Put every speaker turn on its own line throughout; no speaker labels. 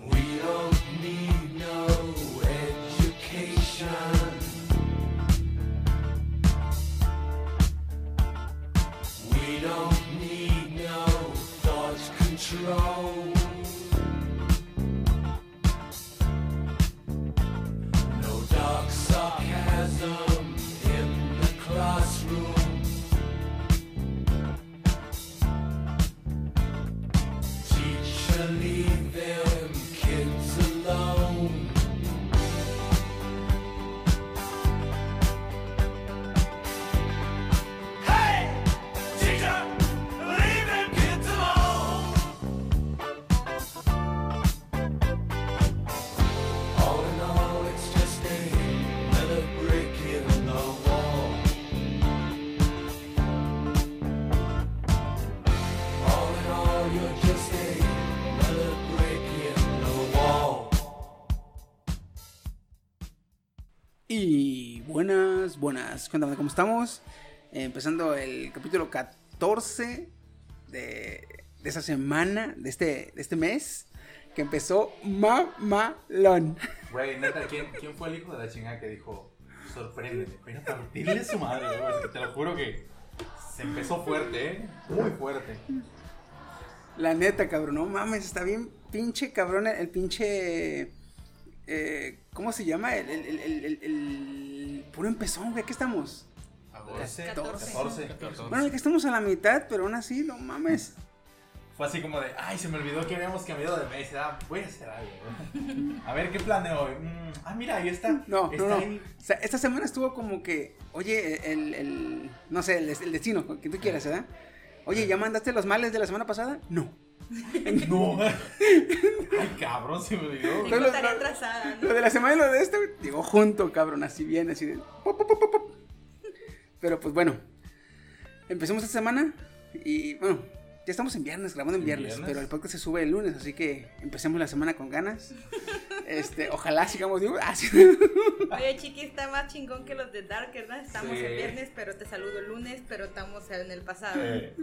We don't need no education. We don't need no thought control. No dark sarcasm in the classroom. Teacher, leave them kids alone. Hey, teacher, leave them kids alone. All in all, it's just another brick in the wall. All in all, you're just another brick in the wall.
Y buenas, buenas. Cuéntame cómo estamos. Eh, empezando el capítulo 14 de, de esa semana, de este, de este mes, que empezó mamalón.
Güey, neta, ¿quién, ¿quién fue el hijo de la chingada que dijo, sorpréndeme? Pero partirle su madre, güey, es que te lo juro que se empezó fuerte, ¿eh? Muy fuerte.
La neta, cabrón, no mames, está bien pinche cabrón el, el pinche... eh, ¿Cómo se llama? El, el- el- el- el- el puro empezón, güey, aquí estamos.
Catorce,
14.
14.
Bueno, que estamos a la mitad, pero aún así, no mames.
Fue así como de, ay, se me olvidó que habíamos cambiado de mes. Ah, voy a hacer algo. güey. A ver, ¿qué planeo hoy? Mm, ah, mira, ahí está.
No,
está
no, no.
ahí.
O sea, esta semana estuvo como que, oye, el, el- no sé, el, el destino, lo que tú quieras, ¿verdad? Oye, ¿ya mandaste los males de la semana pasada? No.
No. Ay, cabrón, se me olvidó. güey.
Tengo lo- tarea lo-
atrasada.
Lo de la semana y lo de esta, güey, llegó junto, cabrón, así bien, así de... pop, pop, pop, pop, pop. Pero pues bueno, empecemos esta semana y bueno, ya estamos en viernes, grabando en
¿En
viernes,
viernes?
pero el podcast se sube el lunes, así que empecemos la semana con ganas. Este, ojalá sigamos, digo, así.
Oye, Chiqui, está más chingón que los de Dark, ¿verdad? Estamos
Sí.
el viernes, pero te saludo el lunes, pero estamos en el pasado.
Eh,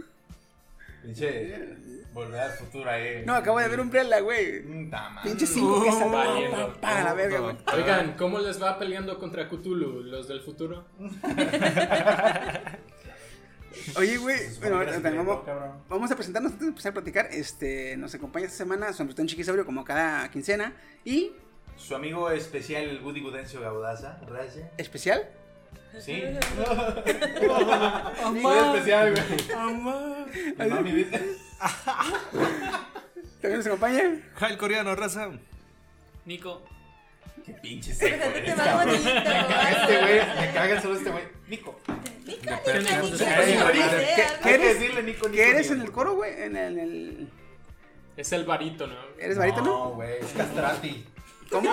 Pinche, volver al futuro ahí.
No, acabo de ver un Umbrella, güey.
Mm, ta madre.
Pinche cinco que sacó,
Valiendo
pa- para la verga,
todo.
güey.
Ah.
Oigan, ¿cómo les va peleando contra Cthulhu, los del futuro?
Oye, güey,
Se supone
bueno,
que era
ahorita
así,
vamos,
¿no, cabrón?
vamos a presentarnos antes de empezar a platicar. Este, nos acompaña esta semana su anfitrión Chiquisaurio como cada quincena y
Su amigo especial, el Woody Gudencio Gaudaza. Gracias.
especial.
Sí. Muy especial, güey. Mi mami dice.
También nos acompaña.
Jail coreano, raza.
Nico,
Qué pinche
Pues
seco
Pero a ti
eres,
te va
cabrón.
bonito,
Me caga este güey. Me caga solo este güey. Nico.
¿Qué
Hay que
eres?
decirle Nico, Nico.
¿Qué eres
Nico.
en el coro, güey? En el, en el-
Es el varito, ¿no?
¿Eres barítono?
No, güey. Es castrati.
¿Cómo?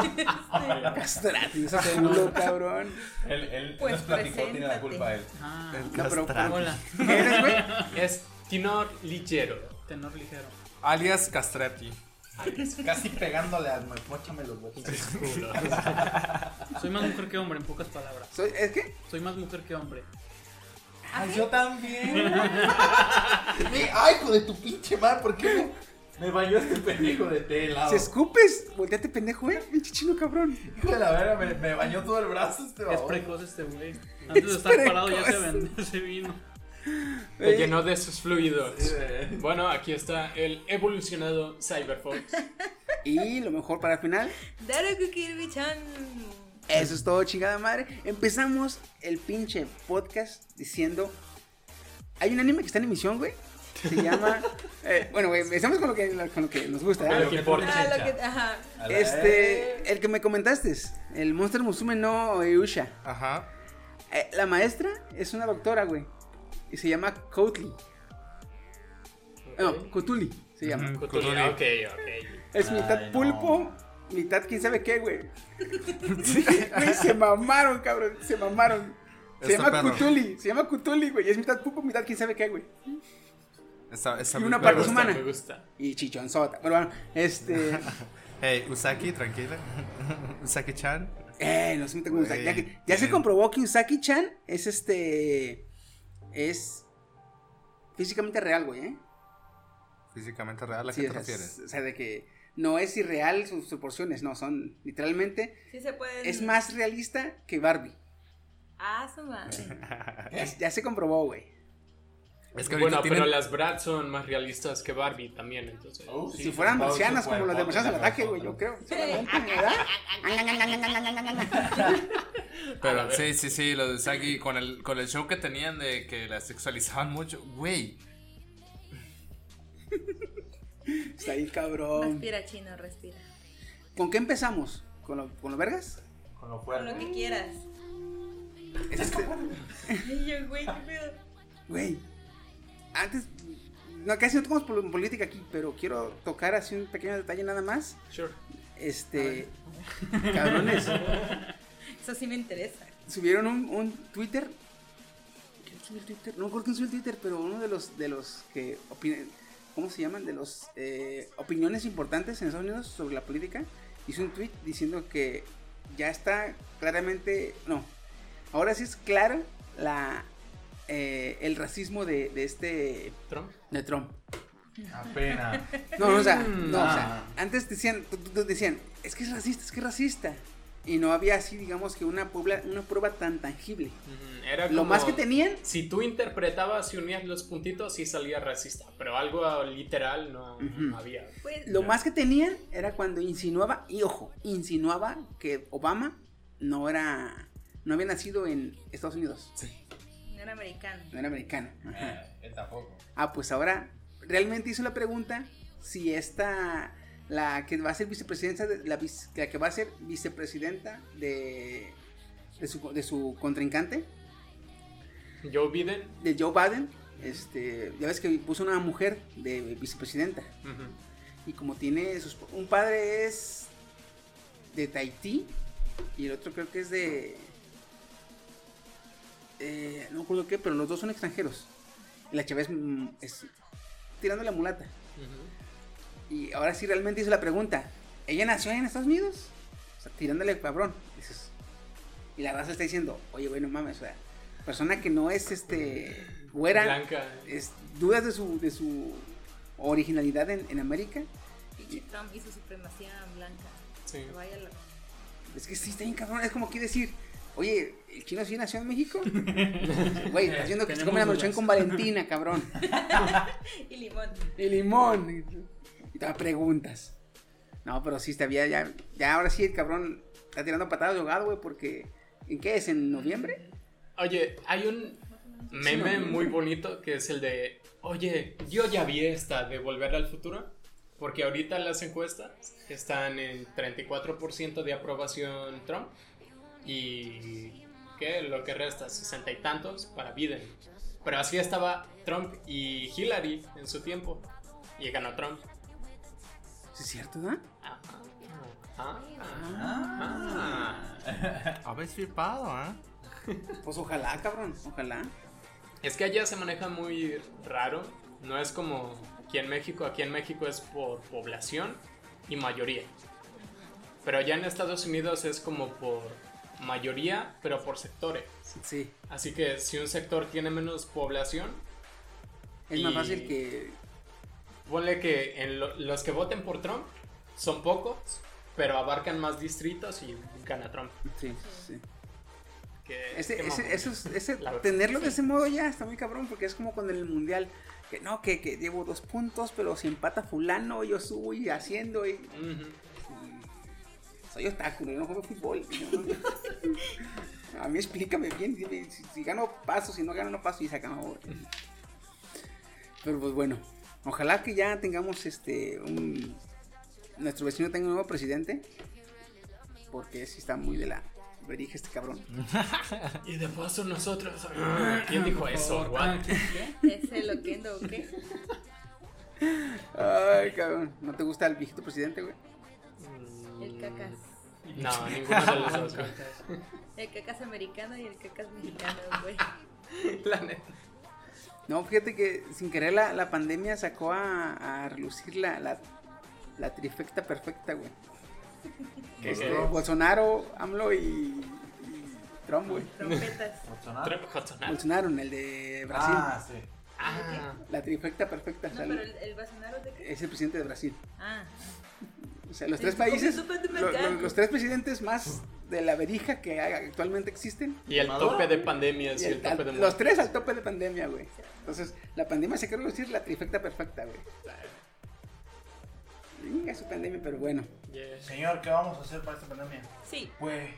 Castrati, ese culo, cabrón.
Él, él
Pues
nos platicó, tiene
preséntate. Ah.
la culpa él.
No, pero,
Ah, hola,
¿Qué eres, güey?
Es Tinor Ligero.
tenor ligero.
Alias Castrati.
Casi pegándole al mochame los huevos.
Soy más mujer que hombre, en pocas palabras.
Soy- ¿Es qué?
Soy más mujer que hombre.
Ay, yo también. Ay, hijo de tu pinche madre, ¿por qué? me-
Me bañó este pendejo de té helado.
Ah.
Si escupes, volteate pendejo, eh, pinche chino cabrón.
Hijo de la verga, me, me bañó todo el brazo este
Es
baboso.
precoz este güey. Antes de estar parado ya se
precoz.
vendió ese vino.
Te llenó de sus fluidos.
Sí,
eh.
güey.
Bueno, aquí está el evolucionado Cyberfox.
Y lo mejor para el final,
Daruku Kirby-chan.
Eso es todo, chingada madre. Empezamos el pinche podcast diciendo. Hay un anime que está en emisión, güey. Se llama. eh, bueno, güey, empezamos con lo que, con lo que nos gusta.
A
¿eh?
lo
que
que
importa.
pone
Ah, lo
chencha.
que. Ajá.
A la-
Este. El que me comentaste, el Monster Musume no Eusha.
Ajá.
Eh, la maestra es una doctora, güey. Y se llama Coatley. No, Cotuli se llama.
Ujú,
Cthulhu,
Cthulhu.
ok, ok.
Es mitad
Ay, no.
pulpo, mitad quién sabe qué, güey. Güey, se mamaron, cabrón, se mamaron. Se
Está
llama
perro.
Cutuli, se llama Cutuli, güey. Es mitad pulpo, mitad quién sabe qué, güey.
Está, está
Y
muy
una
Me
perro.
parte-
gusta,
humana.
me gusta.
Y chichonzota. Bueno, bueno, este.
Hey, Usaki, tranquila. Usaki-chan.
eh, no se meta con Usaki. Ya, que- ya se
Bien.
comprobó que Usaki-chan es este. Es. Físicamente real, güey, ¿eh?
Físicamente real, ¿a
Sí,
qué
o
te
sea,
refieres?
O sea, de que no es irreal sus proporciones, no, son literalmente.
Sí se pueden.
Es más realista que Barbie.
Ah, su madre.
Es- ya se comprobó, güey.
Es que ahorita
Bueno,
tienen...
pero las Bratz son más realistas que Barbie también, entonces.
Oh, sí,
si fueran
con todo su
marcianas, como los de
cuerpo,
marcianas al
con
ataque,
todo.
güey, yo creo. Solamente, ¿verdad?
Pero sí, sí, sí, lo de Usagi con el, con el show que tenían de que la sexualizaban mucho. Güey,
Está ahí, cabrón.
Respira, chino, respira.
¿Con qué empezamos? ¿Con lo, con lo vergas?
Con lo
Con lo
fuerte.
que quieras.
Este,
Ay, yo, güey, qué pedo.
Güey, antes, no, casi no tocamos pol- política aquí, pero quiero tocar así un pequeño detalle nada más.
Sure.
Este, cabrones,
Eso sí me interesa.
subieron un, un Twitter. ¿Quién subió el Twitter? No me acuerdo quién subió el Twitter, pero uno de los, de los que opinan, ¿cómo se llaman? De los eh, opiniones importantes en Estados Unidos sobre la política, hizo un tweet diciendo que ya está claramente, no, ahora sí es claro la, eh, el racismo de, de este,
Trump.
de Trump.
Apenas.
No, no, o sea,
Mm,
no, o
ah.
sea, antes decían, tú- tú- tú decían, es que es racista, es que es racista. Y no había así, digamos, que una, prueba- una prueba tan tangible.
Ujú, Mm, Era
Lo
como-
más que tenían,
Si tú interpretabas y unías los puntitos, sí salía racista. Pero algo literal no, no había.
Pues,
lo más que tenían era cuando insinuaba, y ojo, insinuaba que Obama no era, no había nacido en Estados Unidos,
no era americano.
no era americano. Ajá.
Eh, él tampoco.
Ah, pues ahora realmente hizo la pregunta si esta la que va a ser vicepresidenta de- la, vice- la que va a ser vicepresidenta de de su, de su contrincante,
Joe Biden.
de Joe Biden, este, ya ves que puso una mujer de vicepresidenta
ujú.
y como tiene sus un padre es de Tahití y el otro creo que es de eh, no recuerdo qué, pero los dos son extranjeros. Y La chava es, mm, es tirando la mulata. Y ahora sí realmente hizo la pregunta. ¿Ella nació en Estados Unidos? O sea, tirándole cabrón. Dices. Y la raza está diciendo, oye, güey, no mames, o sea, persona que no es este güera,
Blanca.
es- dudas de su, de su originalidad en, en América.
Pinche Trump y su supremacía blanca.
Sí.
Vaya la-
Es que sí, está bien cabrón, es como que decir, oye, ¿el chino sí nació en México? Güey, está haciendo que se
Tenemos
come la maruchan
dudas.
con Valentina, cabrón.
Y limón.
Y limón. Y te da preguntas. No, pero sí, todavía ya, ya ahora sí el cabrón está tirando patadas de ahogado, güey, porque ¿en qué es? ¿En noviembre?
Oye, hay un meme muy bonito que es el de, oye, yo ya vi esta de Volver al Futuro, porque ahorita las encuestas están en 34% de aprobación Trump y ¿qué? Lo que resta, sesenta y tantos para Biden. Pero así estaba Trump y Hillary en su tiempo y ganó Trump.
Sí, es cierto, ¿no?
Ah, ah, ah,
Ah.
ah.
habéis flipado, ¿eh?
Pues ojalá, cabrón, ojalá.
Es que allá se maneja muy raro, no es como aquí en México, aquí en México es por población y mayoría. Pero allá en Estados Unidos es como por mayoría, pero por sectores.
Sí.
Así que si un sector tiene menos población,
Es más
Y-
fácil que
Ponle que en lo- los que voten por Trump son pocos, pero abarcan más distritos y gana Trump.
Sí, sí.
Que-
Ese,
que
ese,
mamón.
eso es- ese-
La verdad.
tenerlo de ese modo ya está muy cabrón porque es como con el mundial. Que no, que, que llevo dos puntos, pero si empata fulano, yo subo y haciendo y... Soy obstáculo, yo no juego fútbol. ¿no? A mí explícame bien, dime, si, si gano paso, si no gano no paso y se acabó. Pero pues bueno, ojalá que ya tengamos este un... Nuestro vecino tenga un nuevo presidente, porque si está muy de la verija este cabrón.
Y de paso nosotros. Ah, ¿Quién dijo eso? What?
¿Es el loquendo o qué?
Ay, cabrón. ¿No te gusta el viejito presidente, güey?
El cacas.
No, ninguno de los dos. güey.
El cacas americano y el cacas mexicano, güey.
No, fíjate que sin querer la, la pandemia sacó a, a relucir la, la, la trifecta perfecta, güey.
¿Qué
Este,
quedó?
Bolsonaro, AMLO y, y Trump, güey.
Trompetas.
Trump Bolsonaro.
Bolsonaro, el de Brasil.
Ah, sí.
Ah,
La trifecta perfecta. o
No,
sea,
pero el, el Bolsonaro es de qué?
Es el presidente de Brasil.
Ah.
O sea, los
Sí,
tres
como
países,
que súper de
lo- lo-
mercado.
los tres presidentes más de la verija que hay- actualmente existen.
y el
Maduro.
tope de pandemias y
Y
el
al-
tope de
al- los tres al tope de pandemia, güey. Entonces, la pandemia se quiere decir la trifecta perfecta, güey. Venga su pandemia, pero bueno.
muertes. Yeah.
Señor, ¿qué vamos a hacer para esta pandemia?
Sí.
Pues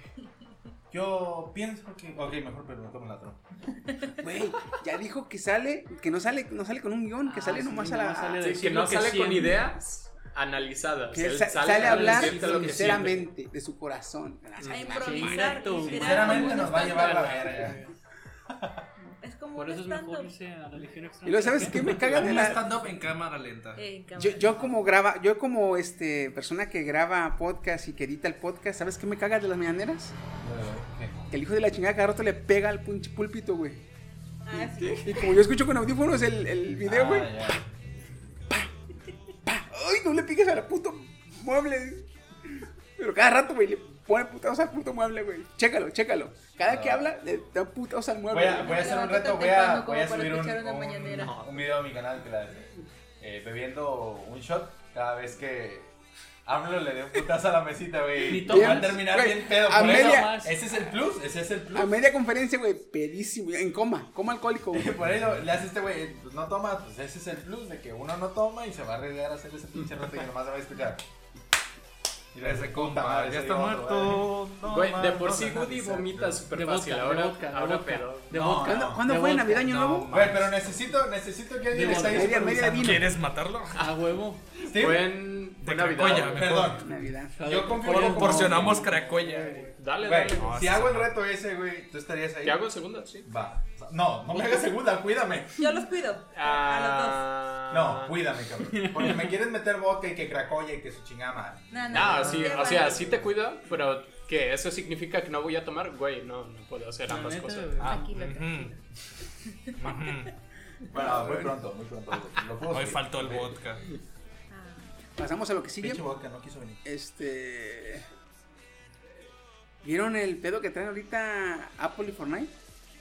yo pienso que. Ok, mejor preguntamos la Trump.
Güey, ya dijo que sale, que no sale, no sale con un guión, que sale
Ah, sí,
nomás a la.
nomás sale de-
Sí, que
Decir
no
lo que
sale con
siente.
ideas analizadas.
que
Él
sa- sale a hablar
decirte lo que siente.
sinceramente, de su corazón. Ah,
A
Mira
improvisar.
tú.
literal,
Sinceramente
como
nos
un
va a llevar la
stand-up.
verga.
Es como
Por
un
eso es
stand-up.
mejor irse a la legión
Y
extranjera.
lo sabes que me caga de
Un
la.
stand-up en cámara lenta.
Eh, en cámara.
Yo, yo como graba, yo como este persona que graba podcast y que edita el podcast, ¿sabes qué me caga de las mañaneras? Que el hijo de la chingada cada rato le pega al pinche púlpito, güey.
Ah, sí.
Y como yo escucho con audífonos el, el video, güey.
Ah,
¡Ay, no le piques a la puto mueble! Pero cada rato, güey, le pone putados al puto mueble, güey. Chécalo, chécalo. Cada
Ah.
que habla, le da putados al
ya.
mueble.
Voy a, voy a hacer un
Levántate
reto, voy a,
temprano como
voy a
para
subir un,
escuchar una
un-
mañanera.
un video a mi canal que la eh, bebiendo un shot cada vez que hablo le dé un putazo a la mesita,
Ni
güey.
tomas.
Va a terminar
Güey,
bien pedo
a
por
media-
eso. Ese es el plus, ese es el plus.
A media conferencia, güey, pedísimo, en coma, coma alcohólico, güey.
Por eso le hace este güey, eh, pues no toma, pues ese es el plus de que uno no toma y se va a arriesgar a hacer ese pinche rato que nomás se va a escuchar. Y le hace compa,
Ah,
madre, ¿eh?
Ya
ese
está
digo,
muerto. No,
Güey, de
man,
por
no,
sí
no,
Woody
no, no,
vomita
no.
súper
De
fácil.
vodka,
Ahora,
de vodka,
ahora
de vodka.
pedo.
De
No,
vodka.
¿Cuándo, cuándo
de
fue?
vodka.
¿Navidad, Año
No,
Nuevo?
man.
Güey, pero necesito, necesito que alguien
De
esté ahí
media- media
supervisando.
vino.
¿Quieres matarlo?
A huevo.
Sí,
Fue en fue
De
Navidad.
Cracoya,
güey.
Perdón.
Navidad.
Yo confirmo como-
Porcionamos cracoya. güey.
Dale,
Güey,
dale.
si hago el reto ese, güey, tú estarías ahí.
¿Te hago segunda? Sí.
Va. No, no me hagas segunda, cuídame.
Yo los cuido.
Ah,
A
No, cuídame, cabrón. Porque me quieres meter boca y que cracoya y que su chingama.
los dos. No, no.
Ah,
no,
sí,
qué
o sea,
bueno.
sí te cuido, pero que eso significa que no voy a tomar, güey, no, no puedo hacer
La
ambas
neta,
cosas.
güey.
Ah,
Tranquilo,
ujú.
Mm.
Ujú.
Bueno, muy pronto, muy pronto. güey. Lo puedo
Hoy
subir.
faltó el vodka.
Ah.
Pasamos a lo que sigue.
Pinche boca, no quiso venir.
Este. ¿Vieron el pedo que traen ahorita Apple y Fortnite?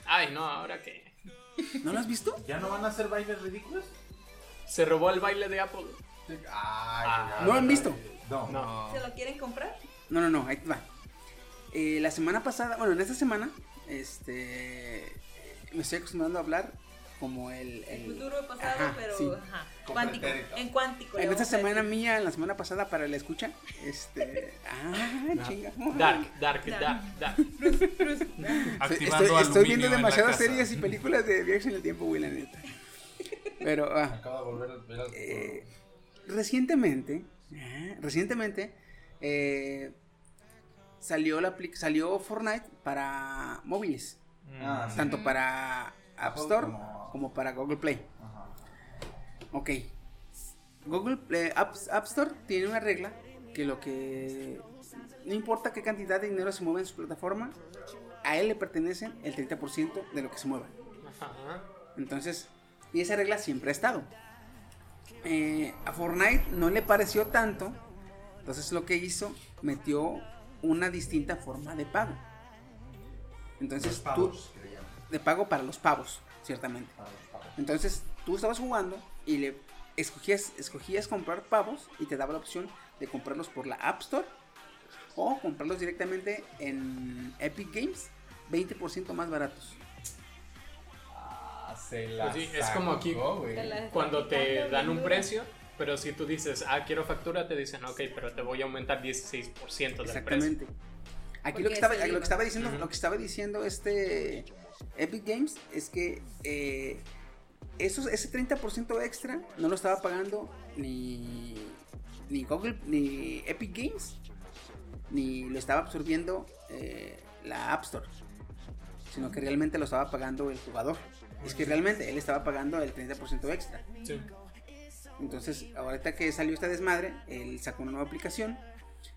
Ay, no, ahora que
¿No lo has visto?
¿Ya no van a hacer bailes ridículos?
se robó el baile de Apple.
Ay,
Ah,
¿No lo han visto?
No.
No.
Ah. ¿Se lo quieren comprar?
No, no, no, ahí te va. Eh, la semana pasada, bueno, en esta semana, este. Me estoy acostumbrando a hablar como el.
El
el-
futuro pasado,
Ajá,
pero
sí.
ajá.
Con
Cuántico.
pretérito.
En cuántico. le
En esta
vamos a
semana
decir.
mía, en la semana pasada para la escucha, este. ¡Ah, chinga!
Dark, dark,
Dark.
dark, dark.
Estoy,
Activando
estoy- estoy viendo
aluminio en la
demasiadas
casa.
series y películas de viajes en el tiempo, güey, la neta. Pero, ah,
Acabo de volver a ver al
Eh, recientemente, ah, recientemente eh, salió la apli- salió Fortnite para móviles,
Mm.
Ah, sí.
tanto para App
Apple
Store
como-
como para Google Play.
Ajá.
Ok. Google Play- App, App Store tiene una regla que lo que no importa qué cantidad de dinero se mueva en su plataforma, a él le pertenecen el 30% de lo que se mueva.
Ajá.
Entonces, y esa regla siempre ha estado. Eh, a Fortnite no le pareció tanto, entonces lo que hizo, metió una distinta forma de pago. Entonces,
Los
tú,
pavos, que le llaman.
de pago para los pavos, ciertamente.
Ah, los pavos.
Entonces, tú estabas jugando y le escogías, escogías comprar pavos y te daba la opción de comprarlos por la App Store o comprarlos directamente en Epic Games, 20% más baratos.
Ah, se la
Pues sí, es como aquí,
sacó, güey.
Te la-
cuando te
sacando,
dan un
boludo.
precio, pero si tú dices, ah, quiero factura, te dicen, ok, pero te voy a aumentar 16% del precio.
Exactamente. Aquí
Porque
lo que, estaba,
es el
lo,
IVA.
que estaba diciendo,
Ujú.
lo que estaba diciendo este Epic Games es que eh, esos, ese 30% extra no lo estaba pagando ni, ni Google, ni Epic Games, ni lo estaba absorbiendo eh, la App Store, sino que realmente lo estaba pagando el jugador. Es que realmente él estaba pagando el 30% extra.
Sí.
Entonces, ahorita que salió esta desmadre, él sacó una nueva aplicación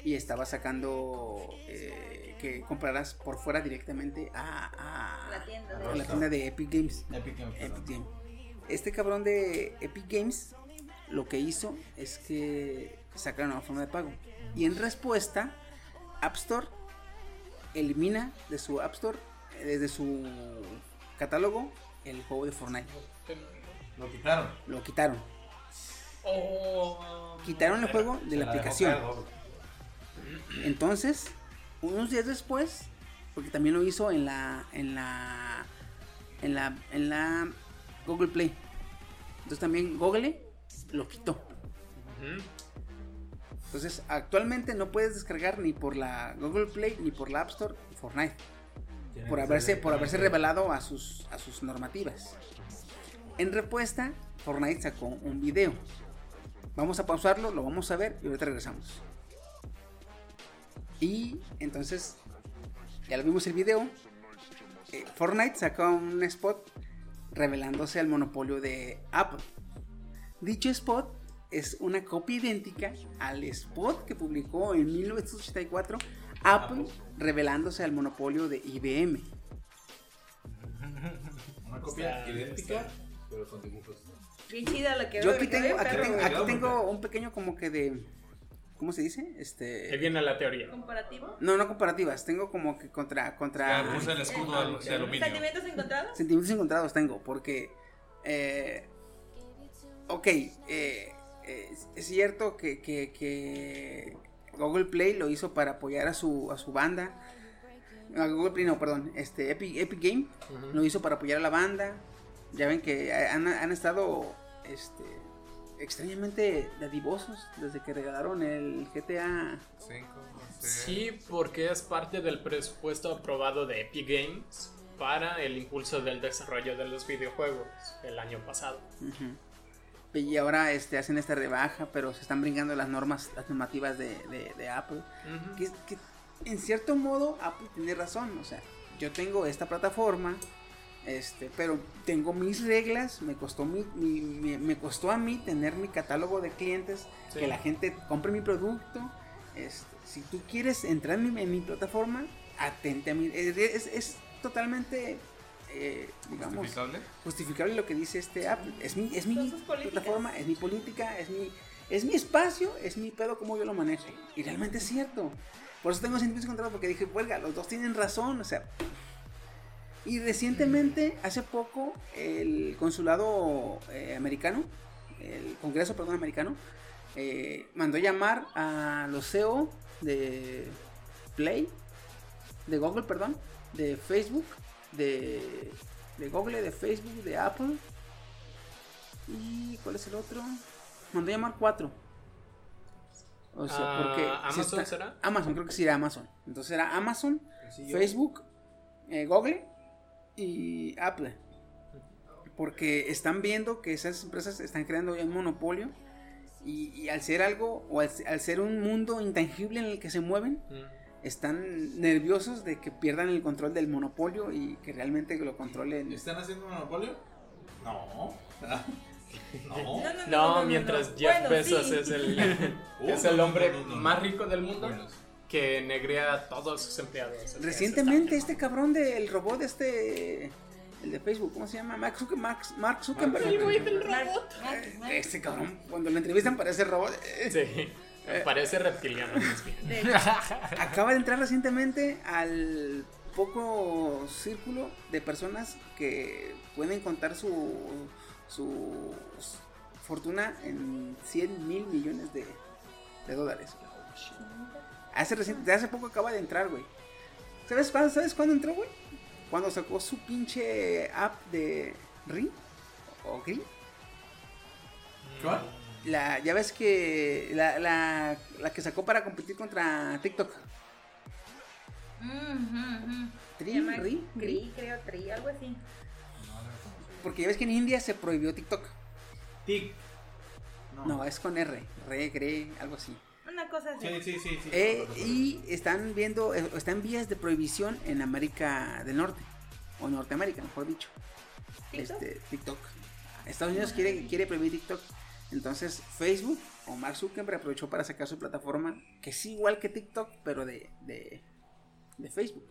y estaba sacando eh, que compraras por fuera directamente a, a-
La tienda.
a la tienda Eh, de Epic Games.
Epic Games, perdón.
Epic Game. Este cabrón de Epic Games lo que hizo es que saca una nueva forma de pago. Y en respuesta, App Store elimina de su App Store, eh, desde su catálogo, el juego de Fortnite.
Lo quitaron.
Lo quitaron.
Oh,
Quitaron el juego
Se
de la
dejó
aplicación.
caer doble.
Entonces, unos días después, porque también lo hizo en la en la en la en la Google Play. Entonces también Google lo quitó.
Ujú.
Entonces, actualmente no puedes descargar ni por la Google Play ni por la App Store Fortnite
Tiene
por
que ser
haberse por haberse
directamente.
revelado a sus a sus normativas. En respuesta, Fortnite sacó un video. Vamos a pausarlo, lo vamos a ver y ahorita regresamos. Y entonces, ya lo vimos el video. eh, Fortnite sacó un spot revelándose al monopolio de Apple. Dicho spot es una copia idéntica al spot que publicó en 1984 Apple revelándose al monopolio de IBM.
Una copia
Está-
idéntica,
está-
pero con dibujos.
Bien chida la que
Yo
veo,
aquí
la que veo,
tengo, aquí
pero
tengo, aquí
digamos,
tengo
pero-
un pequeño como que de, ¿cómo se dice?
Ahí
Este,
viene la teoría.
¿Comparativo?
no, no comparativas, tengo como que contra,
Ya
contra
puse el escudo al- de aluminio.
¿Sentimientos encontrados?
sentimientos encontrados tengo, porque, eh, ok, eh, eh, es cierto que, que, que Google Play lo hizo para apoyar a su, a su banda, a Google Play no, perdón, este, Epic, Epic Game,
Ujú.
lo hizo para apoyar a la banda. Ya ven que han, han estado este, extrañamente dadivosos desde que regalaron el GTA.
Cinco, seis.
Sí, porque es parte del presupuesto aprobado de Epic Games para el impulso del desarrollo de los videojuegos el año pasado.
Ujú. Y ahora este, hacen esta rebaja, pero se están brincando las normas, las normativas de, de- de Apple.
Ujú.
Que, que, en cierto modo Apple tiene razón. O sea, yo tengo esta plataforma, este, pero tengo mis reglas, me costó, mi, mi- mi- me costó a mí tener mi catálogo de clientes,
Sí.
que la gente compre mi producto. Este, si tú quieres entrar en mi, en mi plataforma, atente a mí. Es, es- es totalmente, eh, digamos,
¿Justificable?
justificable lo que dice este Apple. Es mi, es mi
Son sus políticas.
plataforma, es mi política, es mi, es mi espacio, es mi pedo como yo lo manejo. Y realmente es cierto. Por eso tengo sentimientos encontrados porque dije, huelga, los dos tienen razón, o sea. Y recientemente, hace poco, el consulado eh, americano, el Congreso, perdón, americano, eh, mandó llamar a los CEO de Play, de Google, perdón, de Facebook, de, de Google, de Facebook, de Apple. ¿Y cuál es el otro? Mandó llamar cuatro. O sea,
Ah,
porque. sí
¿Amazon
está-
será?
Amazon, creo que sí era Amazon. Entonces era Amazon,
Sí, yo-
Facebook, eh, Google y Apple. Porque están viendo que esas empresas están creando ya un monopolio. Y, y al ser algo, o al, al ser un mundo intangible en el que se mueven,
Mm.
están nerviosos de que pierdan el control del monopolio y que realmente lo controlen.
¿Están haciendo un monopolio? No. no.
No, mientras Jeff Bezos es el, es el hombre
Uh, no, no, no.
más rico del mundo
Buenos.
que negrea a todos sus empleados.
Recientemente este cabrón del robot, este... El de Facebook, ¿cómo se llama? Mark Zucker- Mark- Mark Zuckerberg.
robot.
Este cabrón, cuando lo entrevistan para ese robot, eh,
Sí, parece reptiliano más bien.
De hecho,
acaba de entrar recientemente al poco círculo de personas que pueden contar su, su, fortuna en 100 mil millones de, de dólares. Hace, recién- de hace poco acaba de entrar, güey. ¿Sabes, cuándo- ¿Sabes cuándo entró, güey? Cuando sacó su pinche app de Ring o Green.
¿Cuál?
La, ya ves que la, la, la que sacó para competir contra TikTok. Tri, ri,
Tri, Tri, creo, Tri, algo así.
Porque ya ves que en India se prohibió TikTok.
Tik.
No, es con R. Re, gre, algo así.
Una cosa así.
Sí, sí, sí. sí.
Eh, y están viendo, eh, está en vías de prohibición en América del Norte. O Norteamérica, mejor dicho.
¿TikTok?
Este, TikTok. Estados Unidos quiere, quiere prohibir TikTok. Entonces Facebook o Mark Zuckerberg aprovechó para sacar su plataforma, que es igual que TikTok, pero de, de, de Facebook.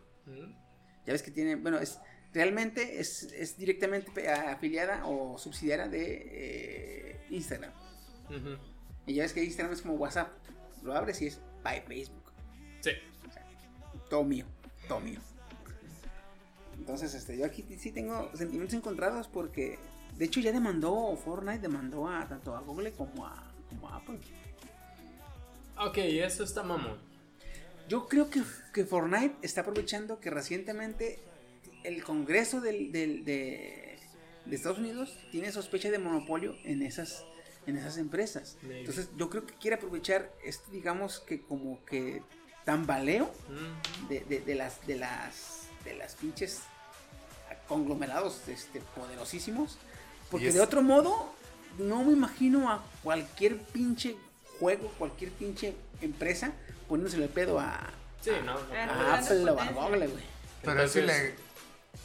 Ya ves que tiene, bueno, es realmente es, es directamente pe- afiliada o subsidiaria de eh, Instagram.
Ujú.
Y ya ves que Instagram es como WhatsApp. Lo abres y es by Facebook.
Sí.
Todo mío. Todo mío. Entonces, este, yo aquí sí tengo sentimientos encontrados porque, de hecho, ya demandó Fortnite, demandó a tanto a Google como a, como a Apple.
Ok, eso está mamón.
Yo creo que, que Fortnite está aprovechando que recientemente el Congreso del- del- de, de Estados Unidos tiene sospecha de monopolio en esas, en esas empresas.
Maybe.
Entonces yo creo que quiere aprovechar este, digamos que como que tambaleo
Ujú.
de, de- de las, de las, de las pinches conglomerados este, poderosísimos. Porque
Y es-
de otro modo, no me imagino a cualquier pinche juego, cualquier pinche empresa poniéndosele el pedo a,
Sí, no. no.
Ah,
a Apple o
Fernando
a
Potencia.
Google, pues, güey.
Pero es,
Entonces-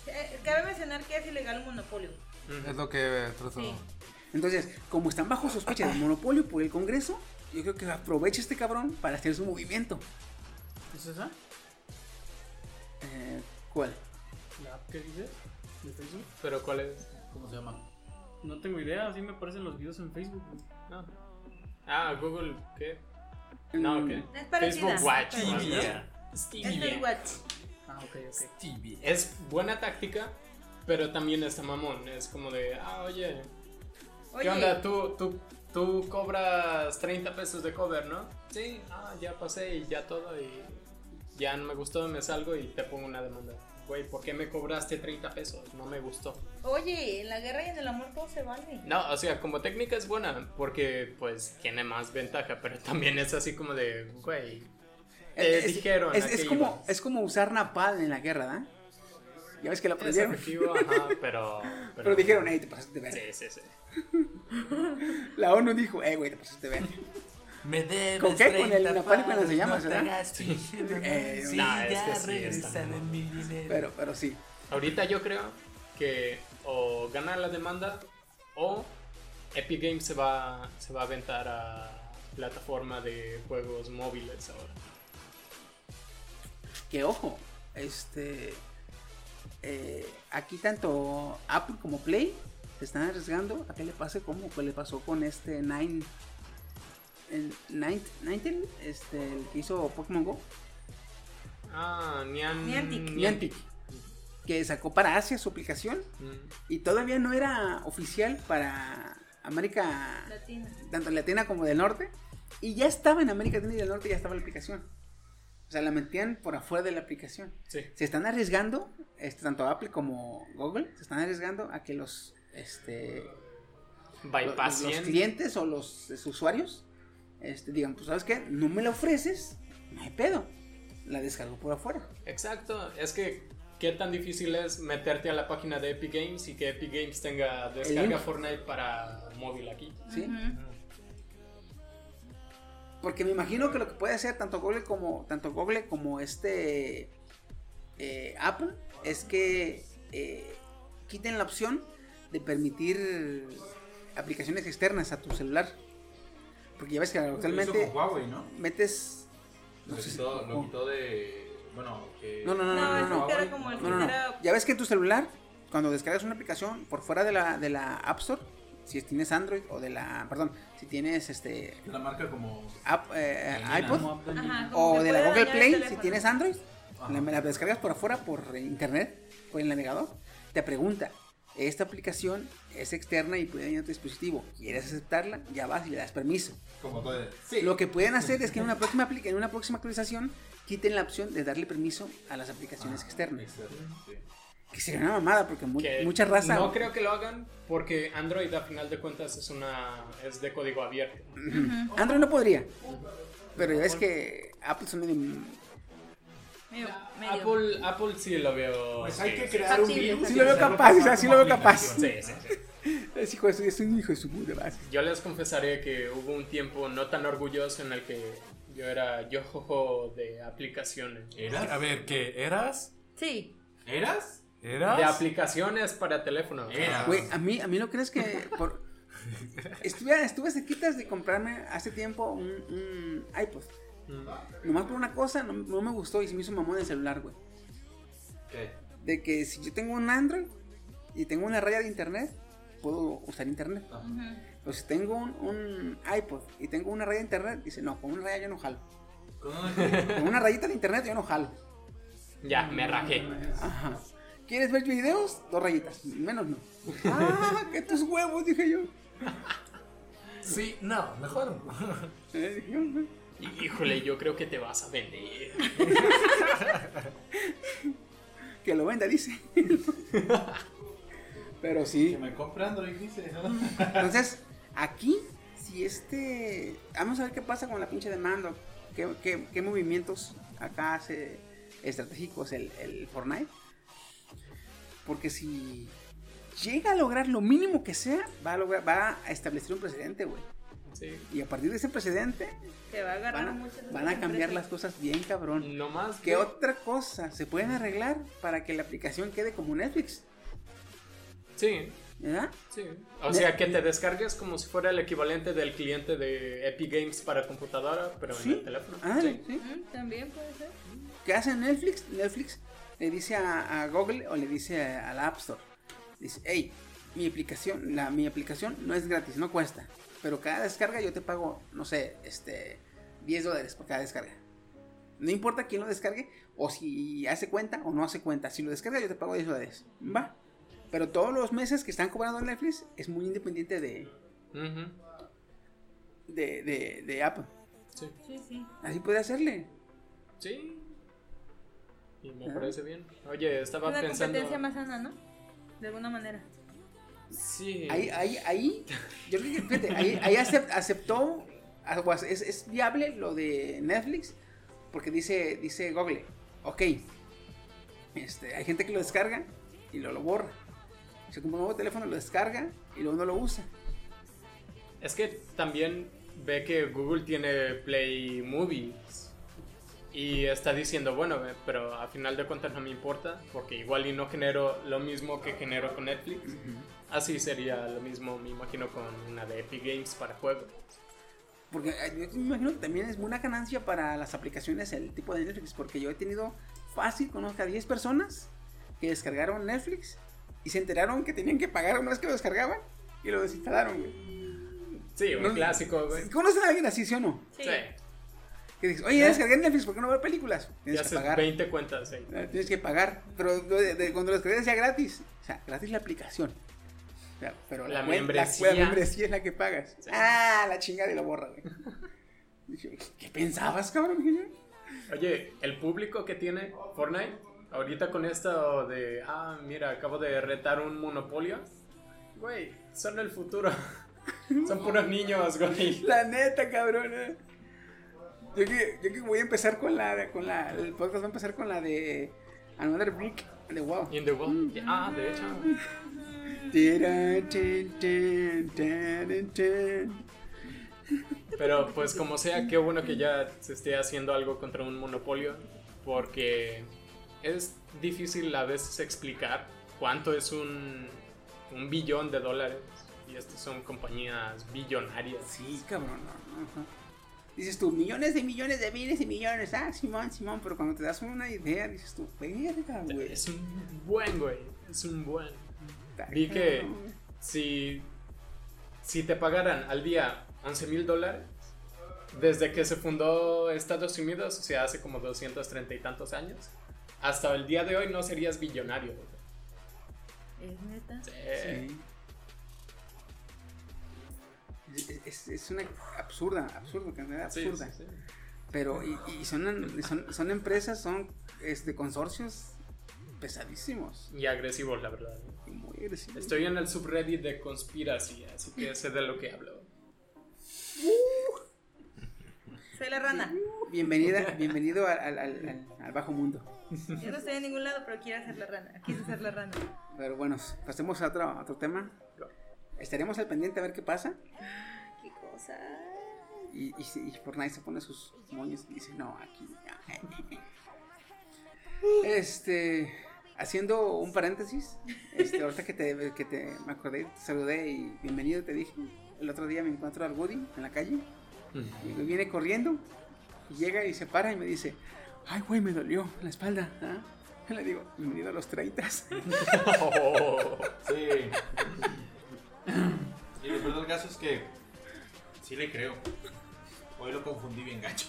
Eh, cabe mencionar que es ilegal el monopolio.
ileg- es lo que eh, trato.
Sí.
Entonces, como están bajo sospecha de monopolio por el Congreso, yo creo que aprovecha este cabrón para hacer su movimiento.
¿Es esa?
Eh, ¿Cuál?
¿La app que dices? ¿De Facebook?
Pero ¿cuál es?
¿Cómo se llama?
No tengo idea, así me aparecen los videos en Facebook. güey.
No. Ah, Google, ¿qué? No, ¿qué?
Es parecida.
Facebook Watch.
Pero-
más, ¿no?
Es el Watch.
Ah, ok, ok.
Es buena táctica, pero también está mamón. Es como de, ah, oye,
Oye,
¿qué onda? Tú, tú, tú cobras 30 pesos de cover, ¿no? Sí, ah, ya pasé y ya todo y ya no me gustó, me salgo y te pongo una demanda. Güey, ¿por qué me cobraste 30 pesos? No me gustó.
oye, en la guerra y en el amor todo se vale.
No, o sea, como técnica es buena porque pues tiene más ventaja, pero también es así como de, güey, te
Es- es-
Eh, dijeron.
Es,
a
es
qué
como,
ibas.
es como usar napal en la guerra, ¿da? Ya ves que la
Es
aprendieron.
efectivo, ajá, pero...
Pero dijeron, hey, te pasaste de verga.
Sí, sí, sí.
La ONU dijo, eh, güey, te pasaste de verga.
Me debes
¿Con qué? Con el
30
napalm y con las
palos,
llamas,
no
¿verdad?
pagas tu
Eh,
Sí,
nah, es
ya
que sí, está
regresame
muy
mi dinero.
Pero, pero sí.
Ahorita yo creo que o gana la demanda o Epic Games se va, se va a aventar a plataforma de juegos móviles ahora.
Que ojo, este. eh, aquí tanto Apple como Play se están arriesgando a que le pase como que le pasó con este Nine. El Nine, Ninetale, este, el que hizo Pokémon Go,
Ah, Nian-
Niantic.
Niantic. que sacó para Asia su aplicación
Mm,
y todavía no era oficial para América,
Latina.
tanto latina como del norte, y ya estaba en América Latina y del norte, ya estaba la aplicación. O sea, la metían por afuera de la aplicación.
Sí.
se están arriesgando, este, tanto Apple como Google, se están arriesgando a que los, este, lo- los,
Bypassien.
clientes o los es, usuarios este, digan, pues sabes qué, no me la ofreces, no hay pedo, la descargo por afuera.
Exacto. Es que qué tan difícil es meterte a la página de Epic Games y que Epic Games tenga descarga
link.
Fortnite para móvil aquí.
¿sí?
Ujú.
Porque me imagino que lo que puede hacer tanto Google como, tanto Google como este eh, Apple es que eh, quiten la opción de permitir aplicaciones externas a tu celular. Porque ya ves que
Lo
actualmente...
hizo con Huawei, ¿no?
metes.
Lo
No, sé si-
quitó, lo
oh.
quitó de. Bueno, que.
no, no, no,
No,
no, no,
eso
no.
que era como el
No, no, no.
era-
Ya ves que en tu celular, cuando descargas una aplicación por fuera de la, de la App Store, si tienes Android o de la. Perdón, si tienes este.
La marca como.
app, eh,
Dañina,
iPod
¿no?
Como app de-
Ajá, como
o
que
de la
puede
Google
dañar el
Play, si
teléfono.
tienes Android,
Ajá.
la, la descargas por afuera por internet, por el navegador, te pregunta. Esta aplicación es externa y puede ir a tu dispositivo. ¿Quieres aceptarla? Ya vas y le das permiso.
Como todo.
Lo que pueden hacer es que en una próxima, apli- en una próxima actualización quiten la opción de darle permiso a las aplicaciones externas. Que sería una mamada porque mu-
Ah, Que
mucha raza...
No creo que lo hagan porque Android a final de cuentas es una es de código abierto.
Ujú. Android no podría. Pero ya ves que Apple son medio...
Apple, Apple sí lo veo.
Pues hay
sí,
que
sí,
crear
sí.
un virus
Sí lo veo capaz, o sea, sí lo veo capaz.
Sí, sí, sí.
Es hijo de su, es un hijo de su puta madre.
Yo les confesaré que hubo un tiempo no tan orgulloso en el que yo era yo jojo de aplicaciones.
¿Eras? A ver, ¿qué? ¿Eras?
Sí.
¿Eras?
¿Eras?
De aplicaciones para teléfono.
Eras.
Güey, a mí, a mí no crees que por... Estuve, estuve cerquitas de comprarme hace tiempo un, un iPod. Nomás por una cosa, no, no me gustó y se me hizo mamón el celular, güey.
¿Qué?
De que si yo tengo un Android y tengo una raya de internet, puedo usar internet. Pero si tengo un, un iPod y tengo una raya de internet, dice, no, con una raya yo no jalo.
Con
Con una rayita de internet yo no jalo.
Ya, me rajé.
Ajá. ¿Quieres ver videos? Dos rayitas. Menos no. Ah, que tus huevos, dije yo.
Sí, no, mejor.
Eh, dije, "Hombre".
Híjole, yo creo que te vas a vender.
Que lo venda, dice. Pero sí.
Que me compre Android, dice.
Entonces, aquí, si este. Vamos a ver qué pasa con la pinche demanda. ¿Qué, qué, qué movimientos acá hace estratégicos el, el Fortnite? Porque si llega a lograr lo mínimo que sea, va a, lograr, va a establecer un precedente, güey.
Sí.
Y a partir de ese precedente,
Te va a agarrar
van a,
muchas
van a cambiar las
empresas.
cosas bien cabrón.
Nomás
¿Qué otra cosa se pueden arreglar para que la aplicación quede como Netflix?
Sí,
¿Verdad?
sí. O sea, que te descargues como si fuera el equivalente del cliente de Epic Games para computadora, pero en
Sí.
el teléfono.
Ándale,
Sí.
Ah, sí.
Ujú, También puede ser.
¿Qué hace Netflix? Netflix le dice a, a Google o le dice a, a la App Store. Dice, hey, mi aplicación, la, mi aplicación no es gratis, no cuesta. Pero cada descarga yo te pago, no sé, este, 10 dólares por cada descarga. No importa quién lo descargue o si hace cuenta o no hace cuenta. Si lo descarga yo te pago 10 dólares. Va. Pero todos los meses que están cobrando en Netflix es muy independiente de,
Ujú.
de, de, de Apple.
Sí.
Sí, sí.
Así puede hacerle.
Sí. Y me
Ajá.
parece bien. Oye, estaba
Una
pensando.
competencia más sana, ¿no? De alguna manera.
Sí.
Ahí, ahí, ahí, yo creo que, fíjate, ahí, ahí acep- aceptó, ah, pues, es, es viable lo de Netflix, porque dice, dice Google, ok, este, hay gente que lo descarga y lo, lo borra. Se compra un nuevo teléfono, lo descarga y luego no lo usa.
Es que también ve que Google tiene Play Movies y está diciendo, bueno, eh, pero a final de cuentas no me importa porque igual y no genero lo mismo que genero con Netflix. Así sería lo mismo, me imagino, con una de Epic Games para juegos.
Porque eh, yo me imagino que también es una ganancia para las aplicaciones el tipo de Netflix, porque yo he tenido fácil, conozco a 10 personas que descargaron Netflix y se enteraron que tenían que pagar una vez que lo descargaban y lo desinstalaron, güey.
Sí, un
No-
clásico, güey.
¿Conocen a alguien así, sí o no?
Sí.
Sí,
Que dices, oye, ya descargué Netflix, ¿por qué no veo películas?
¿Eh? ya
Tienes que
haces
pagar.
20 cuentas ahí.
Ah, Tienes que pagar. Pero lo de- de- cuando lo descargué decía gratis. O sea, gratis la aplicación. O sea, pero la,
La
cuen- la-
membresía.
la membresía es la que pagas.
Sí.
Ah, la chingada y lo borra, güey. Dije, ¿qué pensabas, cabrón? Dije yo.
Oye, el público que tiene Fortnite, ahorita con esto de, ah, mira, acabo de retar un monopolio, güey, son el futuro. son puros niños, güey.
La neta, cabrón. eh. Yo que, yo que voy a empezar con la, con la. El podcast va a empezar con la de Another Brick de Wow.
In the world. Ah, de hecho.
Tira, tin, tin, tin, tin.
Pero pues como sea, qué bueno que ya se esté haciendo algo contra un monopolio, porque es difícil a veces explicar cuánto es un, un billón de dólares. Y estas son compañías billonarias.
Sí, cabrón. no, no, ajá. Dices tú, millones de millones de miles y millones. Ah, Simón, Simón. Pero cuando te das una idea, dices tú, verga, güey.
Es un buen, güey. Es un buen.
está
vi que-
cabrón, güey".
Si, si te pagaran al día 11 mil dólares, desde que se fundó Estados Unidos, o sea, hace como 230 y tantos años, hasta el día de hoy no serías billonario. güey.
¿Es neta?
Es- Es, es una absurda, absurda, cantidad
Sí,
absurda.
sí, sí.
Pero, y, y son, y son, son empresas, son este, consorcios pesadísimos.
Y agresivo, la verdad.
Muy agresivo.
Estoy en el subreddit de conspiracy, así que sé de lo que hablo.
Soy la rana.
Bienvenida, bienvenido al, al- al- al- al bajo mundo.
Yo no estoy en ningún lado, pero quiero ser la rana. Quise ser la rana.
Pero bueno, pasemos a otro, a otro tema. Estaremos al pendiente a ver qué pasa.
Qué cosa.
Y, y, si- y Fortnite se pone sus moños y dice, no, aquí. no". Este, haciendo un paréntesis, este, ahorita que te, que te me acordé, te saludé y bienvenido te dije. El otro día me encuentro al Woody en la calle y me viene corriendo y llega y se para y me dice, ay güey, me dolió la espalda. ¿ah?". Y Le digo, bienvenido a los 30.
Sí. Y lo peor del caso es que sí le creo. Hoy lo confundí bien gacho.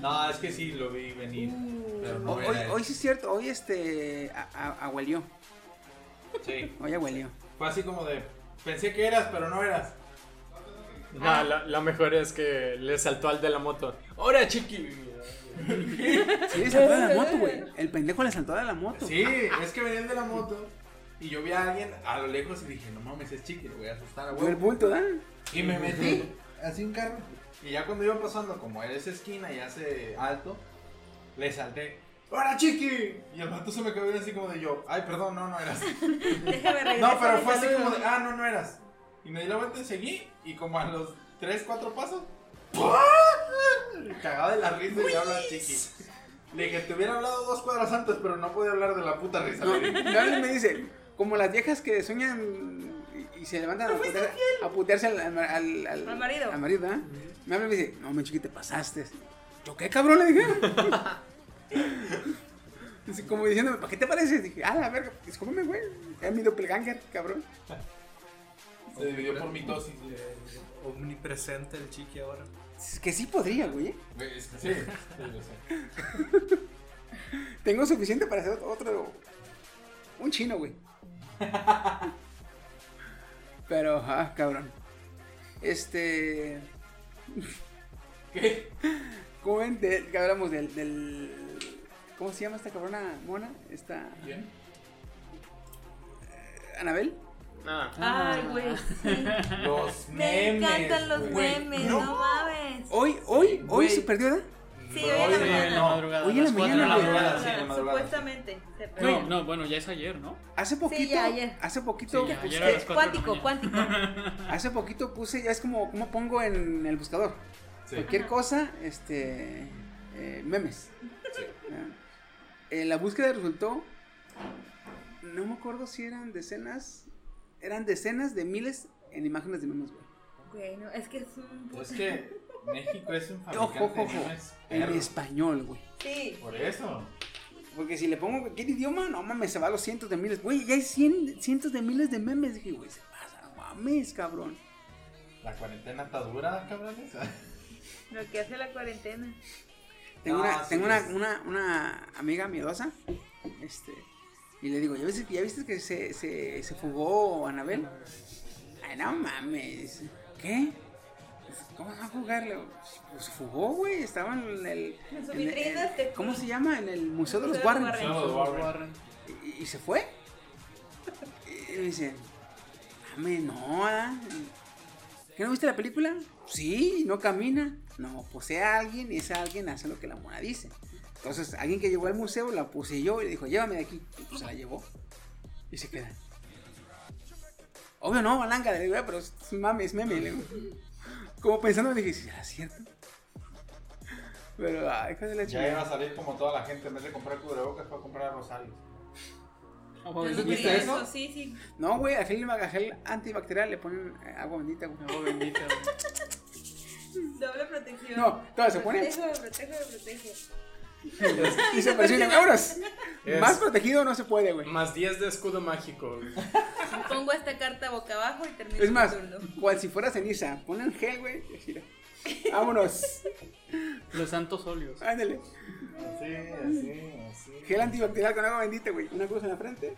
No, es que sí lo vi venir. Pero no
hoy,
era él.
hoy sí es cierto, hoy este, a- a- ahuelió.
Sí.
Hoy ahuelió.
Fue así como de. Pensé que eras, pero no eras.
No, la, la mejor es que le saltó al de la moto. ¡Hora, chiqui!
Sí, le saltó de la moto, güey. El pendejo le saltó de la moto.
Sí, es que venía el de la moto. Y yo vi a alguien a lo lejos y dije, no mames, es chiqui, lo voy a asustar a
Fue el
huevo.
bulto, ¿eh? ¿da?
Y me metí, así un carro. Y ya cuando iba pasando, como era esa esquina y hace alto, le salté. ¡Hola, chiqui! Y el vato se me quedó viendo así como de yo. Ay, perdón, no, no eras.
Déjame regresar.
No, pero fue
mi
así
saludo.
como de, ah, no, no eras. Y me di la vuelta y seguí. Y como a los 3, 4 pasos, cagado de la risa y habla chiqui. Le dije, te hubiera hablado dos cuadras antes, pero no podía hablar de la puta risa.
No, Gabriel me dice, como las viejas que sueñan y- y se levantan a, putear- a putearse al, al, al- al-
Al marido.
al marido, ¿ah? Me habla y me dice, no, me chiqui, te pasaste. ¿Yo qué, cabrón? Le dije. Así como diciéndome, ¿para qué te pareces? Dije, ah, la verga, discúlpame, güey. Es mi doppelganger, cabrón.
Se dividió por mitosis.
Eh, Omnipresente el chiqui ahora.
Es que sí podría, güey. ¿eh?
Es que sí, sí, lo sé.
Tengo suficiente para hacer otro. Un chino, güey. Pero, ah, cabrón. Este.
¿Qué?
¿Cómo ven de- que hablamos del, del. ¿Cómo se llama esta cabrona mona? Esta. eh,
¿Quién?
¿Anabel?
Ah,
Ay, güey. sí.
Los
Me
memes.
encantan los
güey.
memes, no, mames.
Hoy, hoy, hoy
güey.
se perdió, ¿eh? ¿verdad?
Sí,
No,
hoy en la mañana.
sí, no.
Hoy en la
madrugada. las cuatro
mañana,
de
güey.
madrugada, sí, en la madrugada.
Supuestamente. se perdió.
No, no, bueno, ya es ayer, ¿no?
Hace poquito.
ya, ayer.
Hace poquito. pues,
Sí, ya,
busqué-
ayer a las cuatro de la
cuántico, cuántico.
Hace poquito puse, ya es como, como pongo en el buscador.
Sí.
Cualquier cosa, este. eh, memes.
Sí.
¿verdad? Eh, la búsqueda resultó. No me acuerdo si eran decenas. Eran decenas de miles en imágenes de memes, güey.
Güey, no, es que es un.
Es que México es un fabricante
Ojo, ojo,
de
ojo.
Ah, memes
En
perro.
español, güey.
Sí.
Por eso.
Porque si le pongo cualquier idioma, no mames, se va a los cientos de miles. Güey, ya hay cien- cientos de miles de memes. Dije, güey, se pasa, no mames, cabrón.
La cuarentena está dura, cabrones.
Lo que hace la cuarentena.
Tengo,
No,
una,
Ah, sí
tengo una,
es.
una, una amiga miedosa. Este, y le digo, ¿ya viste, ya viste que se, se, se fugó Anabel? Ay, no mames. ¿Qué? "Pues, ¿Cómo va a jugarle? Pues se fugó, güey. Estaba en el.
En su
en
vitrina,
el-
este-
¿Cómo se llama? En el Museo de los
Museo de los
Warren.
Warren.
Somos Warren.
Y, y se fue. Y me dice, dame, no. ah. ¿Que no viste la película? Sí, no camina. No, posee a alguien y ese alguien hace lo que la mona dice. Entonces, alguien que llegó al museo la puse yo y le dijo, llévame de aquí. Y pues se la llevó. Y se queda. Obvio no, Balanga, le digo, "Ah, pero es mame, es meme. le digo. Como pensando, dije, ¿sí ¿será cierto? Pero, ay, hija de la
Ya iba a
chingada.
salir como toda la gente. En vez de comprar cubrebocas, fue a comprar rosarios.
Ojo,
Yo no
¿Viste
creía
eso?
Sí, sí.
No, güey, al gel, al gel antibacterial le ponen eh, agua bendita, güey.
Ojo, Oh, bendita, güey.
Doble protección.
No, todo se pone.
Protejo, protejo, protejo.
Y se persiguen euros.
Es-
Más protegido no se puede, güey.
más 10 de escudo mágico.
Pongo esta carta boca abajo y termino
Es más,
mi turno.
cual si fuera ceniza, ponen gel, güey. y así, Vámonos.
Los santos óleos.
Ándale.
Así, así, así.
Gel antibacterial con agua bendita, güey. Una cruz en la frente.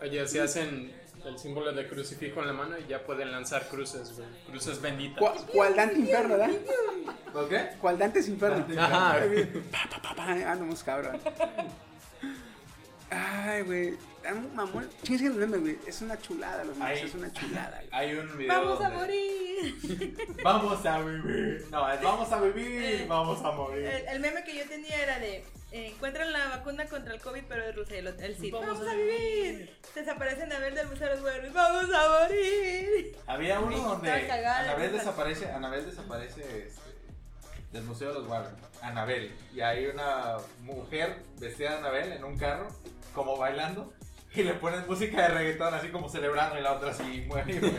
Oye, si hacen el símbolo de crucifijo en la mano y ya pueden lanzar cruces, güey. Cruces benditas.
Cual, cual Dante Inferno, ¿verdad?
¿Por qué?
Cual Dante Inferno.
Ajá.
Pa, pa, pa, pa. Andamos, cabrón. Ay, güey. Ah, Mamón. Chingues que los memes, güey. Es una chulada los memes.
Ahí.
Es una chulada, güey.
Hay un video.
Vamos a
donde-
morir.
Vamos a vivir. No, es vamos a vivir, vamos a morir.
El, el meme que yo tenía era de eh, encuentran la vacuna contra el COVID, pero de Rusia el, el sí. Vamos, a vivir. Desaparecen a ver del museo de los güeros. Vamos a morir.
Había uno
Estaba
donde
cagada de
Anabel
risa.
desaparece, Anabel desaparece este, del Museo de los Warren. Anabel. Y hay una mujer vestida de Anabel en un carro, como bailando. Y le ponen música de reggaetón, así como celebrando, y la otra así muere, güey.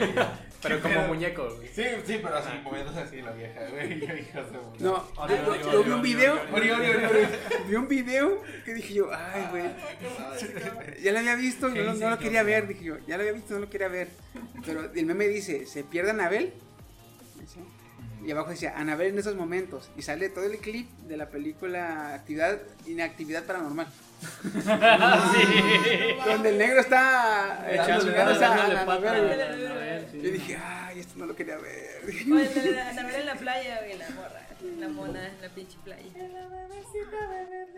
Pero como muñeco, güey.
Sí, sí, pero así moviéndose así la vieja, güey. Yo, hijo de puta.
No,
Ori,
yo-
ori,
yo
ori,
vi un
ori,
video.
ori, ori, ori, ori.
Vi un video que dije yo, ay, güey. Ya lo había visto, no, lo- no lo quería ver. Dije yo, ya lo había visto, no lo quería ver. Pero el meme dice: Se pierde Anabel. ¿sí? Y abajo decía: Anabel en esos momentos. Y sale todo el clip de la película Actividad Inactividad Paranormal.
Ah,
Donde el negro está eh,
Echándole
chingándose a
dándole
Anabel,
pata a
güey.
la- a ver, sí.
Yo dije: Ay, esto no lo quería ver.
O el de la- Anabel en la playa, güey, la morra. La mona en la pinche playa.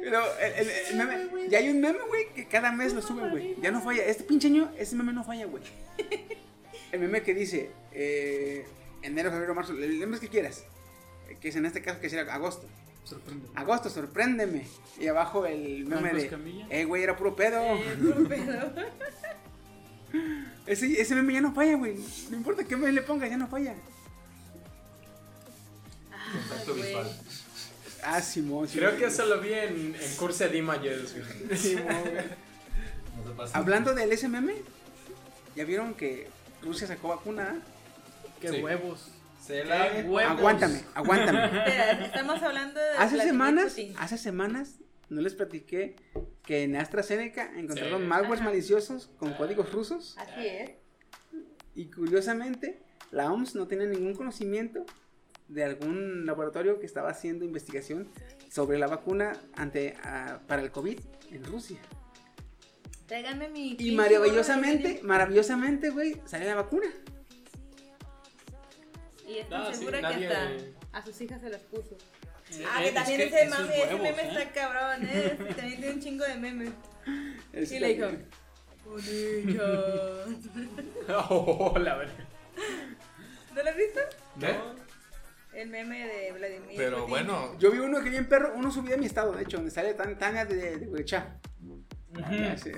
Pero el, el- el meme, ya hay un meme, güey, que cada mes lo suben, güey. Ya no falla. Este pinche año, ese meme no falla, güey. El meme que dice, eh, enero, febrero, marzo, el el mes que quieras. eh, Que es en este caso que será agosto.
Sorprende.
Agosto, sorpréndeme. Y abajo el meme
Franco
de,
Escamilla.
eh, güey, era puro pedo.
Eh, puro pedo.
Ese, ese meme ya no falla, güey. No importa qué meme le pongas, ya no falla.
Ay, güey.
Ah, Simón, Simón.
Creo que eso lo vi en, en Curse de Images, güey.
Simón, güey.
No se pasa.
Hablando del SMM, ¿ya vieron que Rusia sacó vacuna?
Qué
Sí.
huevos.
Se la
Qué huevos.
Aguántame, aguántame.
Espera, estamos hablando de.
Hace
Vladimir
semanas,
Putin.
hace semanas, no les platiqué que en AstraZeneca encontraron
Sí.
malwares
Ajá.
maliciosos con códigos rusos
Así es.
y curiosamente la OMS no tenía ningún conocimiento de algún laboratorio que estaba haciendo investigación sobre la vacuna ante ah, para el COVID en Rusia.
Tráiganme mi.
Y maravillosamente, maravillosamente, güey, salió la vacuna.
Y
Ah,
estoy
No, Ah, sí,
segura que
nadie-
hasta a sus hijas se las puso. Ah,
Eh,
que
es
también
que
ese,
esos
mame, ese
huevos,
meme
¿eh?
está cabrón, ¿eh? Ese También tiene un chingo de memes. Y le dijo: Con ella.
Oh, la verdad.
¿No lo has visto?
¿Qué?
El meme de Vladimir.
Pero
Putin.
bueno,
Yo vi uno que bien perro, uno subí a mi estado, de hecho, donde sale Tan- Tania de, de Huichá. Así,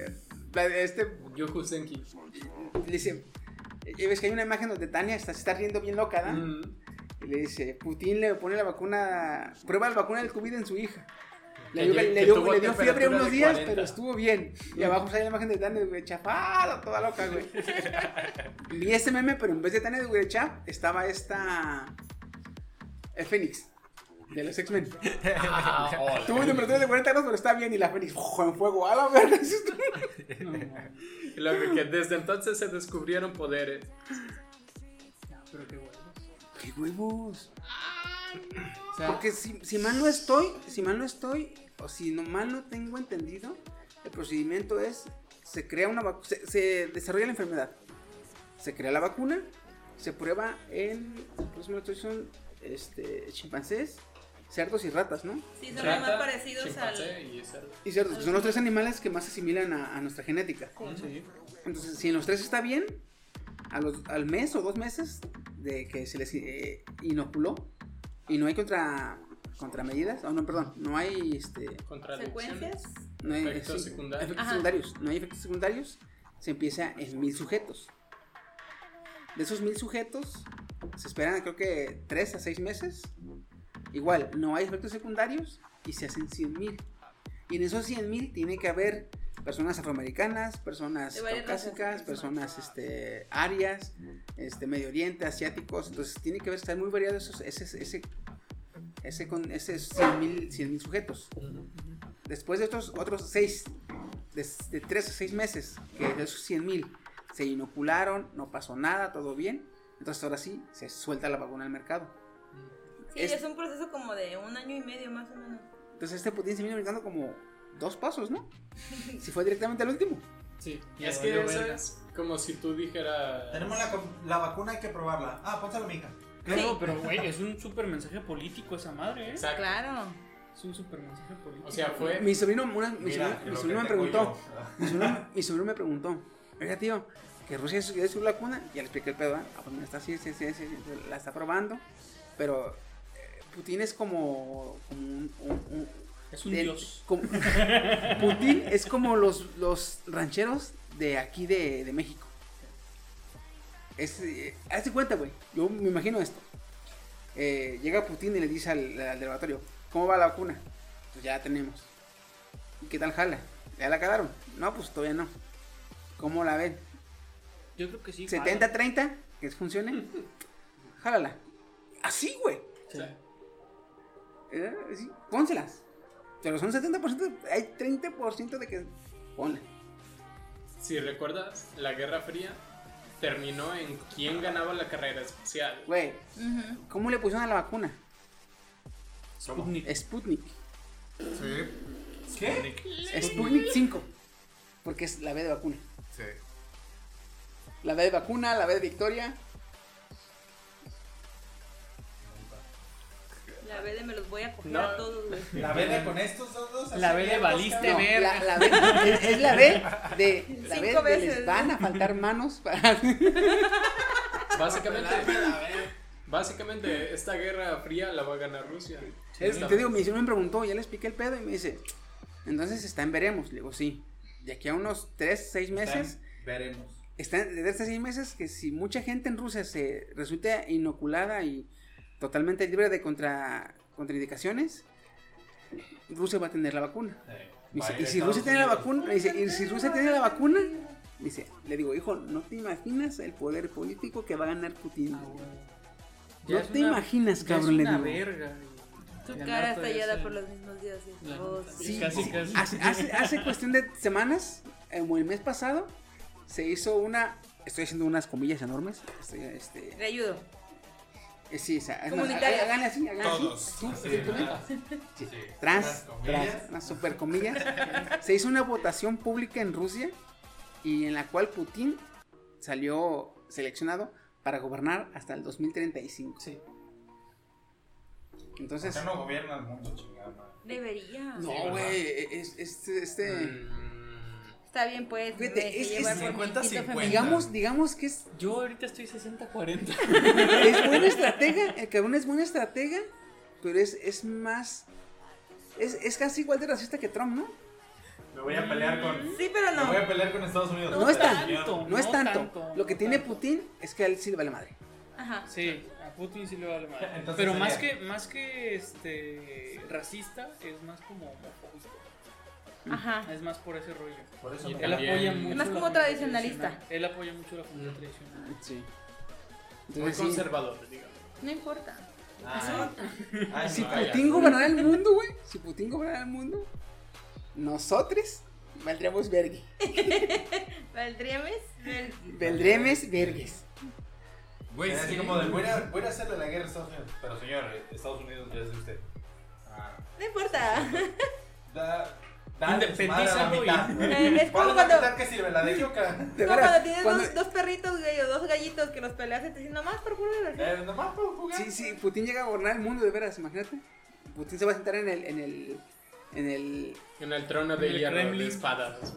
la de Este
Yo Kusenki.
le dice, y ves que hay una imagen donde Tania está, se está riendo bien loca, ¿da?
Mm.
Y le dice, Putin le pone la vacuna, prueba la vacuna del COVID en su hija. Le
Que
dio,
lle-
le
que
dio-
tuvo
le dio fiebre
temperatura de Mm.
unos días,
40.
pero estuvo bien. Y abajo sale la imagen de Tania de Huichá, toda loca, güey. Vi ese meme, pero en vez de Tania de Huichá, estaba esta... El Fénix. De los X-Men.
Ah, hola.
Tuvo temperatura de 40 grados, pero está bien. Y la Fénix, ¡fua! en fuego, a la verga.
Y luego que desde entonces se descubrieron poderes.
Pero qué huevos.
¡Qué huevos!
O sea,
Porque si, si mal no estoy, si mal no estoy, o si no mal no tengo entendido, el procedimiento es, se crea una vacu- se, se desarrolla la enfermedad, se crea la vacuna, se prueba en, pues me lo estoy son, este, chimpancés, cerdos y ratas, ¿no?
Sí, son los más
Rata,
parecidos
chimpancé
al.
y cerdo.
Y cerdos, que son los tres animales que más se asimilan a, a nuestra genética.
Mm.
Entonces, si en los tres está bien, a los- al mes o dos meses de que se les eh, inoculó y no hay contra contramedidas, oh, no, perdón, no hay este,
Contradicciones.
Secuencias.
no hay
Efectos
sí,
secundarios.
efectos
Ajá.
secundarios, no hay efectos secundarios, se empieza en mil sujetos. De esos mil sujetos se esperan creo que tres a seis meses. Igual, no hay efectos secundarios y se hacen 100 mil. Y en esos 100 mil tiene que haber personas afroamericanas, personas
De varias razas,
caucásicas,
personas.
personas este, arias, este, Medio Oriente, asiáticos. Entonces tiene que haber, estar muy variado esos, ese, ese, ese, con, ese 100 mil sujetos. Después de estos otros seis, de, de tres a seis meses, que de esos 100 mil se inocularon, no pasó nada, todo bien. Entonces ahora sí, se suelta la vacuna al mercado.
Sí,
Es-
es... un proceso como de un año y medio más o menos.
Entonces este putín se viene brincando como dos pasos, ¿no? Si fue directamente al último.
Sí, y
Ya
es que
valió
eso
verga.
es como si tú dijeras.
Tenemos la, com- la vacuna, hay que probarla. Ah, póntalo, mija.
Claro, pero güey, es un super mensaje político esa madre, ¿eh?
Exacto.
Claro.
Es un super mensaje político.
O sea, fue-
Mi sobrino, una- mi
Mira,
sobrino- mi
lo
sobrino
que
me
tengo
preguntó.
yo.
Mi sobrino, mi sobrino me preguntó. Oiga, tío, que Rusia es, es una vacuna. Ya le expliqué el pedo. ¿ah? Ah, pues mira, está así, sí, sí, sí, sí, la está probando. Pero eh, Putin es como, como un, un- un-
Es un
del-
dios.
Eh, como- Putin es como los, los rancheros de aquí de, de México. Es, eh, hazte cuenta, güey. Yo me imagino esto. Eh, llega Putin y le dice al, al del laboratorio, ¿cómo va la vacuna? Pues ya la tenemos. ¿Y qué tal jala? ¿Ya la calaron? No, pues todavía no. ¿Cómo la ven?
Yo creo que sí. jala.
70-30, que funcione. Jálala. Así, güey. Eh, sí, pónselas. Pero son 70%, hay 30% de que ponla.
Si recuerdas, la Guerra Fría terminó en quién ganaba la carrera espacial.
Güey, ¿cómo le pusieron a la vacuna?
Sputnik.
Sputnik.
Sí.
¿Qué? Sputnik 5. Porque es la B de vacuna.
Sí.
La B de vacuna, la B de victoria.
La B de me los voy a coger
No.
a todos, güey.
La vela con estos dos. dos
La
así
B de
bien, dos,
valiste
cabrón.
ver.
La, la B es, es la B de. La B
Cinco
de les
veces.
van a faltar manos para.
Básicamente, básicamente, esta Guerra Fría la va a ganar Rusia.
Es-
Esta-
te digo, mi vecino me preguntó, ya le expliqué el pedo y me dice, entonces está en veremos. Le digo, sí. De aquí a unos 3, 6 meses,
Veremos.
está en, de 3 a 6 meses que si mucha gente en Rusia se resulta inoculada y totalmente libre de contra, contraindicaciones, Rusia va a tener la vacuna. Me dice,
Vaya,
y si
Estados
Rusia tiene la
Unidos.
vacuna, me dice, y si Rusia tiene la vacuna, me dice, le digo, hijo, no te imaginas el poder político que va a ganar Putin.
Ah, Ya
No
es
te
una-
imaginas,
ya es
cabrón, le
una
digo.
verga.
Tu
Ganar
cara
todo
está hallada
eso.
por los mismos dioses.
La-
Oh,
Sí,
sí.
casi, casi.
Hace, hace- hace cuestión de semanas, como el mes pasado, se hizo una. Estoy haciendo unas comillas enormes. Estoy, este,
Te ayudo.
eh, sí, o sea, es más,
Comunitaria.
hagan- hagan así, hagan así.
Todos.
Tú,
Así,
sí, tú,
¿verdad?
sí.
Sí.
Tras,
Unas comillas.
tras, unas super comillas. se hizo una votación pública en Rusia y en la cual Putin salió seleccionado para gobernar hasta el 2035.
Sí.
Entonces,
Ya no gobierna el mundo, chingada. madre.
Debería.
no, güey, es- es- este.
Mm.
Mm,
Está bien, pues.
Fíjate,
me dejé
es- es
llevar por mi
50,
instinto
50.
femenino.
Digamos, digamos que es
Yo ahorita estoy 60-40.
es buena estratega, el cabrón es buena estratega, pero es, es más. Es, es casi igual de racista que Trump, ¿no?
Me voy a pelear con.
Sí, pero
Me voy
no.
a pelear con Estados Unidos.
No, es tanto.
Yo-
No, es
no
tanto.
tanto,
Lo que
no
tiene
tanto.
Putin es que a él sí le vale madre.
Ajá.
Sí, a Putin sí le vale mal.
Entonces
Pero
sería-
más que, más que este racista, es más como homofóbico.
Ajá.
Es más por ese rollo.
Por eso
Y
me-
Él
También-
apoya
Es
mucho.
más
la
como
familia
tradicionalista.
tradicional. Él apoya mucho la familia tradicional.
Sí.
Muy
Entonces, sí.
conservador, digamos.
No importa.
Ah, ah,
Si
sí,
vaya.
Putin gobernara el mundo, güey. Si Putin gobernara el mundo, nosotros valdríamos vergue.
¿Valdríames? Vel-
Valdremos vergues.
Güey,
Así
sí.
como de, voy a, voy a hacerle la guerra a Estados Unidos. Pero señor, eh, Estados Unidos ya es de usted. Ah.
No importa.
Da, da
Independízalo
desmadre a la
y-
mitad.
Eh, es
¿Cuál
como
es la
cuando,
mitad que sirve? ¿La de yuca?
De
como
veras,
cuando tienes
cuando-
dos, dos perritos, güey, o dos gallitos que los peleas y te dicen, nomás por puro diversión".
Eh, nomás por jugar.
Sí, sí, Putin llega a gobernar el mundo, de veras, imagínate. Putin se va a sentar en el. En el, en el
En el trono de
El
hierro de
Kremlin.
espadas.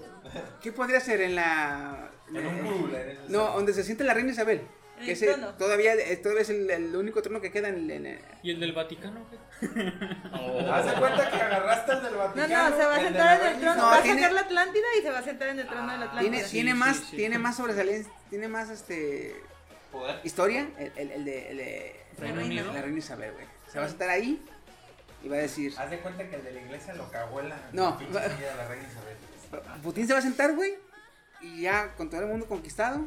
¿Qué podría ser en la. eh,
En un curul. en ese-
No, donde se sienta la reina Isabel.
En
Que
el
ese
trono.
todavía, eh, todavía es el, el único trono que queda en, eh, en- en-
¿Y el del Vaticano qué?
Haz de cuenta que agarraste el del
No,
Vaticano.
no, se va a
el de
sentar
la
en el
reina.
trono,
No,
va a
tiene- Ah,
sacar la Atlántida y se va a sentar en el trono de la
Tiene,
Atlántida.
tiene
sí,
más,
sí.
tiene más sobresalencia, tiene más este
Poder.
historia, el, el- el de, el de-
Reino
la
Unido.
reina Isabel, güey. Se va a sentar ahí y va a decir.
Haz de cuenta que el de la iglesia lo cagó en la
No.
la pinche silla de la reina Isabel.
Putin se va a sentar, güey, y ya con todo el mundo conquistado,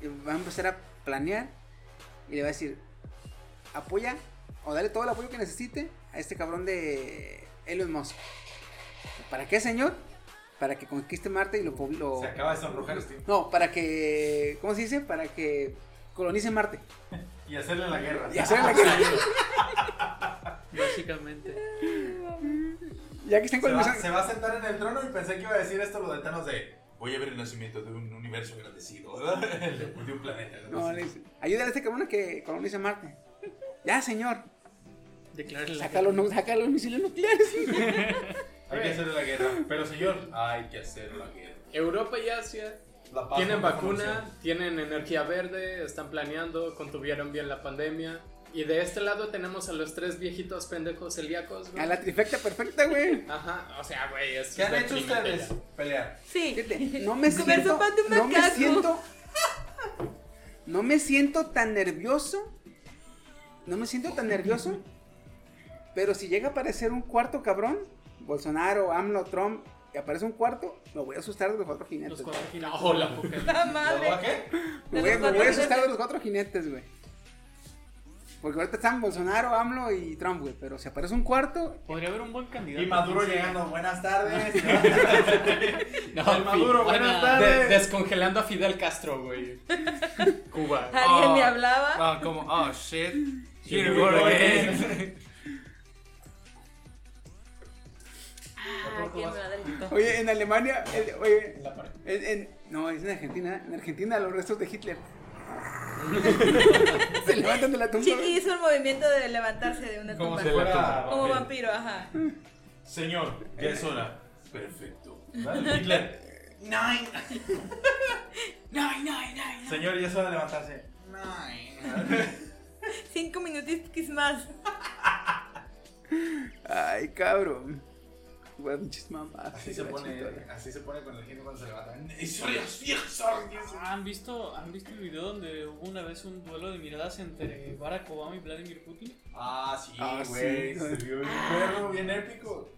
y va a empezar a planear y le va a decir, apoya o dale todo el apoyo que necesite a este cabrón de Elon Musk. ¿Para qué, señor? Para que conquiste Marte y lo... pub- lo-
Se acaba de sonrojar Steve.
No, para que... ¿Cómo se dice? Para que Colonicen Marte.
Y hacerle la guerra.
Y hacerle la guerra.
Básicamente.
Ya que estén
Se va,
colonizando.
se va a sentar en el trono y pensé que iba a decir esto los de Thanos de voy a ver el nacimiento de un universo agradecido, de un planeta.
No,
agradecido".
le dice, ayúdale a este cabrón a que colonice Marte. Ya, señor.
Declárale la
Saca los, nu- saca los misiles nucleares.
Hay que hacerle la guerra. Pero señor, hay que hacer la guerra.
Europa y Asia
La paz
tienen
no es una
vacuna,
opción.
tienen energía verde, están planeando, contuvieron bien la pandemia. Y de este lado tenemos a los tres viejitos pendejos celíacos, güey.
A la trifecta perfecta, güey.
Ajá, o sea, güey, es
¿Qué han hecho
deprimente
ustedes?
ya.
Pelear.
Sí.
No me
Comer
siento.
sopa de un
No me
macaco.
siento. No me siento tan nervioso. No me siento tan nervioso. Pero si llega a aparecer un cuarto cabrón, Bolsonaro, AMLO, Trump, y aparece un cuarto, me voy a asustar de los cuatro jinetes.
Los cuatro jinetes. Oh, la poca.
La
¿Lo va a
madre.
qué?
Me voy,
De los
me
cuatro
voy a asustar de
jinetes.
los cuatro jinetes, güey. Porque ahorita están Bolsonaro, AMLO y Trump, güey. Pero si aparece un cuarto,
Podría haber un buen candidato.
Y Maduro
Sí.
llegando, buenas tardes.
No,
El Maduro,
fi-
buenas
ah,
tardes.
de- descongelando a Fidel Castro, güey. Cuba.
Alguien me
Oh.
hablaba.
Ah, como, oh shit.
Here
Here
we
we
go
go
again.
again.
Ah, qué madrecito.
Oye, en Alemania, el- oye, en- en- no, es en Argentina, en Argentina los restos de Hitler. se levantan de la tumba.
Chiqui hizo el movimiento de levantarse de una
Como
tumba.
si fuera
Como
vampiro.
vampiro, ajá.
Señor, ya es hora. Perfecto. Dale, Hitler. Nine.
Ay, no, ay, no.
Señor, ya es hora de levantarse.
Cinco minutitos más.
Ay, cabrón. Güey, pinches mamadas.
Así se
la
pone,
chingada.
así se pone con la gente cuando se levanta. Historias viejas.
¿Han visto, ¿Han visto el video donde hubo una vez un duelo de miradas entre Barack Obama y Vladimir Putin?
Ah, sí,
Ah,
güey.
sí. Ah.
se vio bien perro, bien épico.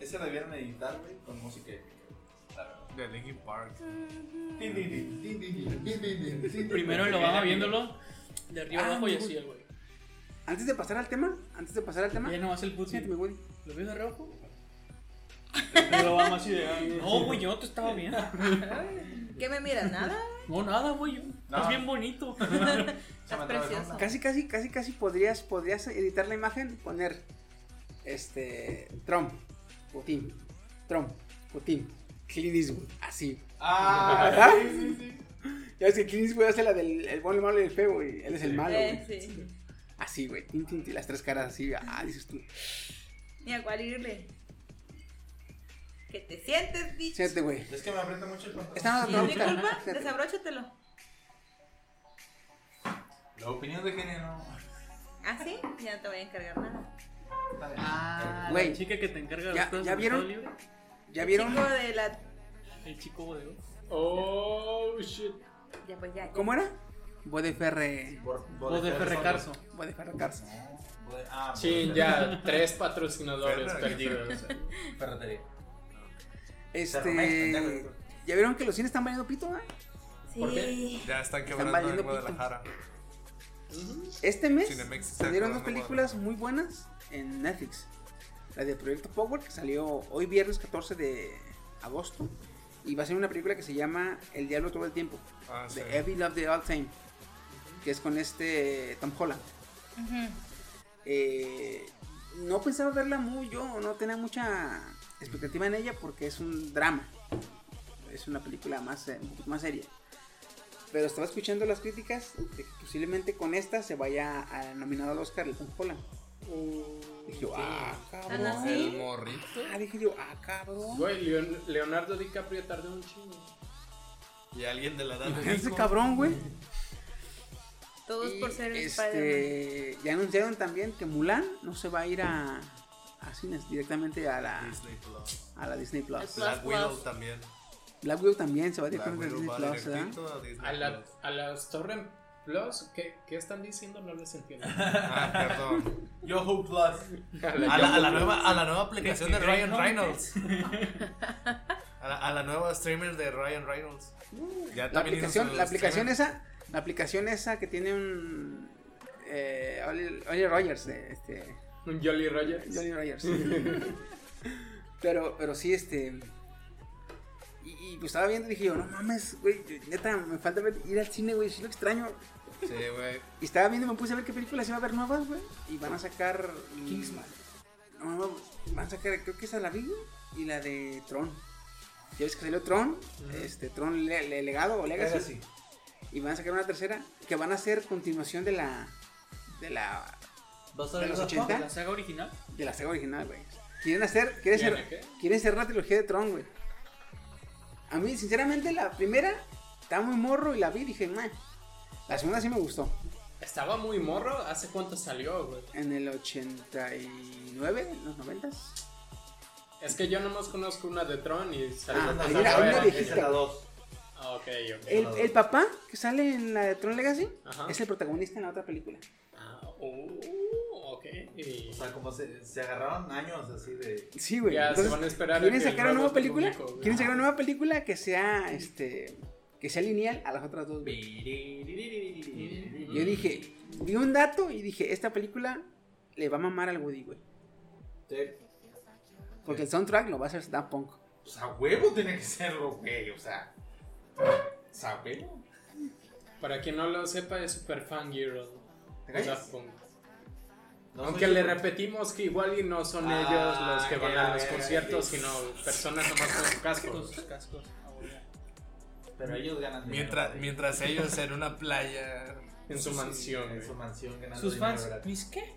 Ese debieron editar, güey, con música épica.
De Linkin Park.
Tin, tin, tin, tin, tin, tin, tin, tin, tin, tin.
Primero el Obama viéndolo de arriba
Ah,
abajo y
no.
así el güey.
Antes de pasar al tema, antes de pasar al tema,
Y ya no hace el
siéntame, güey.
Putin. ¿Lo vio de rojo? El Obama así de. No, güey, yo no te estaba viendo.
¿Qué me miras? Nada.
No, nada, güey. yo- Estás bien bonito.
Se me
Estás
atravesó
precioso.
Casi, casi, casi, casi podrías, podrías editar la imagen y poner, este, Trump, Putin, Trump, Putin, Clint Eastwood, así.
Ah,
¿Verdad?
sí, sí, sí.
Ya ves que Clint Eastwood hace la del el bueno, el malo y el feo, güey. Él es el malo, güey.
Eh, sí.
Así, güey. tin, tin, tin, las tres caras así. Ah, dices tú.
Ni a cuál irle. Que te sientes, bicho.
Siéntate, güey.
Es que me aprieta mucho el pantalón.
Está
¿Y es mi
nada
culpa?
más.
Desabróchatelo.
La opinión de Genia no.
¿Ah, sí? Ya no te voy a encargar nada.
Está bien.
Ah,
Güey.
la chica que te encarga de
Ya-
las cosas
¿ya
del Mercado
vieron?
Libre.
¿Ya vieron?
Chico de la...
El chico bodeo.
Oh, shit.
Ya, pues ya. ya.
¿Cómo era? Bodeferre.
Por- por-
Bodeferre Carso.
Bodeferre Carso.
Por- Ah,
Sí,
por-
ya tres patrocinadores
Ferre-
perdidos.
Ferretería.
Este.
Cermex,
¿Ya vieron que los cines están valiendo pito, ah?
¿Por
Sí.
Ya están quebrando
valiendo
en Guadalajara.
Este mes
Cinemex está
salieron dos
acabando
películas muy buenas en Netflix. La de Proyecto Power, que salió hoy viernes 14 de agosto. Y va a ser una película que se llama El Diablo todo el tiempo.
Ah, sí.
The Every Love the All Time. Que es con este Tom Holland. Eh, no pensaba verla muy yo, no tenía mucha expectativa en ella porque es un drama. Es una película más, eh, un poquito más seria. Pero estaba escuchando las críticas de que posiblemente con esta se vaya a nominado al Oscar el Tom Holland. dije, yo, ah,
¿Tan
cabrón.
El
así?
morrito.
Ah, dije yo, ah, cabrón.
Güey, Leon- Leonardo DiCaprio tardó un chingo.
Y alguien de la edad de
Ese
Nico.
cabrón, güey.
Todos por ser el Spider-Man.
este, ya anunciaron también que Mulan no se va a ir a, a cines, directamente a la
Disney Plus.
a la Disney Plus.
Black
Plus.
Widow también.
Black Widow también se va
Black
directamente a
Widow
Disney
va
Plus, ¿verdad?
directito a Disney
A, la,
Plus.
a las Torrent Plus, ¿qué, qué están diciendo? No les entiendo.
Ah, perdón.
Yahoo Plus.
A la, a la nueva, a la nueva aplicación de
Disney
Ryan
Reynolds.
Reynolds. A la, a la nueva streamer de Ryan Reynolds. Ya
La
también hizo su
aplicación, la aplicación
streamer.
esa, la aplicación esa que tiene un eh, Oli- Oli Rogers, de, este,
Un Jolly Roger.
Johnny Rogers. pero, pero sí, este. Y, y, pues estaba viendo y dije yo, no mames, güey, neta, me falta ver- ir al cine, güey, sí lo extraño.
Sí, güey.
Y estaba viendo, me puse a ver qué películas iba a ver nuevas, güey. Y van a sacar. Kingsman. No, no, van a sacar, creo que esa la vi, güey, y la de Tron. Ya ves que salió Tron, este, Tron Le- Le- Legado o Legacy.
Legacy.
Y van a sacar una tercera que van a ser continuación de la. de la.
¿Vas a
de
ver
los
la-
80.
de la saga original?
De la saga original, güey. Quieren hacer. Quieren
¿Quieren
hacer,
qué?
quieren hacer una trilogía de Tron, güey. A mí, sinceramente, la primera estaba muy morro y la vi y dije, man. La segunda sí me gustó.
Estaba muy morro. ¿Hace cuánto salió, güey?
En el 89, en los 90.
Es que yo nomás conozco una de Tron y salió
Ah,
cuando
mira,
salió
una
era-
viejita.
era- Ah, ok, ok.
El, el papá que sale en la de Tron Legacy
Ajá.
es el protagonista en la otra película.
Ah, oh, ok.
O sea, como se, se agarraron años así de.
Sí, güey.
Ya, se
Entonces,
van a esperar a
¿Quieren
que el
sacar una nueva
robot
película?
público, güey.
¿Quieren sacar una nueva película que sea este que sea lineal a las otras dos? güey? Yo dije, vi un dato y dije, esta película le va a mamar al Woody, güey. Porque el soundtrack lo va a hacer Daft Punk.
O sea, huevo tiene que serlo, güey. O sea, ¿sabe?
Para quien no lo sepa, es Super Fan Girl.
¿Te callas?
Daft Punk.
No
¿Eh? Aunque
soy
le
yo.
repetimos que igual y no son
Ah,
ellos los que
que
van
la
a los
verga,
conciertos,
sí.
sino personas nomás con su
Con
casco.
sus cascos. Ah, güey, ya.
Pero ellos ganan
Mientras,
dinero,
mientras ellos en una playa.
En su
Sí,
mansión,
En
güey.
su mansión ganando
Sus
dinero
fans,
gratis.
¿mis qué?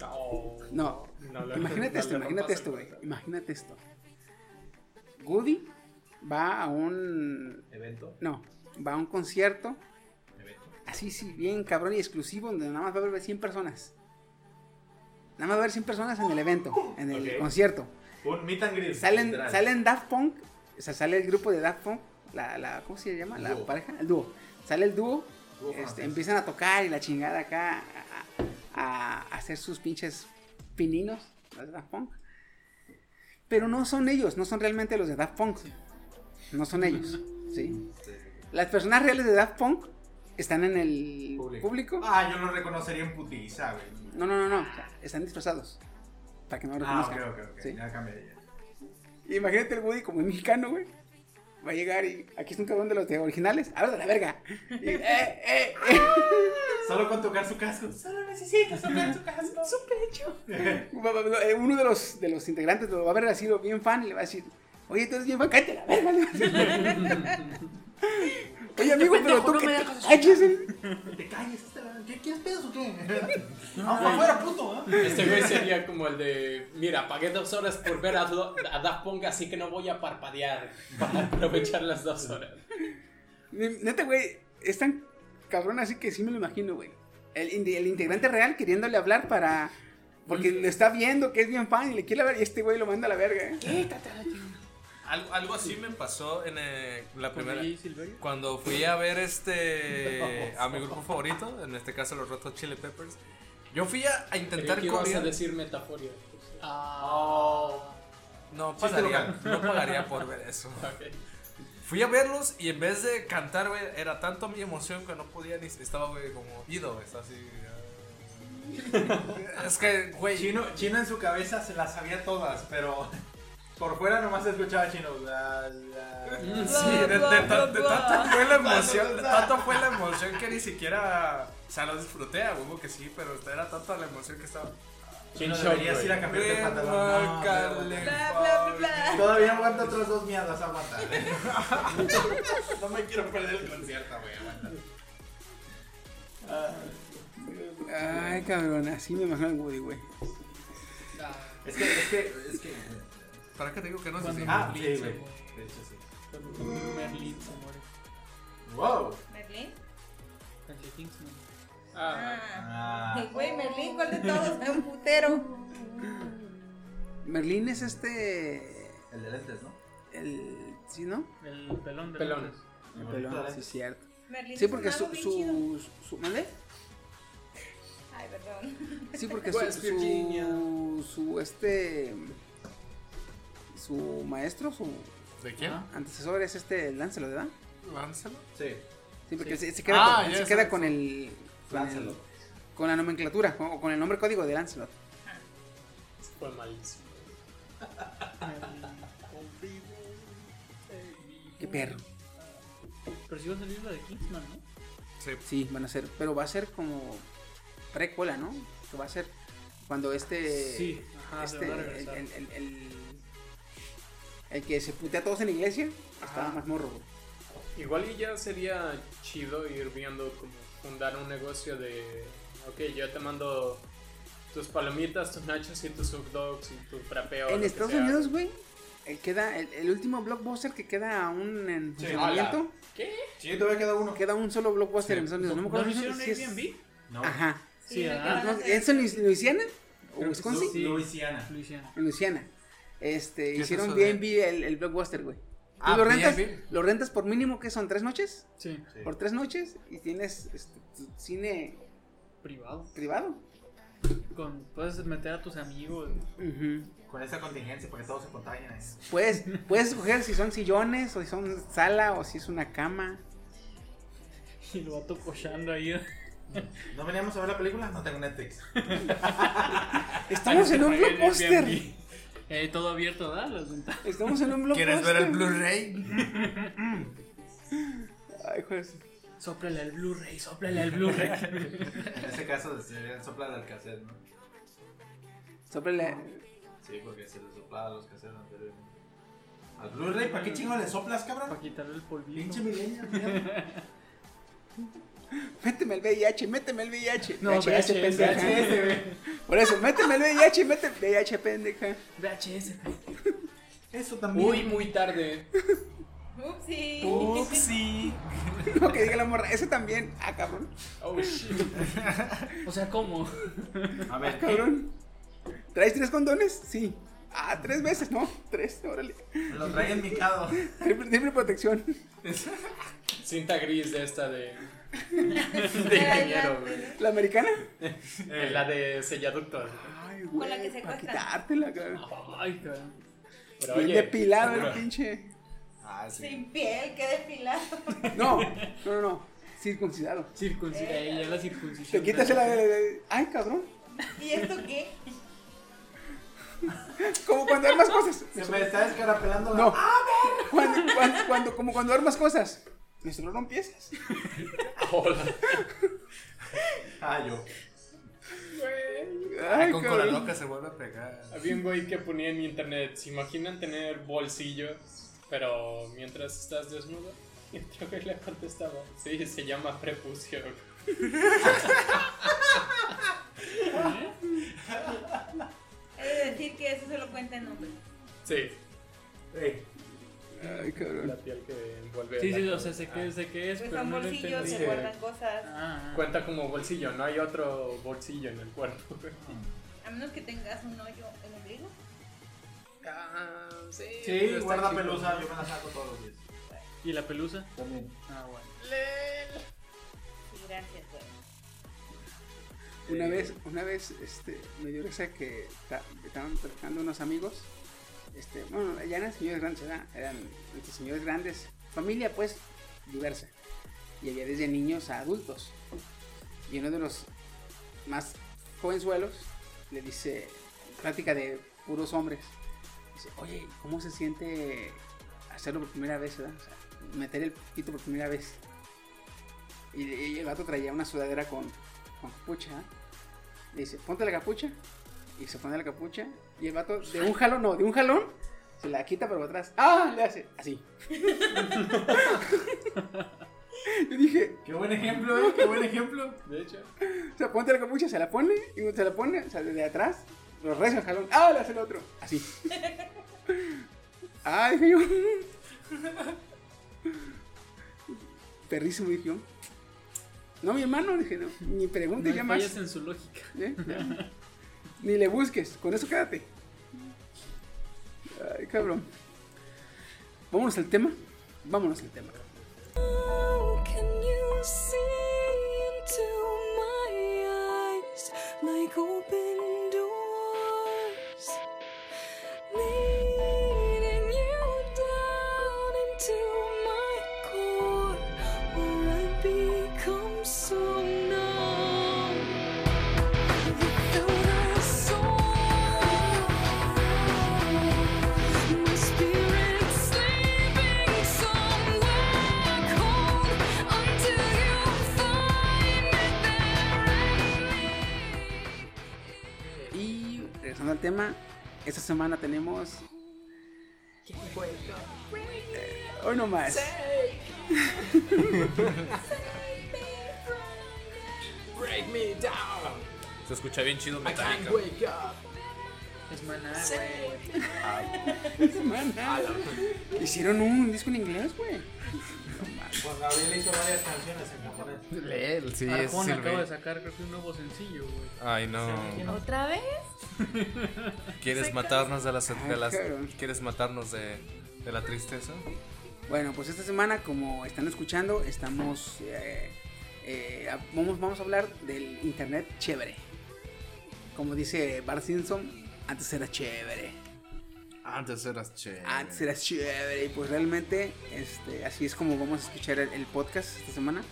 No.
No,
No le-
imagínate
no
esto,
le
imagínate
rompas
esto,
el
güey. Imagínate esto. Woody va a un
Evento.
No, va a un concierto.
Evento.
Así, sí, bien cabrón y exclusivo, donde nada más va a haber 100 personas. Nada más va a haber 100 personas en el evento, en el
Ok.
concierto.
Un meet and greet.
Salen,
literal.
salen Daft Punk, o sea, sale el grupo de Daft Punk, la, la- ¿cómo se llama? La
Dúo.
pareja, el dúo. Sale el dúo,
Dúo
este,
francés.
empiezan a tocar y la chingada acá, a, a- a hacer sus pinches pininos, los de Daft Punk. Pero no son ellos, no son realmente los de Daft Punk. No son ellos, ¿sí? Las personas reales de Daft Punk están en el público.
Ah, yo lo reconocería en putiza, güey.
No, no, no, no. o sea, Están disfrazados. Para que no lo
Ah,
reconozcan.
ok, ok, ok.
¿sí?
Ya cambié ya.
Imagínate el Woody como es mexicano, güey. Va a llegar y aquí está un cabrón de los de originales. Habla de la verga. Y, eh, eh,
Solo con tocar su casco. Solo necesito tocar su casco.
Su pecho. eh. Va- va- va- eh, Uno de los, de los integrantes lo va a ver así, lo bien fan, y le va a decir: Oye, tú eres bien fan, cállate la verga. le va a decir. Oye, amigo, pero
pendejo,
tú
no
que
me
te
dejas escuchar".
calles, eh.
Te calles, esta- ¿qué quieres pedos o qué? Ah, para afuera, puto, ¿eh?
Este güey sería como el de, mira, pagué dos horas por ver a, Do- a Daft Punk, así que no voy a parpadear para aprovechar las dos horas.
Ne- Neta, güey, es tan cabrón así que sí me lo imagino, güey. El, inde- el integrante real queriéndole hablar para... Porque lo está viendo, que es bien fan, y le quiere hablar, y este güey lo manda a la verga. ¿eh?
Algo, algo así me pasó en eh, la
¿Con
primera.
DJ Silverio?
Cuando fui a ver este a mi grupo favorito, en este caso los Rotos Chili Peppers, yo fui a, a intentar
Creí que ibas a
cubrir-
decir metaforia.
No
te lo
pagaría,
gano.
no pagaría por ver eso. Fui a verlos y en vez de cantar, güey, era tanto mi emoción que no podía ni estaba güey como ido, güey, estaba así. ah. es que güey,
Chino,
Chino en su cabeza se las sabía todas, pero por fuera nomás escuchaba chino. La, la,
Sí, de, de ta- de tanto fue la emoción, de tanto fue la emoción que ni siquiera, o sea, lo disfruté, a huevo que sí, pero era tanta la emoción que estaba.
Chino deberías ir a cambiarte el pantalón. No,
Remarcable.
Bla, bla, bla, bla.
Todavía aguanta otras dos mierdas, aguanta. no me quiero perder el concierto, güey, aguanta.
Ay, cabrón, así me imagino el Woody, güey.
Es que, es que, es que.
¿Para qué te digo que no?
Cuando
Sí,
Ah,
Merlín
sí,
se
güey.
muere.
De hecho, sí.
Cuando Merlín se muere.
Wow.
¿Merlín?
En The Kingsman.
Ah.
Ah,
Ay, Güey, Merlín, ¿cuál de todos? Es un putero.
Merlín es este...
el de lentes, ¿no?
El... ¿Sí, no?
El pelón de
Pelón.
Londres.
El
Pelón,
bonito ¿eh? de
sí,
lentes.
cierto.
Merlín
Sí,
es
porque
un
su...
mago bien chido.
su, su- ¿mande?
Ay, perdón.
Sí, porque su,
West Virginia.
su... Su, este... Su maestro, su
¿De quién?
¿Ah? antecesor es este Lancelot, ¿verdad?
Láncelo.
Sí.
Sí, porque
Sí.
Se, se queda,
Ah,
con,
ya
se
sé.
queda con el. Con, el-
Lancelot.
con la nomenclatura, o con el nombre código de Lancelot.
Fue malísimo.
Qué perro.
Pero si va a salir la de Kingsman, ¿no?
Sí. van a ser. Pero va a ser como precuela, ¿no? Que va a ser cuando este.
Sí, ajá, Ah, se
este,
van a
el,
regresar.
el, el- el- el que se putea a todos en la iglesia está
Ah.
Ajá.
más morro, güey.
Ah, Igual y ya sería chido ir viendo como fundar un negocio de, ok, yo te mando tus palomitas, tus nachos y tus hot dogs y tu frapeo. lo
En
que
Estados
sea.
Unidos, güey, el, queda, el, el último blockbuster que queda aún en
Sí.
funcionamiento.
Hola. ¿Qué?
Sí, todavía queda uno. Queda un solo blockbuster en Estados Unidos. No me acuerdo
¿No
si-
hicieron
si es-
Airbnb? Ah,
No. Ajá.
Sí, Sí, ¿verdad?
No, ¿Es en Luis- Luisiana? ¿O Wisconsin?
Sí.
Luisiana.
Luisiana.
En Luisiana. Este,
es
hicieron
eso de-
bien el, el blockbuster, güey. Tú
Ah,
lo rentas,
B&B.
lo rentas por mínimo que son tres noches.
Sí. Sí.
Por tres noches y tienes este, tu cine
Privado.
privado.
Con, puedes meter a tus amigos.
Con esta contingencia, porque todos se contagian. ¿eh?
Puedes, puedes escoger si son sillones o si son sala o si es una cama.
Y lo vato cochando ahí.
¿No veníamos a ver la película? No tengo Netflix.
Estamos en un blockbuster.
Eh, todo abierto, ¿verdad? Las ventanas.
Estamos en un blockbuster.
¿Quieres ver el
Blu-ray? Ay, joder.
Sóplale al Blu-ray, sóplale al Blu-ray.
en este caso, serían soplar al cassette, ¿no?
Sóplale.
Sí, porque se le soplaba a los cassettes anteriormente. Al Blu-ray, ¿para qué chingo le soplas, cabrón?
Para quitarle el polvillo.
Pinche milenio, mira.
Méteme el VIH, méteme el VIH.
No,
VHS,
VHS,
pendeja.
VHS, güey.
Por eso, méteme el VIH, méteme el VIH, pendeja.
VHS.
Eso
Muy, muy tarde.
Upsi.
Upsi.
Lo que diga la morra, eso también. Ah, cabrón.
Oh, shit.
O sea, ¿cómo?
A
Ah, cabrón. ¿Traes tres condones? Sí. Ah, tres veces, ¿no? Tres, órale.
Lo trae en mi cado.
Triple, triple protección.
Cinta gris de esta de... de ingeniero, güey.
¿La, americana?
Eh, La de selladucto.
Ay, güey.
Con la que se
Para
cuesta.
quitártela, cabrón.
Ay, cabrón.
Pero
Bien
oye,
depilado el
seguro.
pinche.
Ah,
Sin piel, qué depilado.
No, no, no, no. Circuncidado.
Circuncidado. eh, ya la circuncisión.
Te quitas el. el- Ay, cabrón.
¿Y esto qué?
Como cuando armas cosas.
Se me está descarapelando la.
No. Cuando, cuando, cuando- como cuando armas cosas. Me sobraron piezas.
Ah, yo.
Ay,
con
cabrón.
cola loca se vuelve a pegar.
Había un güey que ponía en internet, ¿se imaginan tener bolsillos, pero mientras estás desnudo? Y otro güey le contestaba, sí, se llama prepucio.
He de decir que eso se lo cuenta en hombre.
Sí,
Ay, cabrón.
la piel que envuelve.
Sí,
la
sí,
piel.
o sea, sé qué, sé qué es,
Pues
pero
son
no lo
bolsillos,
entendí.
se guardan cosas.
Ah,
Ah, ah.
Cuenta como bolsillo, no hay otro bolsillo en el cuerpo.
A menos que tengas un hoyo en el ombligo.
Ah, sí.
Sí, guarda pelusa, yo me la saco todos los días.
¿Y la pelusa?
También.
Ah, bueno.
Sí, gracias, güey.
Una vez, una vez, este, me dio risa que ta- estaban platicando unos amigos, este, bueno, ya eran señores grandes, ¿verdad? eran entre señores grandes, familia pues diversa, y había desde niños a adultos, y uno de los más jovenzuelos le dice, plática de puros hombres, dice, oye, ¿cómo se siente hacerlo por primera vez, verdad? O sea, meter el pito por primera vez? Y, y el gato traía una sudadera con, con capucha. ¿ah? Le dice, ponte la capucha. Y se pone la capucha. Y el vato, de un jalón, no, de un jalón, se la quita para atrás. ¡Ah! Le hace así. Yo dije,
Qué buen ejemplo, eh. Qué buen ejemplo.
De hecho,
o sea, ponte la capucha, se la pone. Y cuando se la pone, o sea, desde atrás, lo reza el jalón. ¡Ah! Le hace el otro. Así. ¡Ah! Dije yo. Perrísimo, dije yo. No, mi hermano, dije, no. Ni pregunte
No
ya
fallas
más.
en su lógica.
¿Eh? Ya. Ni le busques, con eso quédate. Ay, cabrón. Vámonos al tema. Vámonos al tema.
Can you see into my eyes like open doors? Leading you down into my core, where I become so numb. The further soul, my spirit sleeping somewhere.
Fantasma. Esta semana tenemos. Eh, hoy no más.
Break me down.
Se escucha bien chido Metallica.
Es maná, güey. Es maná. Hicieron un disco en inglés, güey.
Juan Gabriel hizo varias canciones en japonés.
Leel, sí, es
Arjona acaba de
sirve.
sacar creo que un nuevo sencillo, güey.
Ay, no.
¿Otra vez?
¿Quieres matarnos de las, de
Ay,
las-
cabrón.
¿Quieres matarnos de, de la tristeza?
Bueno, pues esta semana, como están escuchando, estamos. eh, eh, a- vamos, vamos a hablar del internet chévere. Como dice Bart Simpson, antes era chévere.
Antes eras che.
Antes era chévere. Y pues realmente, este, así es como vamos a escuchar el, el podcast esta semana.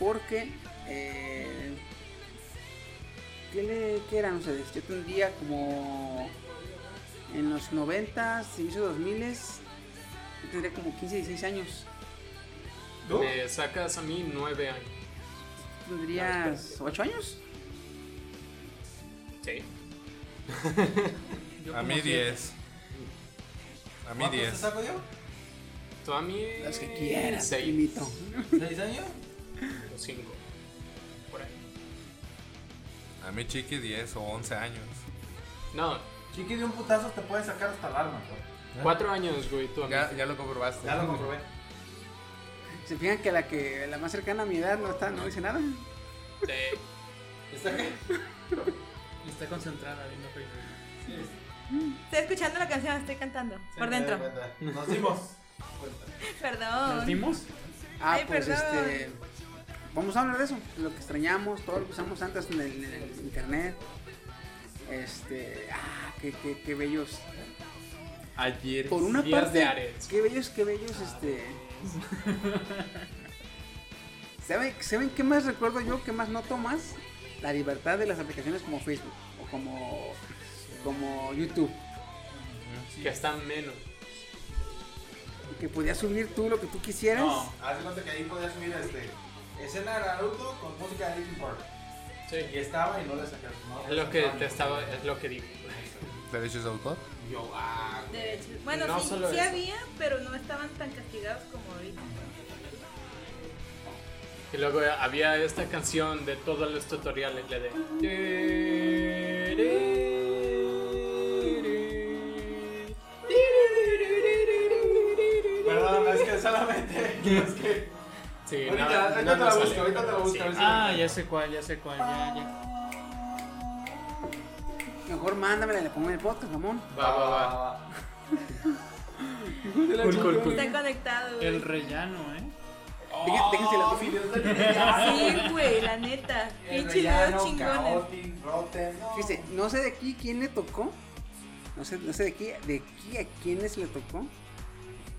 Porque. eh, ¿Qué, le, qué eran ustedes? Yo tendría como. En los 90, inicios 2000 yo tendría como 15, 16 años.
Me sacas a mí nueve años.
¿Tendrías 8 años?
Sí.
A mí 10. A mí 10.
saco yo? Tú a mí.
Las que quieras,
seis.
primito.
¿Seis años? O cinco. Por ahí.
A mí chiqui 10 o 11 años.
No,
Ah.
Chiqui de un putazo te puede sacar hasta el alma, güey.
cuatro años, güey, tú a mí.
Ya, ya lo comprobaste.
Ya lo comprobé.
Se fijan que la que la más cercana a mi edad no está, no dice nada.
¿Está qué? Está concentrada viendo Facebook.
Estoy escuchando la canción, estoy cantando. por dentro.
Nos dimos.
Perdón.
Ah,
Ay,
pues
perdón.
este. Vamos a hablar de eso, de lo que extrañamos, todo lo que usamos antes en el, en el internet. Este. Ah, qué, qué, qué bellos.
Ayer.
Por una
días
parte.
de Ares.
Qué bellos, qué bellos, este. ¿Saben, ¿Saben qué más recuerdo yo? ¿Qué más noto más? La libertad de las aplicaciones como Facebook o como, como YouTube.
Que está menos.
Que podías subir tú lo que tú quisieras.
No, haz de cuenta que ahí podías subir este. Escena de Naruto con música de Linkin Park.
Sí.
Y estaba y no le sacaron. No,
Es lo que te estaba. Es lo que digo.
¿Derechos de autor?
Yo, ah,
De hecho, Bueno,
No
sí,
solo
sí
eso.
había, pero no estaban tan castigados como ahorita.
Y luego había esta canción de todos los tutoriales, la de...
Perdón, es que solamente. Es que.
Sí,
ahorita,
no,
ahorita
no
te
me
la
sale.
busco, ahorita te la busco.
Sí.
a ver si-
Ah, ya sé cuál, ya sé cuál, ya, ya.
Mejor mándamela y la pongo en el podcast, mamón.
Va, va, va.
de la
Cool, cool,
chingada.
cool.
Está conectado, güey.
El rellano, ¿eh?
Dejen- déjense
Oh,
la
Sí, güey, la neta. Pinche videos chingones.
Fíjese, no sé de aquí quién le tocó. No sé, no sé de aquí, de aquí a quiénes le tocó.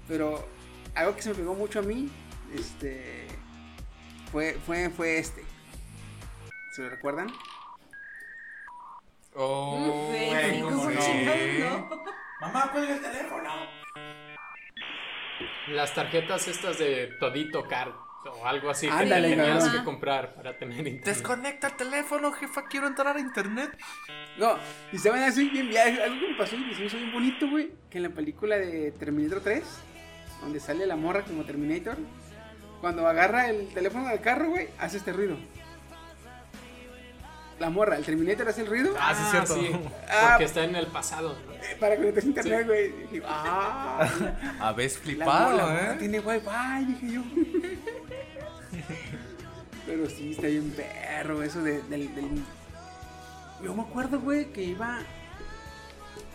Pero algo que se me pegó mucho a mí, este fue, fue, fue este. ¿Se lo recuerdan?
Oh,
Güey,
güey,
sí,
¿cómo
como
no?
chingados, ¿no?
Mamá, cuelga el teléfono.
Las tarjetas estas de Todito Card o algo así
Ándale,
que tenías
cabrón.
que comprar para tener internet.
Desconecta el teléfono, jefa, quiero entrar a internet.
No, y se van así bien viaje. Algo que me pasó y me hizo bien bonito, güey. Que en la película de Terminator 3, donde sale la morra como Terminator, cuando agarra el teléfono del carro, güey, hace este ruido. La morra, el Terminator hace el ruido.
Ah, sí, cierto. pues
Ah.
Porque está en el pasado. ¿no?
Eh, Para conectarse a internet, güey. Y dije, ah,
Habéis
la morra,
flipado,
la morra
¿eh?
tiene wifi, dije yo. Pero sí, está bien perro eso de- del, del- Yo me acuerdo, güey, que iba...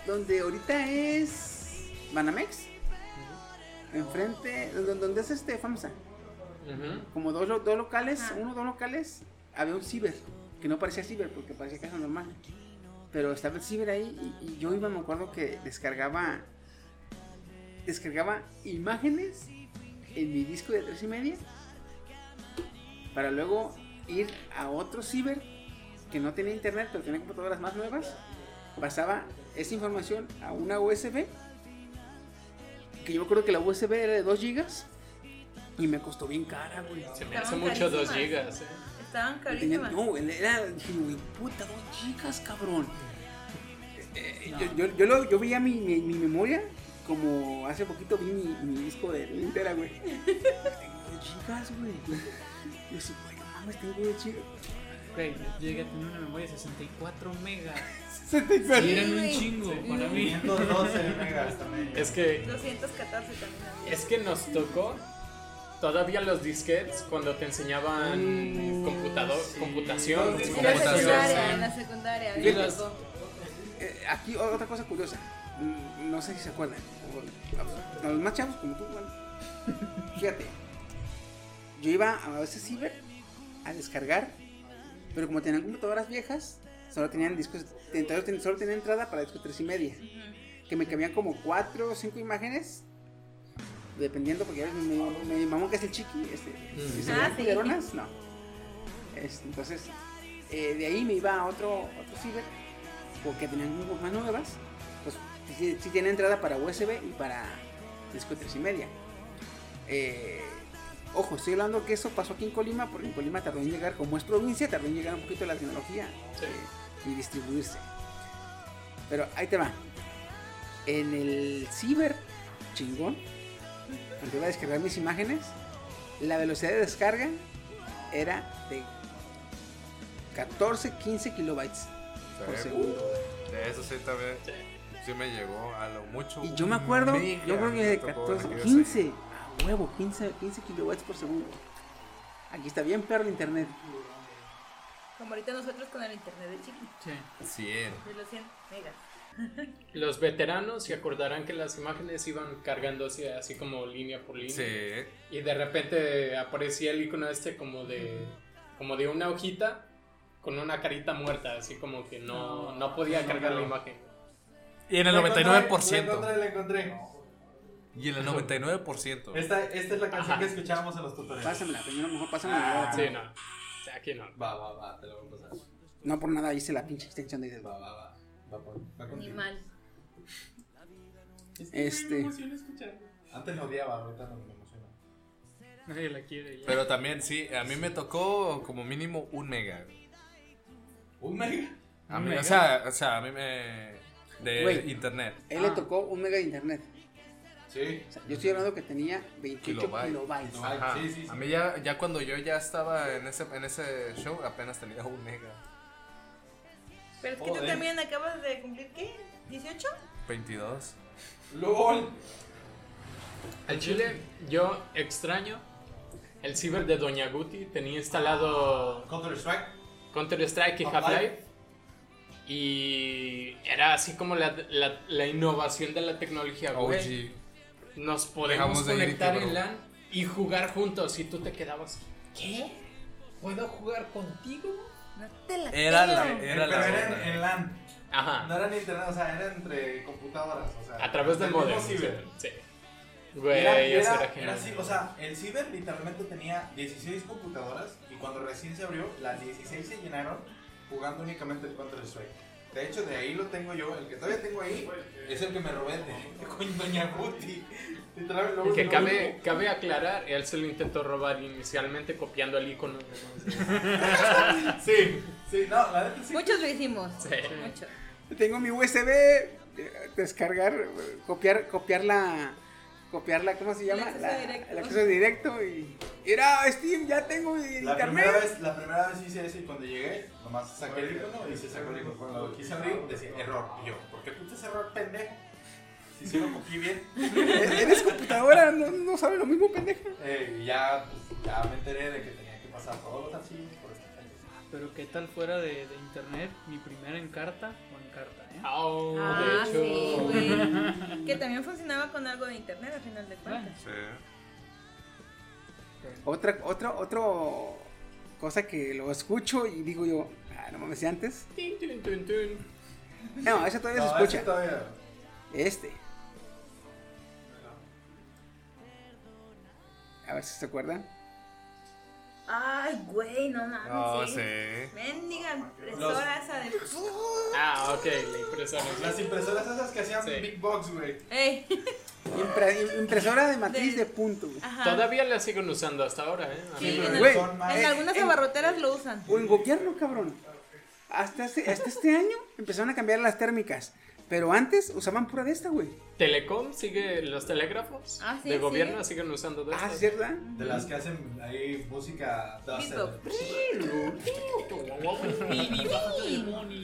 Donde ahorita es... Banamex. Enfrente... Donde, donde es este FAMSA.
Ujú.
Como dos, lo- dos locales, uno o dos locales, había un ciber. Que no parecía ciber porque parecía casa normal. Pero estaba el ciber ahí y, y yo iba, me acuerdo que descargaba... Descargaba imágenes en mi disco de tres y media para luego ir a otro ciber que no tenía internet pero tenía computadoras más nuevas pasaba esa información a una USB que yo creo que la USB era de 2 gigas y me costó bien cara güey
Se me
Estaban
hace mucho 2
carísimas.
gigas. ¿eh?
Estaban
Y tenía-
carísimas.
no güey, era dije güey, puta 2 gigas cabrón Eh, Yo, yo, yo, lo- yo veía mi, mi, mi memoria como hace poquito vi mi, mi disco de Lintera, güey. Tengo dos gigas, güey. Yo así, güey, no mames, tengo dos gigas.
Güey, yo llegué a tener una memoria de 64 megas.
64.
Y eran un
Sí,
chingo
sí.
para mí.
512 megas también. Es que-
214 también. había.
Es que nos tocó todavía los disquets cuando te enseñaban computador, computación,
En la
computación.
secundaria, en la secundaria.
Y
bien
las-
loco.
Eh, aquí o- otra cosa curiosa. Mm, No sé si se acuerdan. o- A los más chavos como tú, bueno. Fíjate. Yo iba a veces ciber a descargar. Pero como tenían computadoras viejas, solo tenían discos. ten- Solo ten- solo tenían entrada para discos 3 y media. Que me cabían como 4 o 5 imágenes. Dependiendo, porque ya ves, mi, mi- mi mamón que es el chiqui. Este,
Mm.
si se
Ah,
veían
sí.
culeronas, no. Este, entonces, eh, de ahí me iba a otro, otro ciber porque tenían como más nuevas, pues sí, sí tiene entrada para USB y para disco de tres y media. Eh, ojo, estoy hablando que eso pasó aquí en Colima, porque en Colima tardó en llegar, como es provincia, tardó en llegar un poquito la tecnología eh, y distribuirse. Pero ahí te va. En el ciber chingón, cuando iba a descargar mis imágenes, la velocidad de descarga era de 14, 15 kilobytes por
Sí.
segundo.
De eso sí también. Sí me llegó a lo mucho.
Y yo me
un
acuerdo,
mega
yo creo que
me
de
tocó
14,
aquellos
15, a huevo, 15, 15 kilowatts por segundo. Aquí está bien perro el internet.
Como ahorita nosotros con el internet de chiqui.
Cien.
De los 100 megas.
Los veteranos se acordarán que las imágenes iban cargándose así como línea por línea.
Sí.
Y de repente aparecía el icono este como de como de una hojita con una carita muerta, así como que no, no podía cargar la imagen.
Y en el
La
99%.
La encontré.
Y en el 99%.
Esta, esta es la canción
Ajá.
que escuchábamos en los tutoriales.
Pásamela, primero mejor pásamela.
Ah,
Sí, no. O sea, aquí no.
Va, va, va, te lo voy a pasar.
No por nada hice la pinche extensión de
Va, va, va. Va, por- va
Ni
contigo.
mal.
Este.
Antes lo odiaba, ahorita no me emociona.
Nadie la quiere.
Pero también, sí, a mí me tocó como mínimo un mega.
¿Un mega?
A
¿Un
mí,
mega?
o, sea, o sea, a mí me. De
Güey.
internet.
Él
Ah.
le tocó un mega de internet.
Sí.
O sea, yo estoy hablando que tenía 28
Kilobyte.
kilobytes.
Ajá. A mí ya, ya cuando yo ya estaba en ese, en ese show apenas tenía un mega.
Pero es que tú
Joder.
también acabas de cumplir, ¿qué? ¿18?
22.
¡Lol!
Al chile, yo extraño el ciber de Doña Guti. Tenía instalado.
Counter Strike.
Counter Strike y
Half-Life.
Half-Life. Y era así como la, la- la innovación de la tecnología, güey.
OG.
Nos
Oh, Dejamos
podemos
de ir y
conectar
quebró.
en LAN y jugar juntos. Y tú te quedabas. ¿Qué? ¿Puedo jugar contigo?
No te la
Eh,
Era
creo.
la- era
Pero
la
era en-
onda.
en LAN.
Ajá.
No era en internet, o sea, era entre computadoras. O sea,
A través del
del mismo
modem. Sí.
ciber.
sí. Güey,
era,
eso era
era, era
genial.
así, o sea, el ciber literalmente tenía 16 computadoras y cuando recién se abrió, las 16 se llenaron jugando únicamente el Counter Strike. De hecho, de ahí lo tengo yo, el que todavía tengo ahí es el que me robé de, con Doña Guti. Literal, luego-
que
luego-
cabe, cabe aclarar, él se lo intentó robar inicialmente copiando el icono.
sí, sí, no, la neta sí.
Muchos lo hicimos.
Sí.
Muchos.
Tengo mi USB, eh, descargar, eh, copiar, copiar la, copiar la, ¿cómo se
El
llama?
acceso
La-
directo.
El acceso directo y, mira, Steam, ya tengo
La
internet.
primera, vez, la primera vez hice eso y cuando llegué, nomás saqué el icono y se sacó el icono. Cuando lo quise abrir, decía error. Y yo, ¿por qué putas error, pendejo? Si sí lo copié bien.
Eres computadora, no, no sabe lo mismo, pendeja.
Eh, y ya, pues, ya me enteré de que tenía que pasar todo así por este esta calle.
Pero qué tal fuera de, de internet, mi primera encarta o encarta, ¿eh?
Ah, sí, güey. Que también funcionaba con algo de internet al final de cuentas.
Otra, otra, otro cosa que lo escucho y digo yo, ah, no mames, ¿y antes.
Tin, tin, tin, tin.
No, ese todavía
No,
se escucha.
ese todavía.
Este. A ver si se acuerdan.
Ay, güey, no mames.
No,
sí.
sí.
Mendiga impresora esa de.
Ah, ok, la impresora.
Las impresoras esas que hacían
Sí.
Big Box, güey.
Ey.
Impre- impresora de matriz de, punto. güey.
Ajá.
Todavía la siguen usando hasta ahora, ¿eh?
Sí, en,
Güey,
en algunas abarroteras lo usan.
O en gobierno, cabrón. Hasta este, hasta este año empezaron a cambiar las térmicas. Pero antes usaban pura de esta, güey.
Telecom sigue los telégrafos
Ah, sí,
de
sí.
gobierno siguen usando de
Ah,
estas.
¿cierto?
De las que hacen ahí música duster.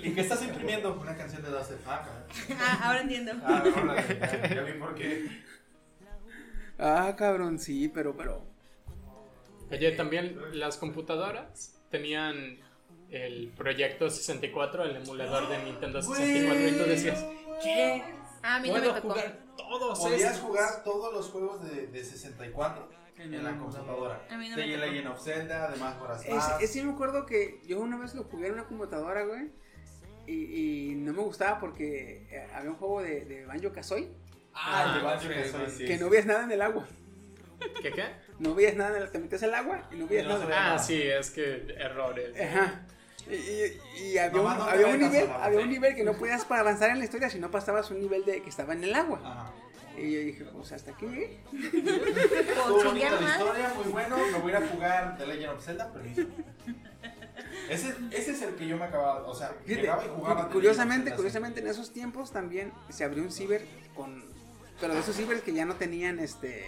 ¿Y qué estás imprimiendo? Una canción de Duster. Ah, cabrón.
Ah, ahora entiendo.
Ah, no, la- ya, ya vi por qué.
Ah, cabrón, sí, pero, pero.
Oye, también las computadoras tenían el proyecto 64, el emulador de Nintendo 64 y tú decías, ¿qué?
Ah, a mí no me
Puedo
tocó.
jugar todos
Podías
estos.
jugar todos los juegos de, de 64 en la computadora.
A mí no me
The
tocó.
Legend of Zelda, además Horas
Es, es sí me acuerdo que yo una vez lo jugué en una computadora, güey. Y, y no me gustaba porque eh, había un juego de, de Banjo Kazooie.
Ah, el de Banjo Kazooie, sí,
Que
sí.
no veías nada en el agua.
¿Qué qué?
No veías nada, en el- te metías al agua y no veías nada.
Ah, sí, es que errores.
Ajá. Y, y- y había,
Nomás
un,
no te
había un
vengas
nivel,
abajo,
había
sí.
un nivel que no podías para avanzar en la historia si no pasabas un nivel de que estaba en el agua. Y yo dije, pues hasta aquí llegué.
Estuvo bonita la historia, muy bueno. Me voy a ir a jugar The Legend of Zelda, pero ese, ese es el que yo me acababa. O sea,
Fíjate,
llegaba y jugaba.
cu- curiosamente, curiosamente en esos tiempos también se abrió un ciber con, pero de esos cibers que ya no tenían este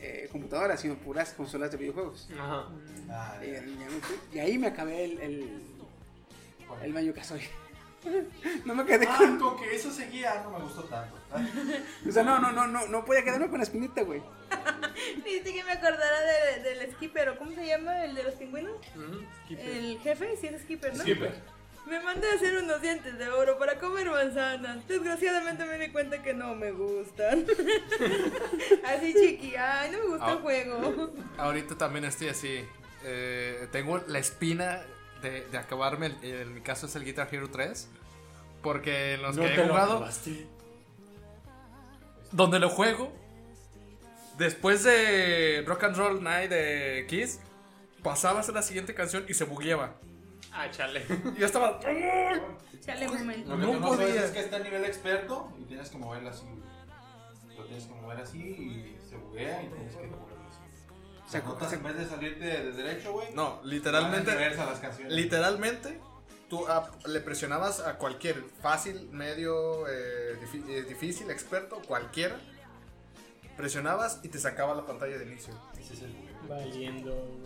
eh, computadoras, sino puras consolas de videojuegos.
Ajá.
Ah,
Y, y- y ahí me acabé el el, el baño que soy. No me quedé
ah,
con-
con que eso seguía, no me gustó tanto. Ah,
O sea, no, no, no, no, no podía quedarme con la espinita, güey.
Viste que me acordara de- del skipper, ¿o cómo se llama? ¿El de los pingüinos?
El
jefe, sí es skipper, ¿no?
Skipper.
Me mandé a hacer unos dientes de oro para comer manzanas. Desgraciadamente me di cuenta que no me gustan. Así chiqui, ay, no me gusta el
Ah.
juego.
Ahorita también estoy así. eh, tengo la espina de, de acabarme. el- en mi caso es el Guitar Hero 3. Porque en los
No
que
te
he
lo
jugado.
acabaste.
Donde lo juego. Después de Rock and Roll Night de Kiss. Pasabas a la siguiente canción y se bugueaba.
Ah, chale.
Yo estaba.
Chale, momento.
Lo que tú no
podía.
sabes es que está a nivel experto y tienes que moverlo así. Lo tienes que mover así y se buguea y tienes que moverlo así.
Se
Se notas en vez de salirte de, de derecho, güey.
No, literalmente.
van en reversa las canciones.
Literalmente, tú ah, le presionabas a cualquier fácil, medio, eh, difí- eh, difícil, experto, cualquiera. Presionabas y te sacaba la pantalla de inicio.
Valiendo.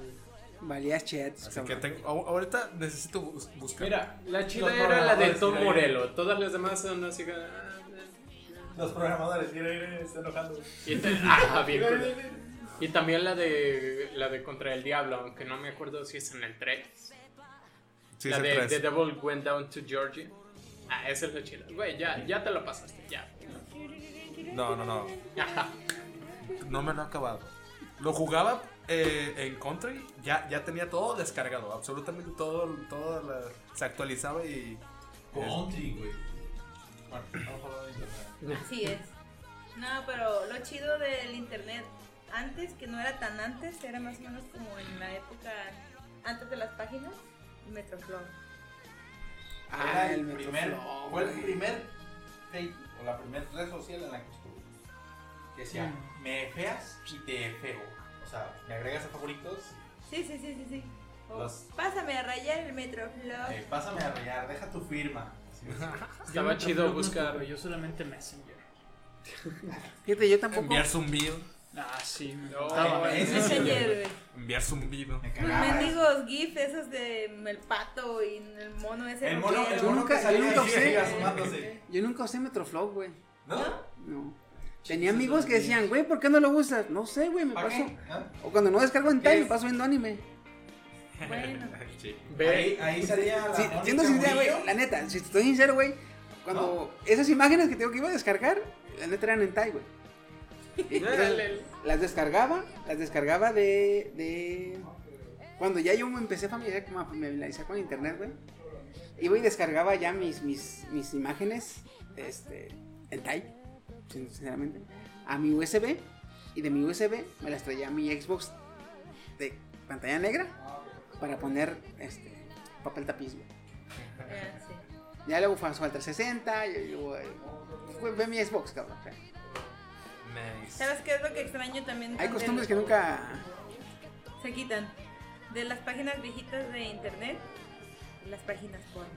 Valías chats.
Así que tengo- ahor- ahorita necesito bus- buscar.
Mira, la chida era la de Tom Morello. Todas las demás son así. ah,
Los programadores, mira, mira, está enojando.
Y, te- ah, bien
Mira,
cool.
mira, mira.
Y también la de la de Contra el Diablo, aunque no me acuerdo si es en el 3.
Sí,
la
es el
de
tres.
The Devil Went Down to Georgia. Ah, esa es la chida. Güey, ya, ya te lo pasaste, ya.
No, no, no. No me lo he acabado. Lo jugaba eh, en Country, ya, ya tenía todo descargado, absolutamente todo, todo la- se actualizaba y...
Country, güey. Bueno, vamos a hablar de internet.
Así es. No, pero lo chido del internet antes, que no era tan antes, era más o menos como en la época antes de las páginas, Metroflow.
Era el
Metroflow,
primer, fue el
Ah, güey.
primer Facebook, o la primera red social en la que estuve. Que decía, me feas y te feo. O sea, me agregas a favoritos,
Sí, sí, sí, sí, sí. O,
Los-
Pásame a rayar el Metroflow.
eh, pásame a rayar, deja tu firma. Así es.
Estaba chido buscar.
Yo solamente Messenger.
Fíjate, yo tampoco.
Enviar zumbido.
Ah, sí, me
No,
encantaba.
ese
sí.
señor. Enviar zumbido.
Los mendigos GIF esos de el pato y el mono ese.
El mono-
rockero.
el
Yo
mono
nunca, yo
salía
nunca
ahí, ahí
usé.
asomándose.
Yo nunca usé Metroflow, güey.
¿No?
No. Tenía amigos que decían, güey, ¿por qué no lo usas? No sé, güey, me
¿Para
paso.
qué? ¿Ah?
O cuando no descargo en Time, me paso viendo anime.
Bueno.
Ahí, ahí salía la
Sí,
Mónica
siendo sincero,
Murillo.
güey, la neta, si te estoy sincero, güey, cuando esas imágenes que tengo que iba a descargar, la neta eran hentai, güey. Y entonces, las descargaba, las descargaba de, de... Cuando ya yo me empecé a familiarizar, como a familiarizar con internet, güey, iba y descargaba ya mis, mis, mis imágenes, este, hentai, sin- sinceramente, a mi USB, y de mi USB me las traía a mi Xbox de pantalla negra para poner, este, papel tapiz, güey.
Ah, sí.
Ya luego pasó al 360, y luego eh, fue, fue mi Xbox, cabrón. o sea.
¿Sabes qué es lo que extraño también?
Hay
de-
costumbres que nunca...
se quitan. De las páginas viejitas de internet, las páginas porno.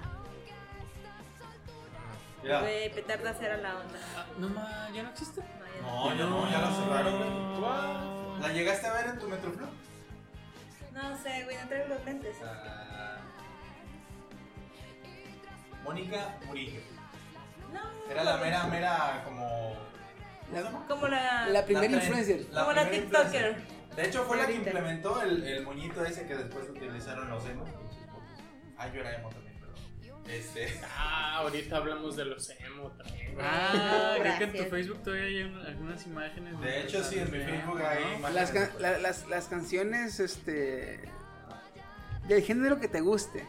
Ya.
Güey, petardas era la onda.
No ma, Ah, ya no existe.
No, ya no, ya la cerraron, güey. ¿La llegaste a ver en tu Metroflow?
No sé, güey, no traigo los lentes.
Ah. Mónica Murillo.
No.
Era la mera, mera como.
Como la.
La primera
La-
influencer.
la
como la
primera
TikToker.
De hecho, fue la que
Ahorita.
implementó el, el moñito ese que después utilizaron los emos. Ah, yo era emo también, pero. Este.
Ah, ahorita hablamos de los emo también. güey.
Ah, creo que en
Gracias.
tu Facebook todavía hay un- algunas imágenes.
De hecho, sí, en mi Facebook hay
¿no?
Las, can- la- las, las canciones, este. del género que te guste.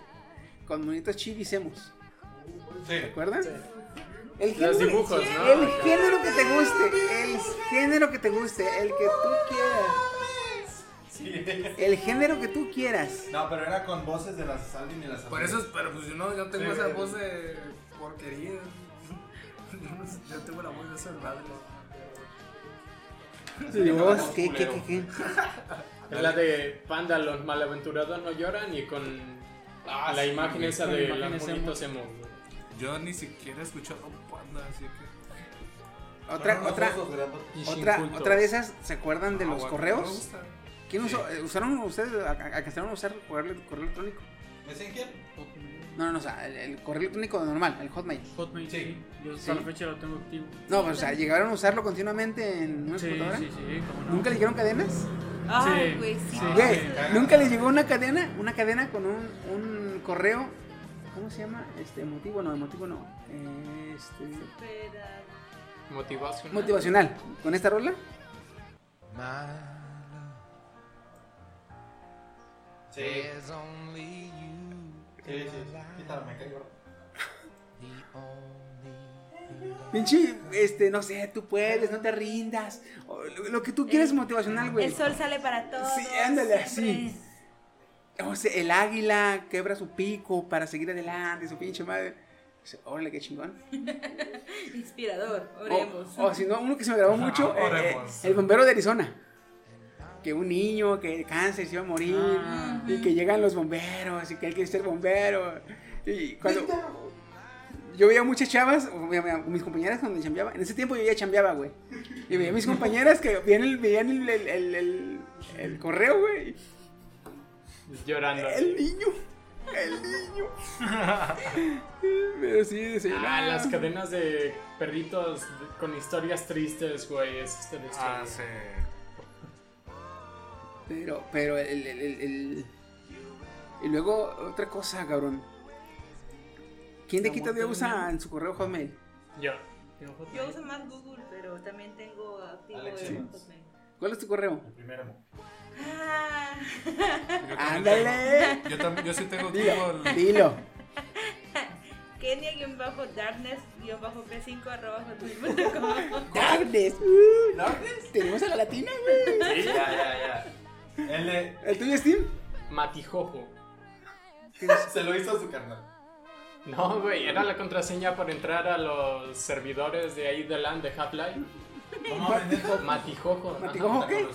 Con monitos chivisemos. ¿Te acuerdas? El
Los
género-
dibujos, ¿no?
El
Acá.
género que te guste. El género que te guste. El que tú quieras. El género que tú quieras.
No, pero era con voces de las Aldin y las
Por eso, es- pero pues yo no, yo tengo
Sí,
esa
güey.
voz de porquería. Yo no sé, Yo tengo la voz de esas madres.
Mi voz, ¿qué, qué, qué, qué?
Es la de Panda, los malaventurados no lloran y con
Ah,
la
sí,
imagen
güey,
esa
con
de
imágenes
los monitos emo. güey.
Yo ni siquiera he escuchado panda, así que.
Otra, otra, otra, otra de esas, ¿se acuerdan de
Ah,
los
guau, me
correos?
gusta.
¿Quién usó, eh, usaron ustedes, a- a- alcanzaron a usar correo, correo electrónico?
¿Messenger?
No, no, no, o sea, el, el correo electrónico normal, el Hotmail.
Hotmail, sí. Yo hasta
Sí.
la fecha lo tengo activo.
No, pero o sea, llegaron a usarlo continuamente en una
Sí,
computadora.
sí, sí, cómo no.
¿Nunca le llegaron cadenas?
Ay, Sí. güey, sí.
Güey,
Sí.
¿Nunca le llegó una cadena? Una cadena con un, un correo. ¿Cómo se llama? Este, emotivo, no, emotivo no. Este,
Motivacional.
motivacional. ¿Con esta rola?
Sí. Sí, sí. Quítalo, me caigo.
Pinche, este, no sé, tú puedes, no te rindas. o lo, lo que tú quieres motivacional, güey.
El sol sale para todos.
Sí, ándale
siempre.
así. O sea, el águila quebra su pico para seguir adelante, su pinche madre. Dice, Órale, qué chingón.
Inspirador,
O,
oremos.
o si no, uno que se me grabó mucho,
Ah,
eh, eh,
oremos.
el bombero de Arizona. Que un niño que de cáncer se iba a morir y que llegan los bomberos y que él quiere ser bombero. Y cuando yo veía muchas chavas, o veía- veía mis compañeras cuando chambeaba, en ese tiempo yo ya chambeaba, güey. Y veía a mis compañeras que veían el, veían el, el- el- el- el correo, güey.
Llorando.
El niño. El niño. Pero sí, sí.
Ah,
no.
las cadenas de perritos de- con historias tristes, güey. Es este de
Ah,
este-
sí.
Pero, pero el, el- el- el- Y luego, otra cosa, cabrón. ¿Quién de aquí todavía usa en su correo Hotmail?
Yo.
Yo uso más Google, pero también tengo activo
Alex
el
Evans.
Hotmail.
¿Cuál es tu correo?
Primero.
Ah.
¡Ándale!
Yo, también, yo sí tengo
Dilo,
activo el-
dilo.
Kenia-darkness-p5 arroba hotmail.com.
¡Darkness! ¿Tenemos a la latina, güey?
Sí, ya, ya,
ya. El de.
¿El tuyo, Steve?
Matijojo.
Se lo hizo a su carnal.
No, güey, era la contraseña para entrar a los servidores de ahí de LAN de Half-Life. Matijojo. ajá.
¿Matijojo qué?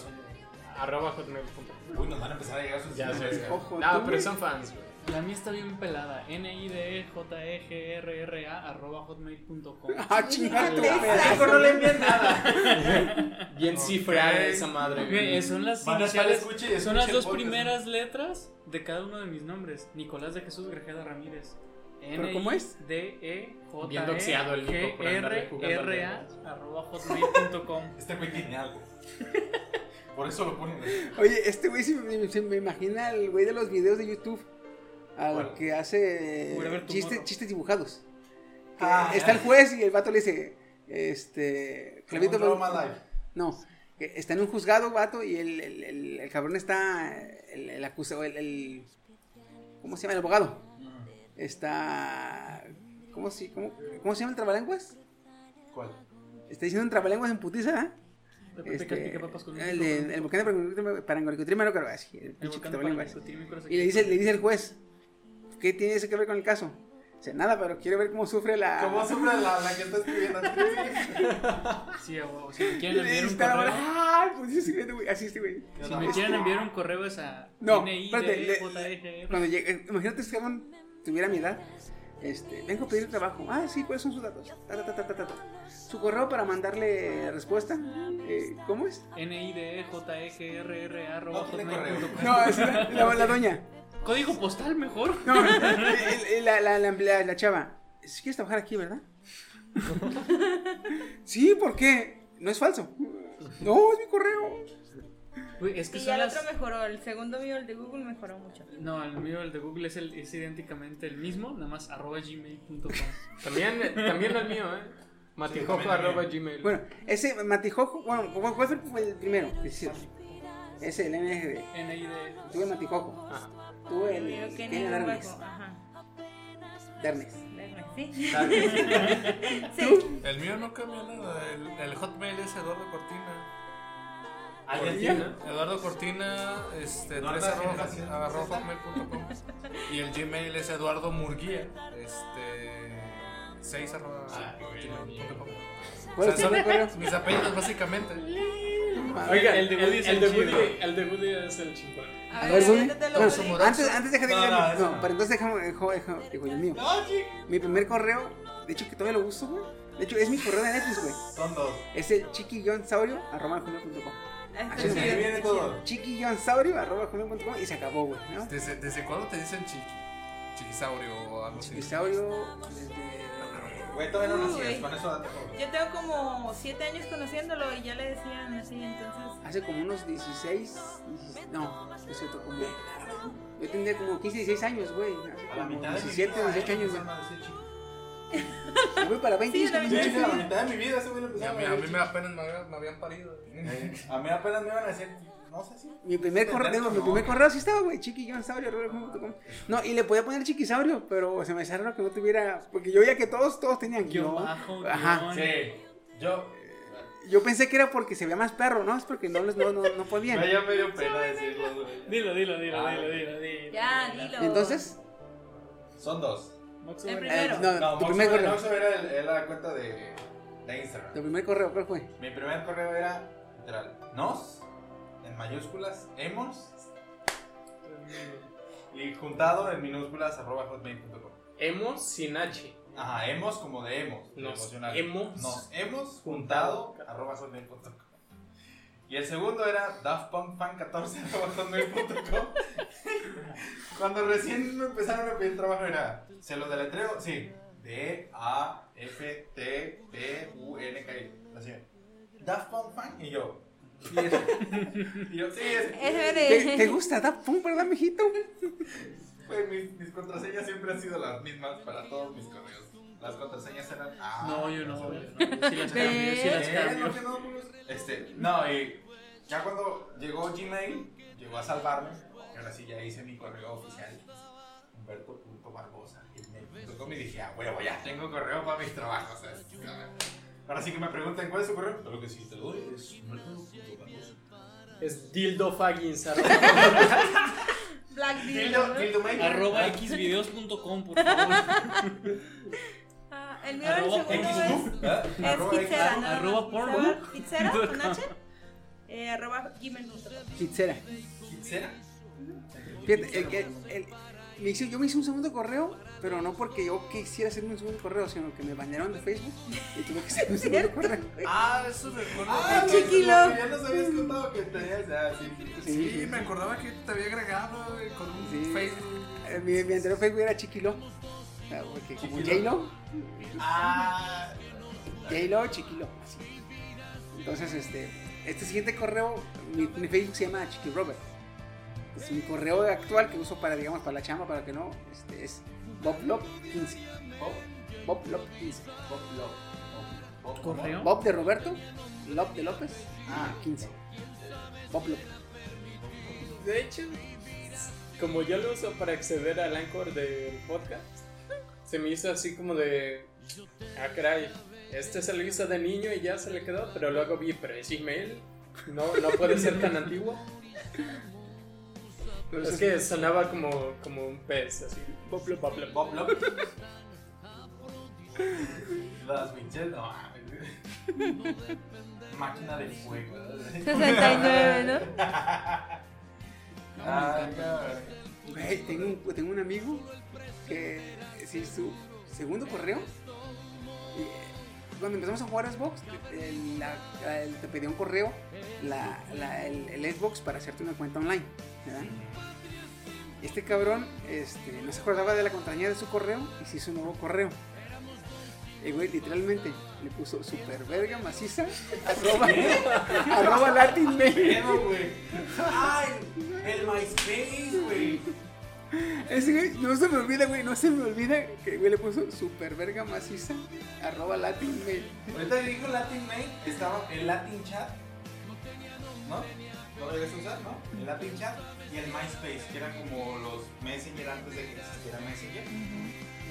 Arroba hotmail.com.
Uy, nos van a empezar a llegar sus
Ya sé.
emails,
güey.
ojo,
No,
tú,
pero
güey.
son fans, güey.
La mía está bien pelada. n i d e j e g r r a arroba hotmail.com.
Ah, chingada,
Güey,
güey.
Franco, no le envían
nada. Bien cifrada esa madre, güey.
Güey, son las
Van a estar
iniciales-
escuche y escuche
son las
el
dos
podcast.
primeras letras de cada uno de mis nombres. Nicolás de Jesús Grajeda Ramírez.
¿Pero cómo es?
D E J
Bien doxeado el Nico por
G
andarle
R
jugando al
R A arroba hotmail.com.
Este güey tiene algo. Por eso lo ponen ahí.
Oye, este güey se me, se me imagina el güey de los videos de YouTube. Al que hace
Whatever tomorrow.
chistes, chistes dibujados. Que
Ah,
está
ya.
el juez y el vato le dice, este... Clavito,
Draw my life.
No, que está en un juzgado, vato, y el, el, el- el cabrón está... El, el acusado, el, el- ¿Cómo se llama? El abogado. Está... ¿Cómo se, cómo, cómo se llama el trabalenguas?
¿Cuál?
Está diciendo un trabalenguas en putiza, ¿ah?
El
Este,
pica, pica, papas con un
el de-
pico.
el volcán de Parangoricutrímero, creo que así. El pinche
volcán de
trabalenguas.
Parangoricutrímero,
Y le dice, le dice el juez, ¿qué tiene eso que ver con el caso? Dice, nada, pero quiero ver cómo sufre la...
¿Cómo sufre la, la que está escribiendo?
Sí, a huevo. Si me quieren enviar un
Está
correo.
ahora, Ay, pues sí, sí, güey, así este güey.
Si me quieren enviar un correo es a
No,
NIDEJRR.
espérate, le- cuando llega, eh, imagínate este cabrón tuviera mi edad, este, vengo a pedir trabajo. Ah, sí, ¿cuáles son sus datos? Ta, ta, ta, ta, ta, ta, ta. Su correo para mandarle respuesta. Eh, ¿Cómo es?
E N-I-D-E-J-E-G-R-R-A
No tiene No, es la, la- la doña.
Código postal mejor.
No, el- el- la, la, la, la- la chava. Si quieres trabajar aquí, ¿verdad? sí, ¿por qué? No es falso. No, es mi correo.
Güey, es que
Y
son
el
las-
otro mejoró, el segundo mío, el de Google, mejoró mucho.
No, el mío, el de Google, es, el, es idénticamente el mismo, nada más arroba gmail.com.
También- también el mío, ¿eh? Matijoco arroba gmail.
Bueno, ese Matijojo, bueno, ¿cuál cuál fue el primero? Es Ese, el NGD.
NID.
Tuve el Matijojo. Tuve el.
Pero que
el
ni el
Darnes.
hueco, ajá.
Darnes.
Sí.
¿Tú? El mío no cambió nada. El, el hotmail es Eduardo Cortina.
¿Argentina?
Eduardo Cortina, este,
Eduardo
tres arroba-
Generación.
arroba hotmail.com. Y el Gmail es Eduardo Murguía, este, seis arroba
Ah,
gmail.com. O sea,
¿Cuál es tu correo?
son mis apellidos básicamente.
Oiga, el de Woody,
es
el, de Woody, el de Woody es el chingón.
A ver, ¿dónde? Bueno,
Somorazo.
antes,
Este
antes deja de
No,
no,
no,
no,
eso
pero entonces déjame, dejo- dejo- digo, el mío.
Ah,
Mi primer correo, de hecho que todavía lo uso, güey. De hecho, es mi correo de Netflix, güey.
Son dos.
Es el chiqui-saurio arroba gmail.com.
está
Así es,
chido,
güey.
viene todo.
Chiqui-saurio arroba gmail.com y se acabó, güey. ¿no?
¿Desde, ¿Desde cuándo te dicen chiqui? Chiquisaurio o algo así.
Chiquisaurio.
Güey, todavía no
Uh,
nacías,
güey.
con eso date por-
Yo tengo como 7 años conociéndolo y ya le decían así, entonces.
Hace como unos 16, 16 no, es cierto, como. Yo tendría como 15, 16 años, güey. Hace
A la
como
mitad de mi
17,
vida,
18
eh,
años, güey.
empezaron a decir chiqui.
Me voy para 20
Sí,
años.
la
también,
mitad-
chiqui.
la mitad de mi vida, ese güey lo
Y a
empezaba
mí, a
a
mí me apenas me, habían- me habían parido.
Eh, A mí apenas me iban a decir, no sé si.
Mi primer correo,
Tener
digo, mi
como-
primer correo sí estaba, güey, chiquillonsaurio, arroba gmail.com. No, y le podía poner chiquisaurio, pero se me hacía raro que no tuviera, porque yo veía que todos, todos tenían guión.
bajo,
Ajá.
guión.
Sí. Yo.
Yo pensé que era porque se veía más perro, ¿no? Es porque no, les- no, no, no fue bien.
No, ya me dio pena decirlo, güey.
Dilo, dilo, dilo,
Ah.
dilo, dilo, dilo.
Ya,
¿Y
dilo.
entonces?
Son dos.
Moxo
El
era-
primero.
Eh, no, tu
Moxo
primer
era-
correo.
Moxo era, el- era la cuenta de, de Instagram.
Tu primer correo, ¿cuál fue?
Mi primer correo era literal, nos, en mayúsculas, hemos, y juntado en minúsculas, arroba hotmail.com.
Hemos sin H.
Ajá, hemos como de hemos, de
Nos
emocional.
hemos-
Nos hemos juntado, arroba hotmail.com. Y el segundo era daftpunkfan14, arroba hotmail.com. Cuando recién me empezaron a pedir trabajo era, ¿se lo deletreo? Sí. D, A, F, T, P, U, N, K, I. Así. Daft Punk fan y yo. Y eso. Y yo, sí, ese.
¿Te, te gusta Daft Punk, verdad, mijito?
Güey, mis, mis contraseñas siempre han sido las mismas para todos mis correos. Las contraseñas eran. Ah,
No, yo no, yo no. Sí las cambio, sí las
¿Eh?
cambio.
¿No que no, culos? Este, no, y ya cuando llegó Gmail, llegó a salvarme. Y ahora sí ya hice mi correo oficial. Humberto.barbosa. Tocó y dije, ah, huevo, ya tengo correo para mis trabajos. ¿sabes? Ahora sí que me preguntan, ¿cuál es su correo? Lo que sí te doy es Humberto.barbosa.
Es Dildo Faggins.
Black
Dildo- Dildo
Dildo.
Maker.
Arroba xvideos.com, por favor.
Ah, el mío era el
Arroba
segundo. es-
¿Ah?
xbook.
Es Pizzera, ¿no?
Arroba porno.
¿Pizzera con H? Eh, arroba gmail.com.
Kitzera.
¿Kitzera?
Fíjate, el, el- el- me hice- yo me hice un segundo correo, pero no porque yo quisiera hacerme un segundo correo, sino que me banearon de Facebook y tuve que hacer un segundo correo.
Ah, eso me acuerdo.
Ah,
güey,
chiquilo. Ya nos habías contado que tenías. Ah, sí, sí, sí.
Sí, me acordaba que te había agregado güey, con un
Sí.
Facebook.
Eh, Mi, mi anterior Facebook era Chiquilo. O sea, porque como J-Lo,
Ah,
J-Lo, Chiquilo. Así. Entonces, este, este siguiente correo, mi, mi Facebook se llama Chiqui Robert. Es mi correo actual que uso para, digamos, para la chamba, para que no, este, es BobLop15. Bob, BobLop15.
Bob,
Correo.
Bob de Roberto, Lop de López,
Ah,
15. Bob Lop.
De hecho, como yo lo uso para acceder al anchor del podcast, se me hizo así como de. Ah, caray. Este se lo hizo de niño y ya se le quedó, pero luego vi, pero es Gmail. No, no puede ser tan antiguo.
Pero
es que sonaba como, como un pez, así. Boplo, boplo.
Boplo. Las pinches, no mames. Máquina de fuego.
69, ¿no?
Ah, cabrón.
Güey, tengo un, tengo un amigo que si su segundo correo, y, eh, cuando empezamos a jugar Xbox, el- la- el- te pedía un correo, la, la- el, el Xbox para hacerte una cuenta online, ¿verdad? Y Este cabrón este, no se acordaba de la contraseña de su correo y se hizo un nuevo correo. El güey literalmente le puso superverga maciza arroba, arroba latin
Verga,
güey. ¡Ay! El MySpace, güey.
Ese güey, no se me olvida, güey, no se me olvida que güey le puso superverga maciza, arroba Latin Mail.
Ahorita que dijo Latin Mail, estaba el Latin Chat, ¿no? ¿No lo debes usar, no? El Latin Chat y el MySpace, que eran como los Messenger antes de que existiera Messenger.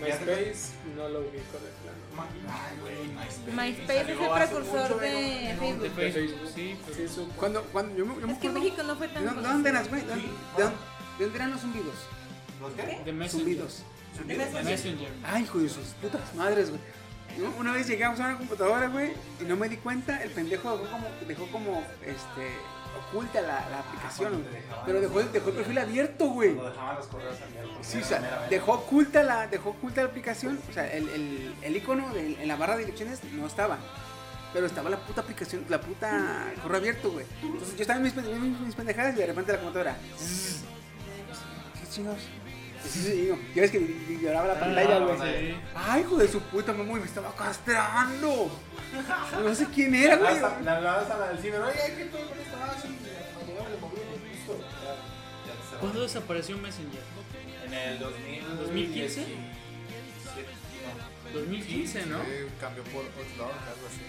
MySpace no lo ubico de plano.
Ay, güey, MySpace.
MySpace es el precursor de Facebook.
sí,
Cuando, cuando yo me, yo me
Es que en
acuerdo-
México no fue tan
¿De dónde- de dónde eras, güey? ¿De dónde- de dónde- de dónde eran los zumbidos?
¿Los qué?
De Messenger.
Zumbidos.
De Messenger. Messenger.
Ay, hijo de sus putas madres, güey. Yo- Una vez llegamos a una computadora, güey, y no me di cuenta, el pendejo dejó como, dejó como este, oculta la, la aplicación, güey. Pero dejó, dejó el perfil abierto, güey.
Dejaban los correos abiertos.
Sí, o sea, dejó oculta la, dejó oculta la aplicación. O sea, el, el, el icono de- en la barra de direcciones no estaba. Pero estaba la puta aplicación, la puta correo abierto, güey. Entonces yo estaba en mis, pende- mis- mis pendejadas y de repente la computadora. "Zzz". ¿Qué chingados? Sí, digo, ya ves que vi- vi- lloraba la
Ah,
pantalla, güey.
sí.
Ay, hijo de su puta mamá, me estaba castrando. No sé quién era, güey.
La la hablabas a la del ciber, oye, ¿qué pedo con esto? Ah, sí, me llegaba el móvil, listo. Ya, ya te cerraba.
¿Cuándo desapareció Messenger?
En el 2000,
2015. 2015, ¿no?
cambió por Outlook, algo así.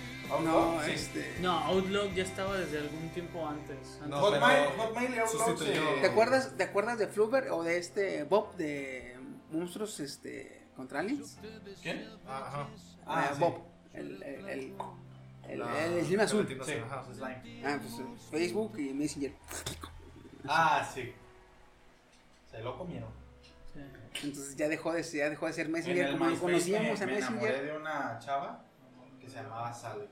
No,
Sí.
este-
No, Outlook ya estaba desde algún tiempo antes.
No,
Antes-
Hotmail- pero- Hotmail y Outlook sustituyó-
¿Te acuerdas, ¿Te acuerdas de Flubber o de este Bob de Monstruos este, contra Aliens?
¿Quién? Ah, ajá.
Ah,
sí.
Bob. El, el, el, el,
La-
el slime azul.
Tarantino, sí, ajá, sí. Slime.
Ah, pues eh, Facebook y Messenger.
Ah, sí. Se lo comieron.
Entonces ya dejó de, ya dejó de ser
En
Messenger
el
como lo
MySpace
conocíamos
me,
a
me enamoré
Messenger.
de una chava que se llamaba Sally.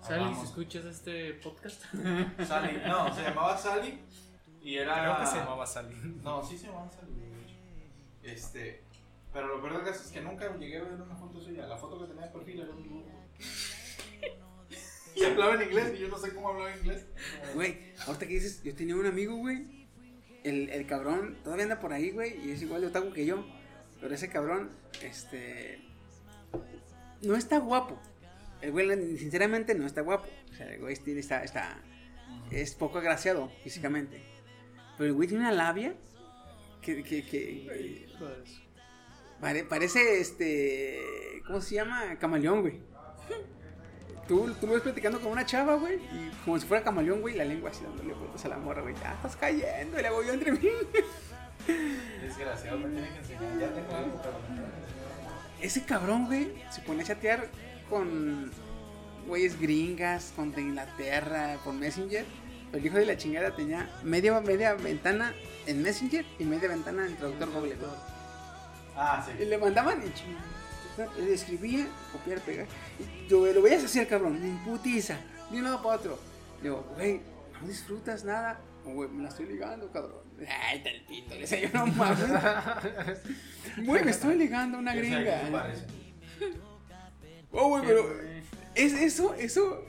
Sally, si
Hablamos.
escuchas este podcast.
Sally, no, se llamaba Sally y era.
Creo que se
llamaba Sally.
No, sí se llamaba Sally. de hecho. Este. Pero lo peor del caso es que nunca llegué a ver una foto suya. La foto que tenía de perfil era un dibujo. y hablaba en inglés y yo no sé cómo hablaba inglés.
Güey, ahorita que dices, yo tenía un amigo, güey. El, el cabrón todavía anda por ahí, güey, y es igual de otaku que yo. Pero ese cabrón, este. No está guapo. El güey, sinceramente, no está guapo. O sea, el güey tiene- está, está. Es poco agraciado físicamente. Pero el güey tiene una labia que. que, que Pare- parece este. ¿Cómo se llama? Camaleón, güey. Tú, tú lo ves platicando con una chava, güey. Y como si fuera camaleón, güey, la lengua así dándole vueltas a la morra, güey. Ya estás cayendo, y la voy yo entre mí.
Desgraciado, me tiene que enseñar. Ya tengo algo, pero me tiene que enseñar.
Ese cabrón, güey, se pone a chatear con güeyes gringas, con de Inglaterra, por Messenger. Pero el hijo de la chingada tenía media, media ventana en Messenger y media ventana en traductor Google.
Ah, sí.
Y le mandaban y ching- le escribía, copiar, pegar. Y yo lo veías así al cabrón, en putiza, de un lado para otro. Le digo, güey, no disfrutas nada. O, Güey, me la estoy ligando, cabrón. Ay, tal pito, le salió no mames. Güey, me estoy ligando a una
O sea, ¿qué te
gringa.
parece?
Oh, güey, pero. Es eso, eso.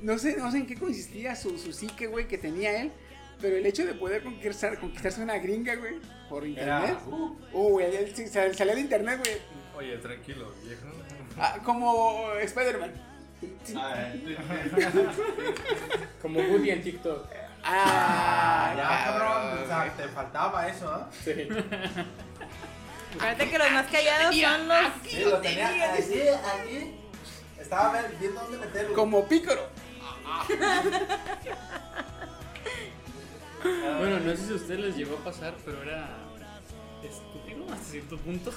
No sé, no sé en qué consistía su, su psique, güey, que tenía él. Pero el hecho de poder conquistar, conquistarse una gringa, güey, por
Era,
internet.
uh.
Oh, güey, él se- sal- salía de internet, güey.
Oye, tranquilo, viejo.
Ah, como Spider-Man.
ah, eh,
Como Woody en TikTok.
Ah,
ya, cabrón. O sea, te faltaba eso, ¿ah?
Sí.
Ahorita que los más callados son los.
Sí, lo tenía así, aquí. Estaba ver- viendo dónde meterlo.
Como pícaro.
Ah,
Bueno, no sé si a ustedes les llegó a pasar, pero era estúpido hasta cierto punto.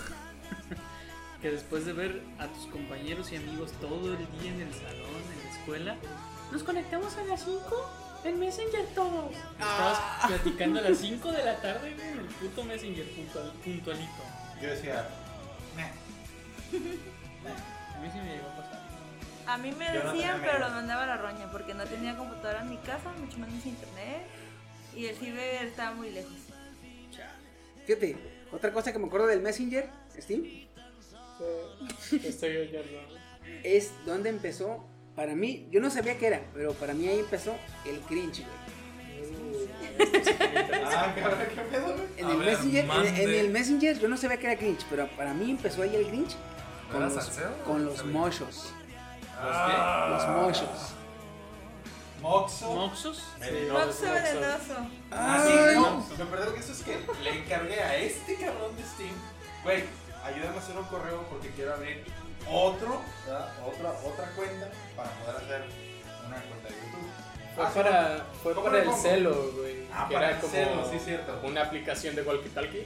que después de ver a tus compañeros y amigos todo el día en el salón, en la escuela, nos conectamos a las 5 en Messenger todos. Estabas
Ah.
platicando a las 5 de la tarde güey, en el puto Messenger puntual- puntualito.
Yo decía,
A mí sí me llegó a pasar.
A mí me
Yo no tenía
decían,
amigos.
pero los mandaba a la roña porque no tenía computadora en mi casa, mucho menos internet. Y el ciber estaba muy lejos.
Fíjate, otra cosa que me acuerdo del Messenger, Steam,
Estoy oyendo.
es donde empezó, para mí, yo no sabía qué era, pero para mí ahí empezó el cringe, güey.
Ah, cabrón, qué pedo, güey.
En
A
el,
ver,
messenger, en- en,
mande.
el Messenger yo no sabía que era cringe, pero para mí empezó ahí el cringe con
¿Era
los,
salseo?
con los mochos. Los
Ah.
mochos.
Moxo.
¿Moxos?
Venenoso.
Moxo venenoso.
Ah, sí,
Ay.
no. Lo peor de eso es que le encargué a este cabrón de Steam. Güey, ayúdame a hacer un correo porque quiero abrir otro, ¿verdad? otra, otra cuenta para poder hacer una cuenta de YouTube.
Fue
Ah,
para,
¿cómo-
fue
cómo
para
le
el
pongo?
celo, güey.
Ah,
que
para
era
el
como
celo, sí, cierto.
una aplicación de walkie-talkie.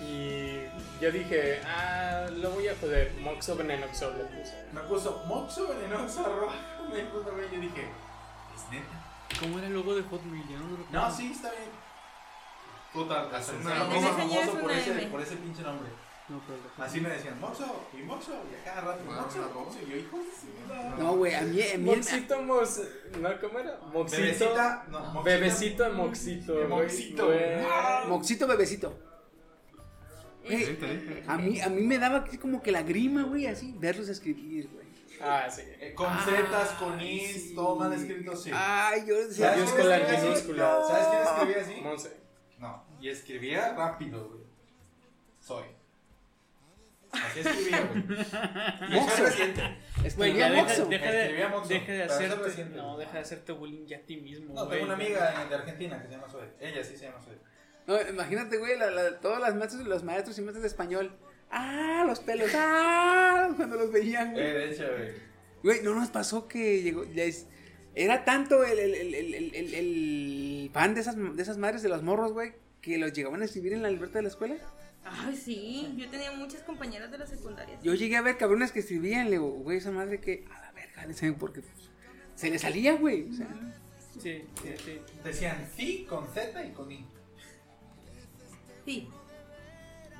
Y yo dije, ah, lo voy a joder. Moxo Venenoxo le puse.
Me puso Moxo venenoso arroba. Me puso, güey, yo dije, ¿es neta?
¿Cómo era el logo de Hotmail? Ya no me recuerdo.
No, sí, está bien. Puta, hasta
El
me lo
Messenger
pongo
es
famoso por
una
ese,
M.
por ese pinche nombre.
No, pero-
Así me decían, Moxo, y Moxo, y a cada rato, Moxo, Moxo, y yo, hijo de su puta".
No, güey, a mí, a mí
Moxito, mos, no, ¿cómo era? Moxito.
Bebecita, no, Moxita.
Bebecito de Moxito, güey.
Moxito.
Güey.
Moxito bebecito. Güey, a, mí, a mí me daba así como que la grima, güey, así, verlos escribir, güey.
Ah, sí.
eh, Con zetas, con is, todo mal escrito, sí.
Ay, yo decía,
¿Sabes
yo
quién
con la
escribía así?
minúscula.
¿Sabes quién escribía así?
Monse.
No, y escribía rápido, güey. Soy. Así escribía, güey. Y eso es
Moxo.
reciente.
Güey, ya deja,
Moxo.
deja de,
Escribía Moxo,
deja de
pero eso es
hacerte.
reciente.
No, deja de hacerte bullying ya a ti mismo.
No,
güey.
tengo una amiga de Argentina que se llama Zoe. Ella sí se llama Zoe.
No, imagínate, güey, la- la- todas las maestros, los maestros y maestras de español. Ah, los pelos. Ah, cuando los veían,
Eh,
güey.
de hecho, güey.
Güey, no nos pasó que llegó. les- era tanto el, el, el, el, el- el- el pan de esas, de esas madres de los morros, güey, que los llegaban a escribir en la libreta de la escuela.
Ay, sí. Yo tenía muchas compañeras de la secundaria.
Yo llegué a ver cabrones que escribían, le digo, güey, esa madre que. A la verga, le saben porque pues, se le salía, güey. o sea.
Sí, sí, sí.
Eh, Decían sí con Z y con I.
Sí.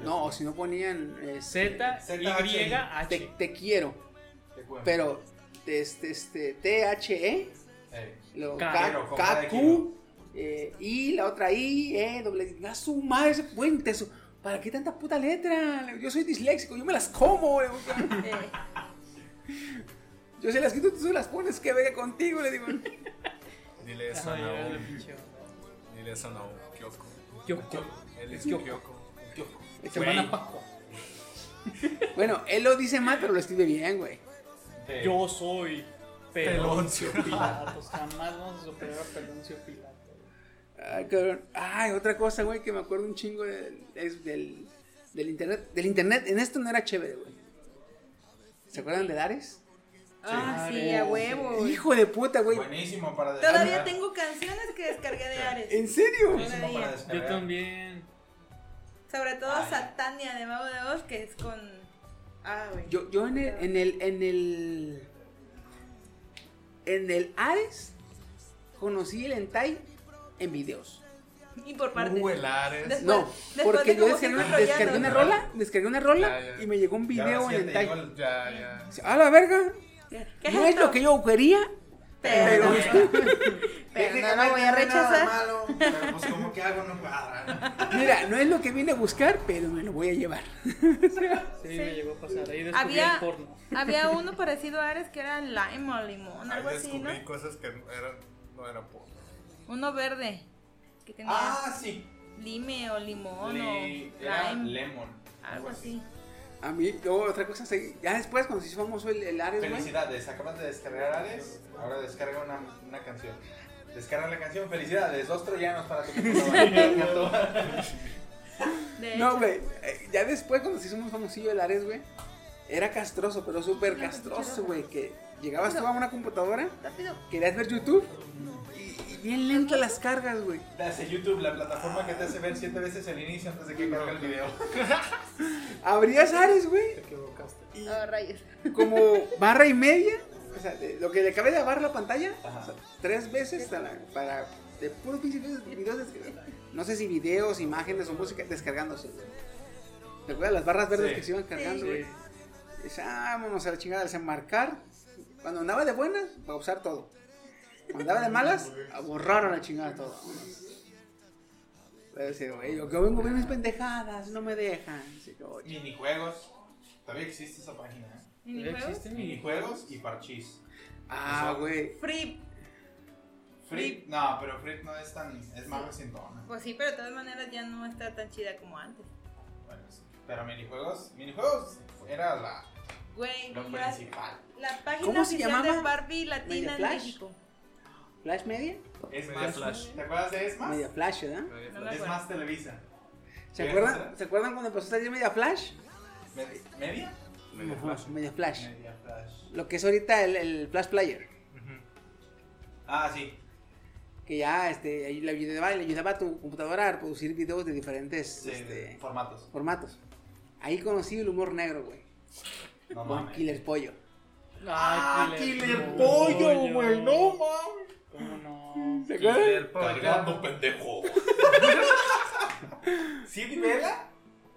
no, o si no ponían. eh,
Z, Y, H.
Te, te quiero.
Te cuento.
Pero, este, este, T-H-E,
Eh,
luego
K.
K-
Quiero, con K de
K-Q, eh, I, la otra I, E, doble, ah, su madre, ese puente, eso. ¿Para qué tanta puta letra? Le digo, Yo soy disléxico, yo me las como. le digo.
eh,
Yo se las quito, tú se las pones, que venga contigo, le digo.
Dile eso a
Ay, era la
Naomi.
pinche onda.
Dile eso a Naomi. Kyoko.
Kyoko.
Él es
Kyoko.
Kyoko. Kyoko.
El
Güey.
semana Paco. Bueno, él lo dice mal, pero lo escribe bien, güey.
Yo soy Peloncio
Peloncio.
Pilatos. Jamás vamos a superar a Peloncio Pilatos.
Ay, cabrón. Ay, otra cosa, güey, que me acuerdo un chingo del, es del, del internet. Del internet, en esto no era chévere, güey. ¿Se acuerdan de Dares?
Ah, sí, a huevo.
Hijo de puta, güey.
Buenísimo para descargar.
Todavía tengo canciones que descargué de Ares.
¿En serio?
Buenísimo para
Todavía.
Yo
descargar.
también.
Sobre todo Satania de Mago de Oz, que es con. Ah, güey.
Yo, yo en el, en el, en el, en el Ares conocí el hentai en videos.
Y por parte.
Uh, el Ares.
Después-
No,
después
porque
de
yo
como
descargué
cinco
una, descargué una
enrollados.
rola, descargué una rola
Ya, ya.
y me llegó un
Ya
video en
recién te llegó
hentai.
el-
Ya, ya.
A la verga,
¿Qué
no es
esto?
lo que yo quería,
Pero,
pero...
pero
Dije,
no lo voy a
no hay nada
rechazar.
malo, pero pues como que algo no cuadra. ¿no?
Mira, no es lo que vine a buscar, pero me lo voy a llevar.
Sí, me llegó a pasar. Ahí descubrí
Había-
el porno.
Había uno parecido a Ares que era lime o limón,
Ahí
algo así, ¿no?
descubrí cosas que eran, no eran porno.
Uno verde. Que tenía
Ah, sí.
lime o limón
Le-
o
era
lime.
Lemon.
algo así.
A mí, yo otra cosa, sí, ya después cuando se hizo famoso el, el Ares, güey.
Felicidades, acabas de descargar Ares, ahora descarga una, una canción. Descarga la canción, felicidades, dos troyanos para tu computadora.
De
No,
hecho,
güey, eh, ya después cuando se hizo muy famosillo el Ares, güey, era castroso, pero súper castroso, güey, que llegabas tú a una computadora,
rápido.
querías ver YouTube y, y bien lento las cargas, güey.
Hace YouTube, la plataforma que te hace ver siete veces el inicio antes de que cargue el video.
Abrías Ares, güey,
Oh, rayos.
como barra y media, o sea, de- lo que le cabe de barra la pantalla, o sea, tres veces para, para de puros pinches videos- videos descargados. no sé si videos, imágenes o música descargándose, güey. ¿Te acuerdas las barras verdes
Sí.
que se iban cargando,
Sí.
güey? Dices, ah, vámonos a la chingada, desenmarcar. Cuando andaba de buenas, pausar todo. Cuando andaba de malas, a borrar a la chingada todo. vámonos. Va a decir, güey, yo yo vengo a ver mis pendejadas, no me dejan. Así que, oye.
Minijuegos. Todavía existe esa página. ¿eh?
¿Minijuegos?
Existen Minijuegos y parchís.
Ah, güey.
Free.
Free. No, pero Free no es tan. Es más recientona.
Pues sí, pero de todas maneras ya no está tan chida como antes.
Bueno, sí. Pero minijuegos. Minijuegos era la,
Güey,
lo
la,
principal.
la página
¿Cómo se
oficial
llamaba?
de Barbie Latina en
Flash?
México.
¿Flash Media?
Es
Media
más.
Flash.
¿Te acuerdas de Es más?
Media Flash, ¿verdad?
No me
Es
acuerdo.
más Televisa.
¿Se acuerdan, ¿Se acuerdan cuando empezó a salir Media Flash?
¿Media? ¿Media?
Media Flash. Media Flash.
Media Flash.
Lo que es ahorita el, el Flash Player.
Ah, sí.
Que ya este, ahí le ayudaba, le ayudaba a tu computadora a reproducir videos de diferentes
Sí,
este,
formatos.
formatos. Ahí conocí el humor negro, güey.
No
con
mames.
Killer Pollo.
Ah,
Killer Pollo, güey, no
mames.
¿Cómo no?
¿Se acuerdan?
Cargando, pendejo. ¿Sí, Vela?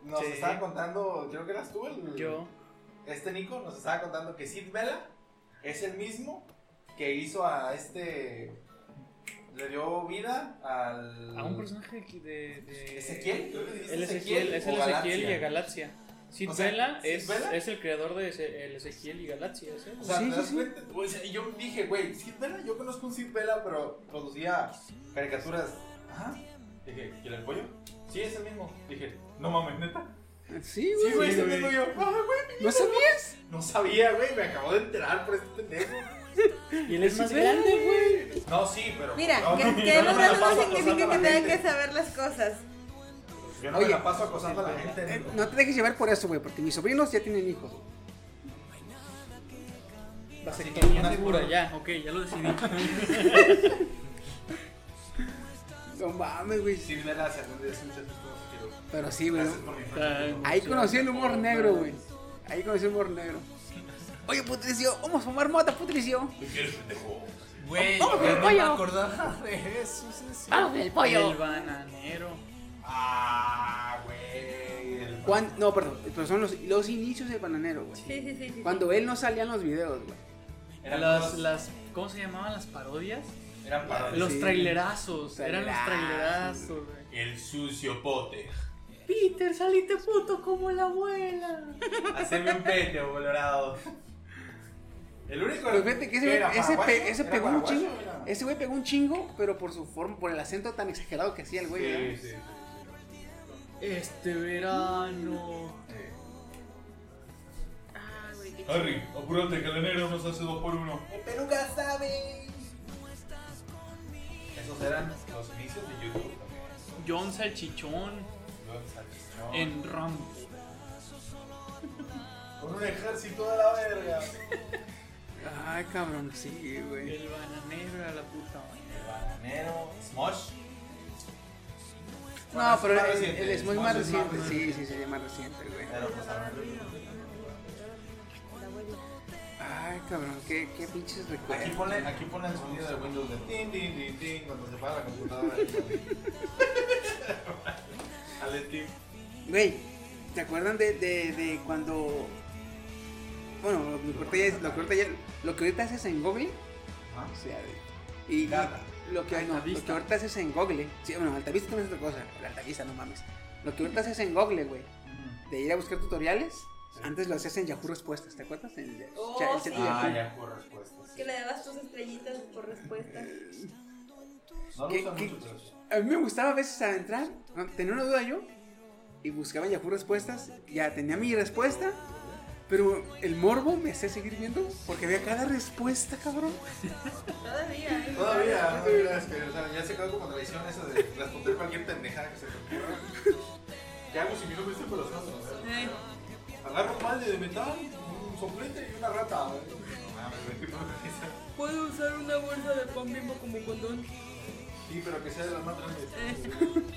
Nos
Sí.
estaba contando, creo que eras tú el.
Yo.
Este Nico nos estaba contando que Sid Vela es el mismo que hizo a este. Le dio vida al.
A un personaje de. de, de-
¿Ezequiel? Creo que dijiste
El
Ezequiel
Ezequiel, es el
o
Ezequiel
Galaxia.
y a Galaxia. Sid
O sea,
Vela
Sid
es,
Vela-
es el creador de Eze- el Ezequiel y Galaxia. ¿sí?
O sea, ¿te das cuenta? O sea, y yo dije, güey, Sid Vela, yo conozco un Sid Vela, pero producía caricaturas. Ajá. Dije, ¿y el pollo? Sí, es el mismo. Dije, no mames, neta.
Sí,
Sí, güey,
güey.
es el mismo yo. Ah, güey,
¿No sabías?
No sabía, güey, me acabo de enterar por este pendejo.
Y él es más
Vela,
grande, güey.
No, sí, pero.
Mira,
no,
que,
no,
que
yo
él
no
no,
me la paso
no significa
acosando
que
a la
tengan que
gente.
saber las cosas.
Yo no me
Oye.
la paso acosando a la
eh,
gente. Nico.
No te dejes llevar por eso, güey, porque mis sobrinos ya tienen hijos.
Vasectomía segura, ya, ok, ya lo decidí.
No mames, güey.
Sid Vela se aprende de muchas cosas, quiero.
Pero sí, güey.
Gracias por la información.
Ahí conocí el humor negro, güey. Ahí conocí el humor negro. Oye, Putricio, vamos a fumar mota, Putricio.
Ah.
¿Qué quieres, pendejo?
Güey,
Vamos con
yo
Oh, el
no me
pollo.
acordaba de eso. sí, sí.
Vamos con el pollo.
El bananero.
Ah, güey. el-
Cuan- No, perdón, pero son los, los inicios del bananero, güey.
Sí, sí, sí. sí.
Cuando él no salía en los videos, güey.
Eran
Las,
unos-
las, ¿Cómo se llamaban las parodias?
Eran para
Los
Sí.
trailerazos. Eran los
Trailerazos.
trailerazos, güey.
El sucio pote.
Peter, saliste puto como la abuela.
Hacerme un pete, colorado. El único.
Pero Pues fíjate que ese,
era
güey- ese,
paraguayo,
pe- ese
era
pegó un
paraguayo,
chingo.
era-
Ese güey pegó un chingo, pero por su forma, por el acento tan exagerado que hacía el güey. ¿verdad?
Sí, sí, sí.
Este verano.
Ah, güey, qué
Harry, apúrate que el enero nos hace dos por uno.
Pero nunca sabe.
Esos eran los inicios de YouTube también.
John Salchichón
Los salchichón.
en Rambo.
Con un ejército a la verga.
Ay, cabrón, sí, güey.
El bananero era la puta madre.
El bananero. Smosh.
No, pero
más
el,
reciente,
el es muy
Smosh
más
es
reciente. Sí, sí, sería más reciente, güey.
Pero pues a ver.
Ay, cabrón, qué, qué pinches
Aquí
recuerdos.
pone, aquí pone el sonido de Windows de tin, tin, tin, tin, cuando se para la computadora. Ale, tin.
Güey, ¿te acuerdan de, de, de cuando. Bueno, lo que, ahorita ya es- lo, que ahorita ya- lo que ahorita haces en Google.
Ajá.
o sea, y, y
Nada.
lo, que, no, lo que
Altavista.
ahorita haces en Google. Sí, bueno, Altavista también es otra cosa. El Altavista, no mames. Lo que ahorita haces en Google, güey. De ir a buscar tutoriales. Antes lo hacías en Yahoo Respuestas, ¿te acuerdas? En el,
Oh,
cha- el chat de
sí.
Ah,
Yahoo.
ya por respuestas.
Que le dabas tus estrellitas por respuesta.
No lo
¿Qué-
usan
qué-
mucho, pero sí.
A mí me gustaba a veces a entrar, ¿no? tenía una duda yo, y buscaba en Yahoo respuestas, ya tenía mi respuesta, pero el morbo me hacía seguir viendo porque veía cada respuesta, cabrón.
Todavía. ¿eh?
Todavía, no creas que, o sea, ya se quedó como tradición eso de responder cualquier pendejada que se te ocurra. ¿Qué hago si mi novio está por las manos?
Eh,
Agarro un balde de metal, un soplete y una rata. No Ah, mames, güey, qué pobreza.
¿Puedo usar una bolsa de pan bimbo como condón?
Sí, pero que sea de las más grandes.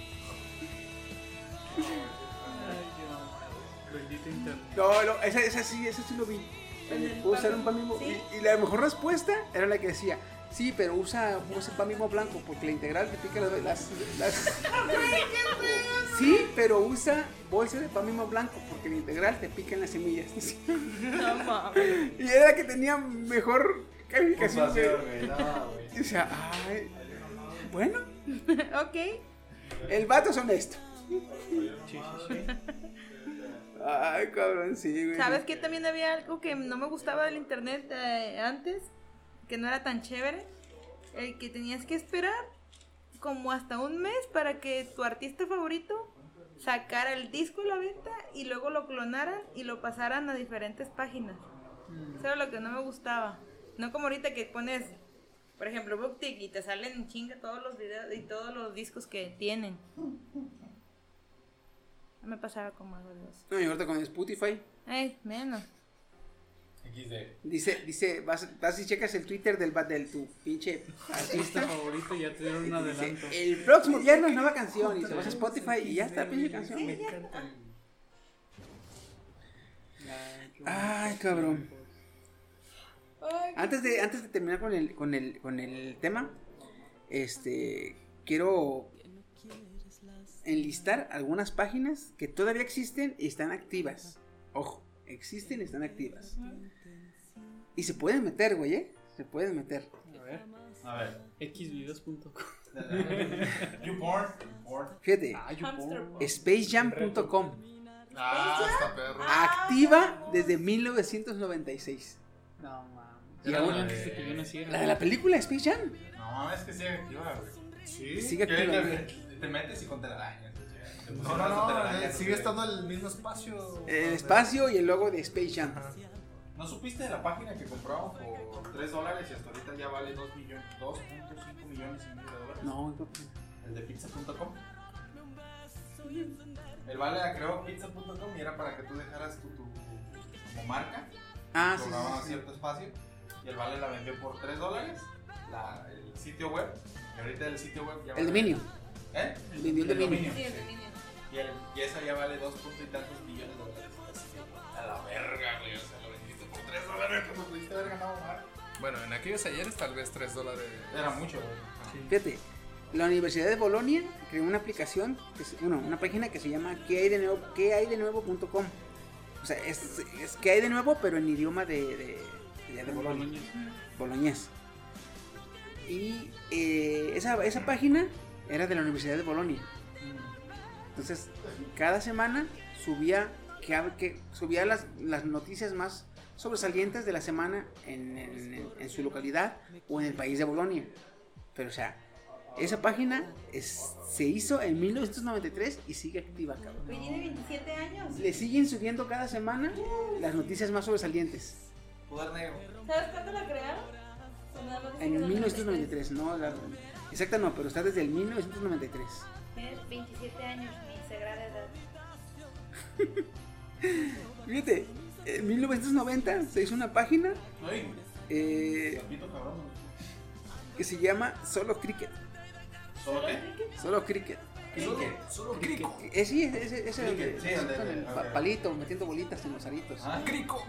Ay, yo. Bendito internet.
No, no, esa, esa sí, esa sí lo vi.
En el
Puedo usar
pan-
un pan mismo.
¿sí?
Y, y la mejor respuesta era la que decía, sí, pero usa, usa pan mismo blanco porque la integral te pica las... las, las- sí, pero usa bolsa de pan mismo blanco porque la integral te pica en las semillas.
No mames.
Y era la que tenía mejor calificación. güey.
Puntuación, güey, no, güey.
O sea, ay, bueno,
ok.
El vato es honesto. Ay, cabrón, sí, güey.
¿Sabes qué? También había algo que no me gustaba del internet eh, antes, que no era tan chévere, el que tenías que esperar como hasta un mes para que tu artista favorito sacara el disco a la venta y luego lo clonaran y lo pasaran a diferentes páginas. Eso era lo que no me gustaba. No como ahorita que pones, por ejemplo, BookTik y te salen en chinga todos los videos y todos los discos que tienen. Me pasaba como algo de eso.
No, y ahorita con Spotify.
Eh, menos.
Dice, dice, vas, vas y checas el Twitter del, va- del tu pinche
Artista favorito, ya te dieron un adelanto.
El próximo viernes nueva canción y te vas a Spotify y ya está la pinche canción. güey. Ay, cabrón. Antes de, antes de terminar con el, con el, con el tema, este quiero enlistar algunas páginas que todavía existen y están activas. Ojo, existen y están activas. Y se pueden meter, güey, ¿eh? Se pueden meter.
A ver.
A ver.
Xvideos.com.
YouPorn. Porn.
Fíjate. SpaceJam.com.
Ah,
Activa desde 1996.
No mames.
Y
Era
aún-
un antes de que yo naciera.
La de la película Space Jam.
No, es que sigue activa, güey.
Sí, sigue
Yo-
activa,
yo-
güey.
Te metes y con telarañas. Te
No,
pusieron
no,
hasta
no, eh,
telarañas,
sigue
güey.
estando el mismo espacio.
Eh,
El espacio y el logo de Space Jam.
¿No supiste de la página que compramos por 3 dólares y hasta ahorita ya vale 2 millones, 2.5 millones y medio de dólares?
No, no.
El de pizza.com. El vale la creó pizza.com y era para que tú dejaras tu, tu como marca.
Ah, sí,
Programaban
sí, sí, sí.
cierto espacio. Y el vale la vendió por 3 dólares. la- El sitio web. Y ahorita el sitio web ya
El dominio.
¿Eh?
Vendió el dominio.
sí. Y, el- y esa ya vale 2 punto y tantos millones de dólares. A la verga, güey. O sea, lo vendiste por 3 dólares como pudiste haber ganado más.
Bueno, en aquellos ayeres tal vez 3 dólares.
Era mucho, güey.
Fíjate, la Universidad de Bolonia creó una aplicación, que es- bueno, una página que se llama ¿Qué hay de nuevo? ¿Qué hay de nuevo.com? O sea, es, es ¿Qué hay de nuevo? Pero en idioma de, de, de- de Bolonia. Boloñés. Y eh, esa, esa página era de la Universidad de Bolonia. Entonces, cada semana subía, que, hab- que subía las, las noticias más sobresalientes de la semana en, en- en- en su localidad o en el país de Bolonia. Pero, o sea, esa página es- se hizo en 1993 y sigue activa, cabrón.
Oye, tiene 27 años.
Le siguen subiendo cada semana las noticias más sobresalientes.
Poder negro.
¿Sabes cuándo la crearon? O nada más dice que
En
la
1993, no, la- exacta no, pero está desde el 1993.
Tienes 27 años, mi sagrada edad.
Fíjate, en 1990 se hizo una página
Oye,
eh,
Pito cabrón. güey.
que se llama Solo Cricket.
¿Solo qué?
Solo Cricket.
Cricket. Solo crico.
Eh, sí, ese es, es, el-
Cricket, sí,
es
el de-
con el
ok.
pa- palito, metiendo bolitas en los aritos.
Ah, crico.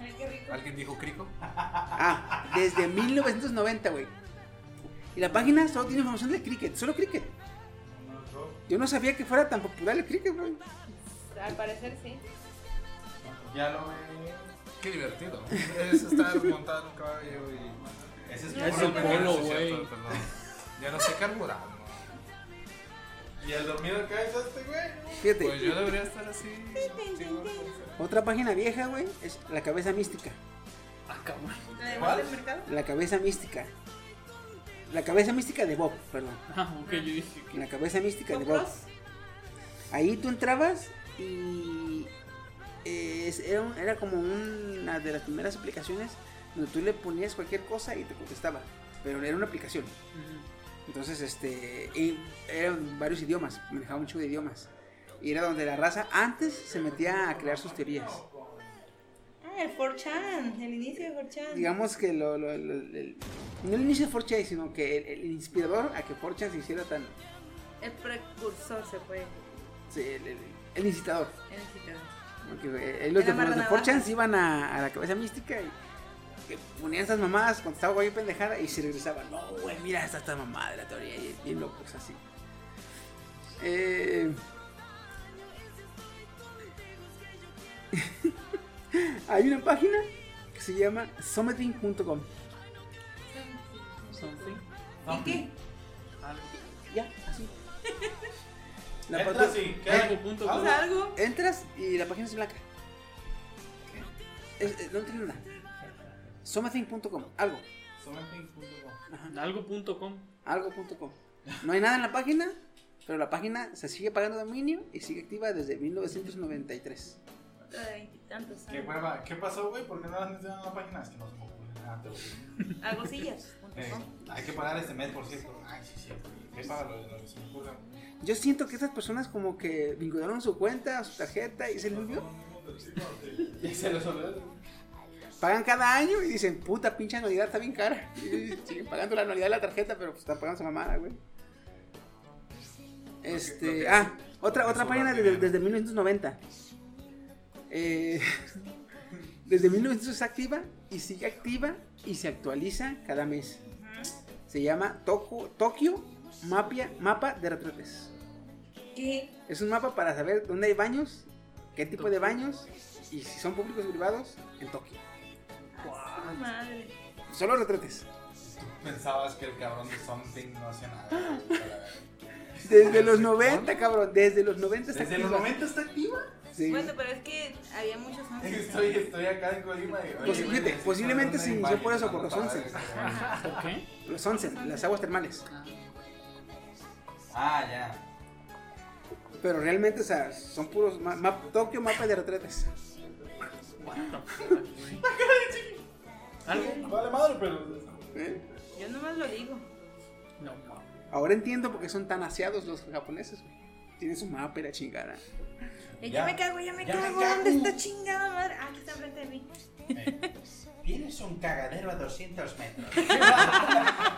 ¿Alguien dijo crico?
Ah, desde 1990, güey. Y la página solo tiene información de cricket, solo cricket. Yo no sabía que fuera tan popular el cricket, güey.
Al parecer sí.
Ya lo ve.
Qué divertido. Es estar montado en un caballo y.
Ese es
Ya
polo, güey.
polo,
Sí, es
güey.
cierto,
Perdón. Ya no sé carburar.
Y el dormido acá es este, güey.
Fíjate.
Pues yo debería estar así.
Otra página vieja, güey, es La Cabeza Mística. Ah,
¿Cuál? mercado?
La Cabeza Mística. La Cabeza Mística de Bob, perdón.
Ah, ok, yo dije que.
La Cabeza Mística de Bob. Ahí tú entrabas y eh, es- era, un- era como una de las primeras aplicaciones donde tú le ponías cualquier cosa y te contestaba. Pero era una aplicación.
"Mm,
Entonces, este, y eran varios idiomas, manejaba un chico de idiomas. Y era donde la raza antes se metía a crear sus teorías.
Ah, el 4chan, el inicio de 4chan.
Digamos que lo, lo- lo- el- no el inicio de 4chan, sino que el, el inspirador a que 4chan se hiciera tan...
El precursor se fue.
se- el, el- el incitador.
El incitador.
Porque eh, los de,
Era
los de
Marlon
4chan se iban a, a la cabeza mística y que ponían estas mamadas, contestaba cualquier pendejada y se regresaban. No, güey, mira, esta está mamada de la teoría y bien locos así. Eh, Hay una página que se llama summiting.com.
Something.
¿Y qué?
Algo.
Ya, así. La
Entra
apertura-
así, Ah, ¿qué hago? Punto, Haz punto. algo.
Entras y la página es blanca. Es- eh, no tiene nada. Something.com, algo. Ajá.
Algo.com.
Algo.com. No hay nada en la página, pero la página se sigue pagando dominio y sigue activa desde 1993.
De veintitantos
Qué
años.
hueva. ¿Qué pasó, güey? ¿Por qué no las metieron en la página? Es que no se me ocurre nada, te lo juro.
Hago sillas. punto
Eh,
com.
hay que pagar este mes, por cierto. Ay, sí, sí. ¿Qué paga lo de lo que se me ocurre?
Yo siento que estas personas como que vincularon su cuenta, su tarjeta y se les olvidó.
Y se los olvidó.
Pagan cada año y dicen, puta pinche anualidad está bien cara. Y siguen pagando la anualidad de la tarjeta, pero pues están pagando esa mamada, güey. Este. ah, otra, otra página desde, desde 1990. Eh, desde 1900 es activa y sigue activa y se actualiza cada mes. Se llama Toku- Tokio Mapia, Mapa de Retrates.
¿Qué?
Es un mapa para saber dónde hay baños, qué tipo de baños y si son públicos o privados en Tokio.
Ah, madre.
Solo retrates.
Pensabas que el cabrón de Something no hacía nada.
Desde los 90, cabrón. Desde los 90 está
¿Desde los
activa.
90 está activa?
Sí.
Bueno, pero es que había muchos antes.
Estoy, estoy acá en Colima y... oye,
Pues,
güey,
fíjate,
necesito
posiblemente
ver
se
dónde hay
inició por
baños,
eso, por los
para ver
once.
este cabrón.
Los 11,
pues,
las aguas termales.
Ah, ya.
Pero realmente, o sea, son puros ma- ma- Tokio mapa de retrates.
Algo. Vale madre, pero...
¿Eh?
Yo nomás lo digo.
No, no.
Ahora entiendo por qué son tan aseados los japoneses. güey. Tienen su mapa y la chingada. Ya.
Eh, Ya, me cago, ya me
Ya me
cago.
cago.
¿Dónde está chingada madre? Ah, aquí está enfrente de mí.
Eh, Tienes un cagadero a 200 metros.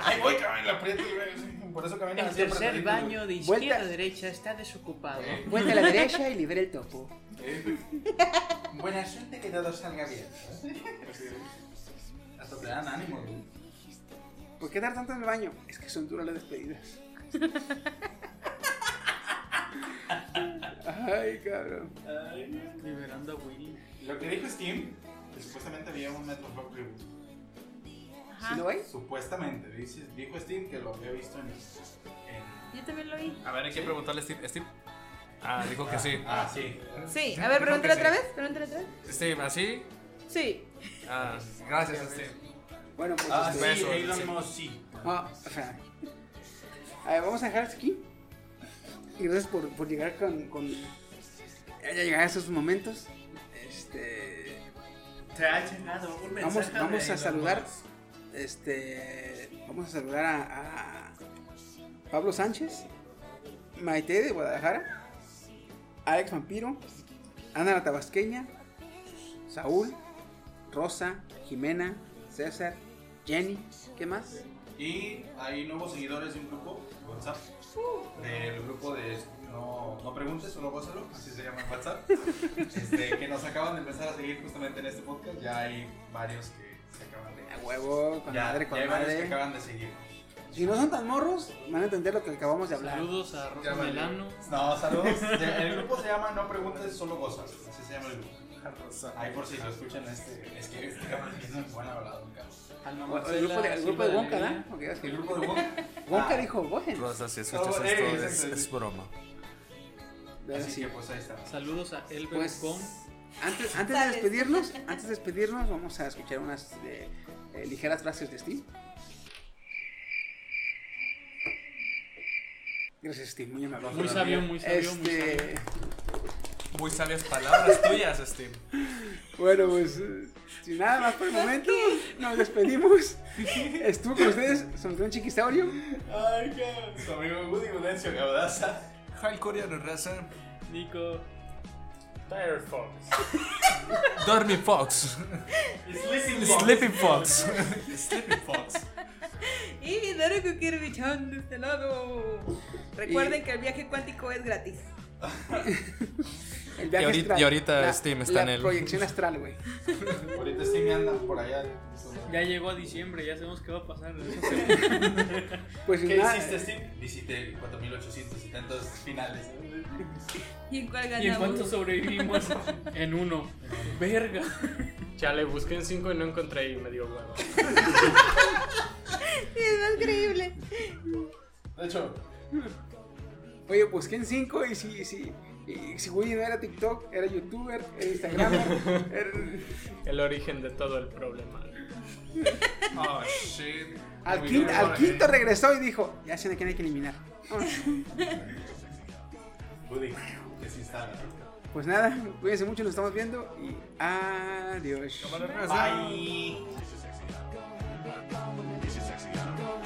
Ay, voy, cabrón, la aprieto y veo. Por eso caminas
El
así.
tercer
apretadito,
baño de
güey.
izquierda a derecha está desocupado.
Vuelta a la derecha y libera el topo.
Eh, Buena suerte que todo salga bien. Hasta te dan ánimo, güey.
¿Por qué dar tanto en el baño? Es que son duras las despedidas. Ay, cabrón.
Liberando a Willy.
Lo que dijo Steam, que supuestamente había un Metro Rock reboot.
Ajá. ¿Sí lo hay?
Supuestamente, dice- dijo Steam que lo había visto en. en-
Yo también lo vi.
A ver, hay que preguntarle a Steve. Steve. Ah, dijo que sí.
Ah, sí.
Sí, a ver, pregúntale otra vez. Pregúntale otra vez.
Steve, ¿así?
Sí.
Ah, gracias, Steve.
Bueno, pues.
Ah,
este-
sí, Elon Musk,
sí.
Ah, ajá. A ver, vamos a dejar hasta aquí. Y gracias por, por llegar con, con. Ya llegar a esos momentos. Este.
Te ha llegado un
Vamos,
mensaje
vamos
de
a
Elon
saludar.
Musk.
Este. Vamos a saludar a, a Pablo Sánchez, Maite de Guadalajara, Alex Vampiro, Ana la Tabasqueña, Saúl, Rosa, Jimena, César, Jenny, ¿qué más?
Y hay nuevos seguidores de un grupo, WhatsApp, del grupo de No, no Preguntes, solo gózalo, así se llama en WhatsApp, este, que nos acaban de empezar a seguir justamente en este podcast. Ya hay varios que se acaban de...
A huevo, con
ya,
madre, con
ya hay varios
madre.
que acaban de seguir.
Si no son tan morros, van a entender lo que acabamos de hablar.
Saludos a
Ya
Rosa
valió.
Melano.
No, saludos. El grupo se llama No Preguntes, Solo Gozas. Así se llama el grupo. Ahí por si lo escuchan, este, es que este cabrón es muy buen hablado,
O- o el grupo de, el grupo de Wonka, ¿no? Porque ya es que-
El grupo de Wonka.
Wonka
Ah.
dijo Bogen.
Pues,
Rosa, si escuchas
Oh,
esto,
eh,
es,
exacto.
es broma.
Así que pues ahí está.
Saludos a Elber
Pues,
Com.
antes, antes de despedirnos, antes de despedirnos, vamos a escuchar unas eh, eh, ligeras frases de Steve. Gracias, Steve, muy amable.
Muy sabio, muy sabio, muy
Este,
Muy sabias palabras tuyas, Steve.
Bueno, pues, eh, sin nada más por el momento, nos despedimos. Estuvo con ustedes, Sombrón Chiquisaurio.
Ay, qué. Su amigo Woody Gudencio Gaudaza.
Hal Coreano Raza.
Nico. Firefox.
Dormy Fox.
Sleeping
Fox.
Fox.
Sleeping Fox.
Sleeping Fox.
Y Naruto Kirby-chan de este lado. Recuerden que el viaje cuántico es gratis.
El viaje
Y ahorita-
astral.
y ahorita
La-
Steam está
la
en el-
proyección astral, güey.
Ahorita sí me andan por allá.
Ya llegó a diciembre, ya sabemos qué va a pasar.
Pues
¿Qué
nada.
hiciste, Steve? Visité 4800 y tantos finales.
¿Y en cuál
¿Y en cuánto
ganamos?
sobrevivimos?
En uno. Verga. Chale, busqué en cinco y no encontré y me dio huevo.
Es más creíble.
De hecho,
Oye, busqué en 5 y si, si, y si Woody no era TikTok, era YouTuber, era Instagram.
El origen de todo el problema.
Oh, shit.
Al,
Muy
quin-
bien,
al
ahora
quinto
sí.
regresó y dijo, ya sé de quién hay que eliminar.
Woody, que sí está.
Pues nada, cuídense mucho, nos estamos viendo y adiós.
Bye.
Bye.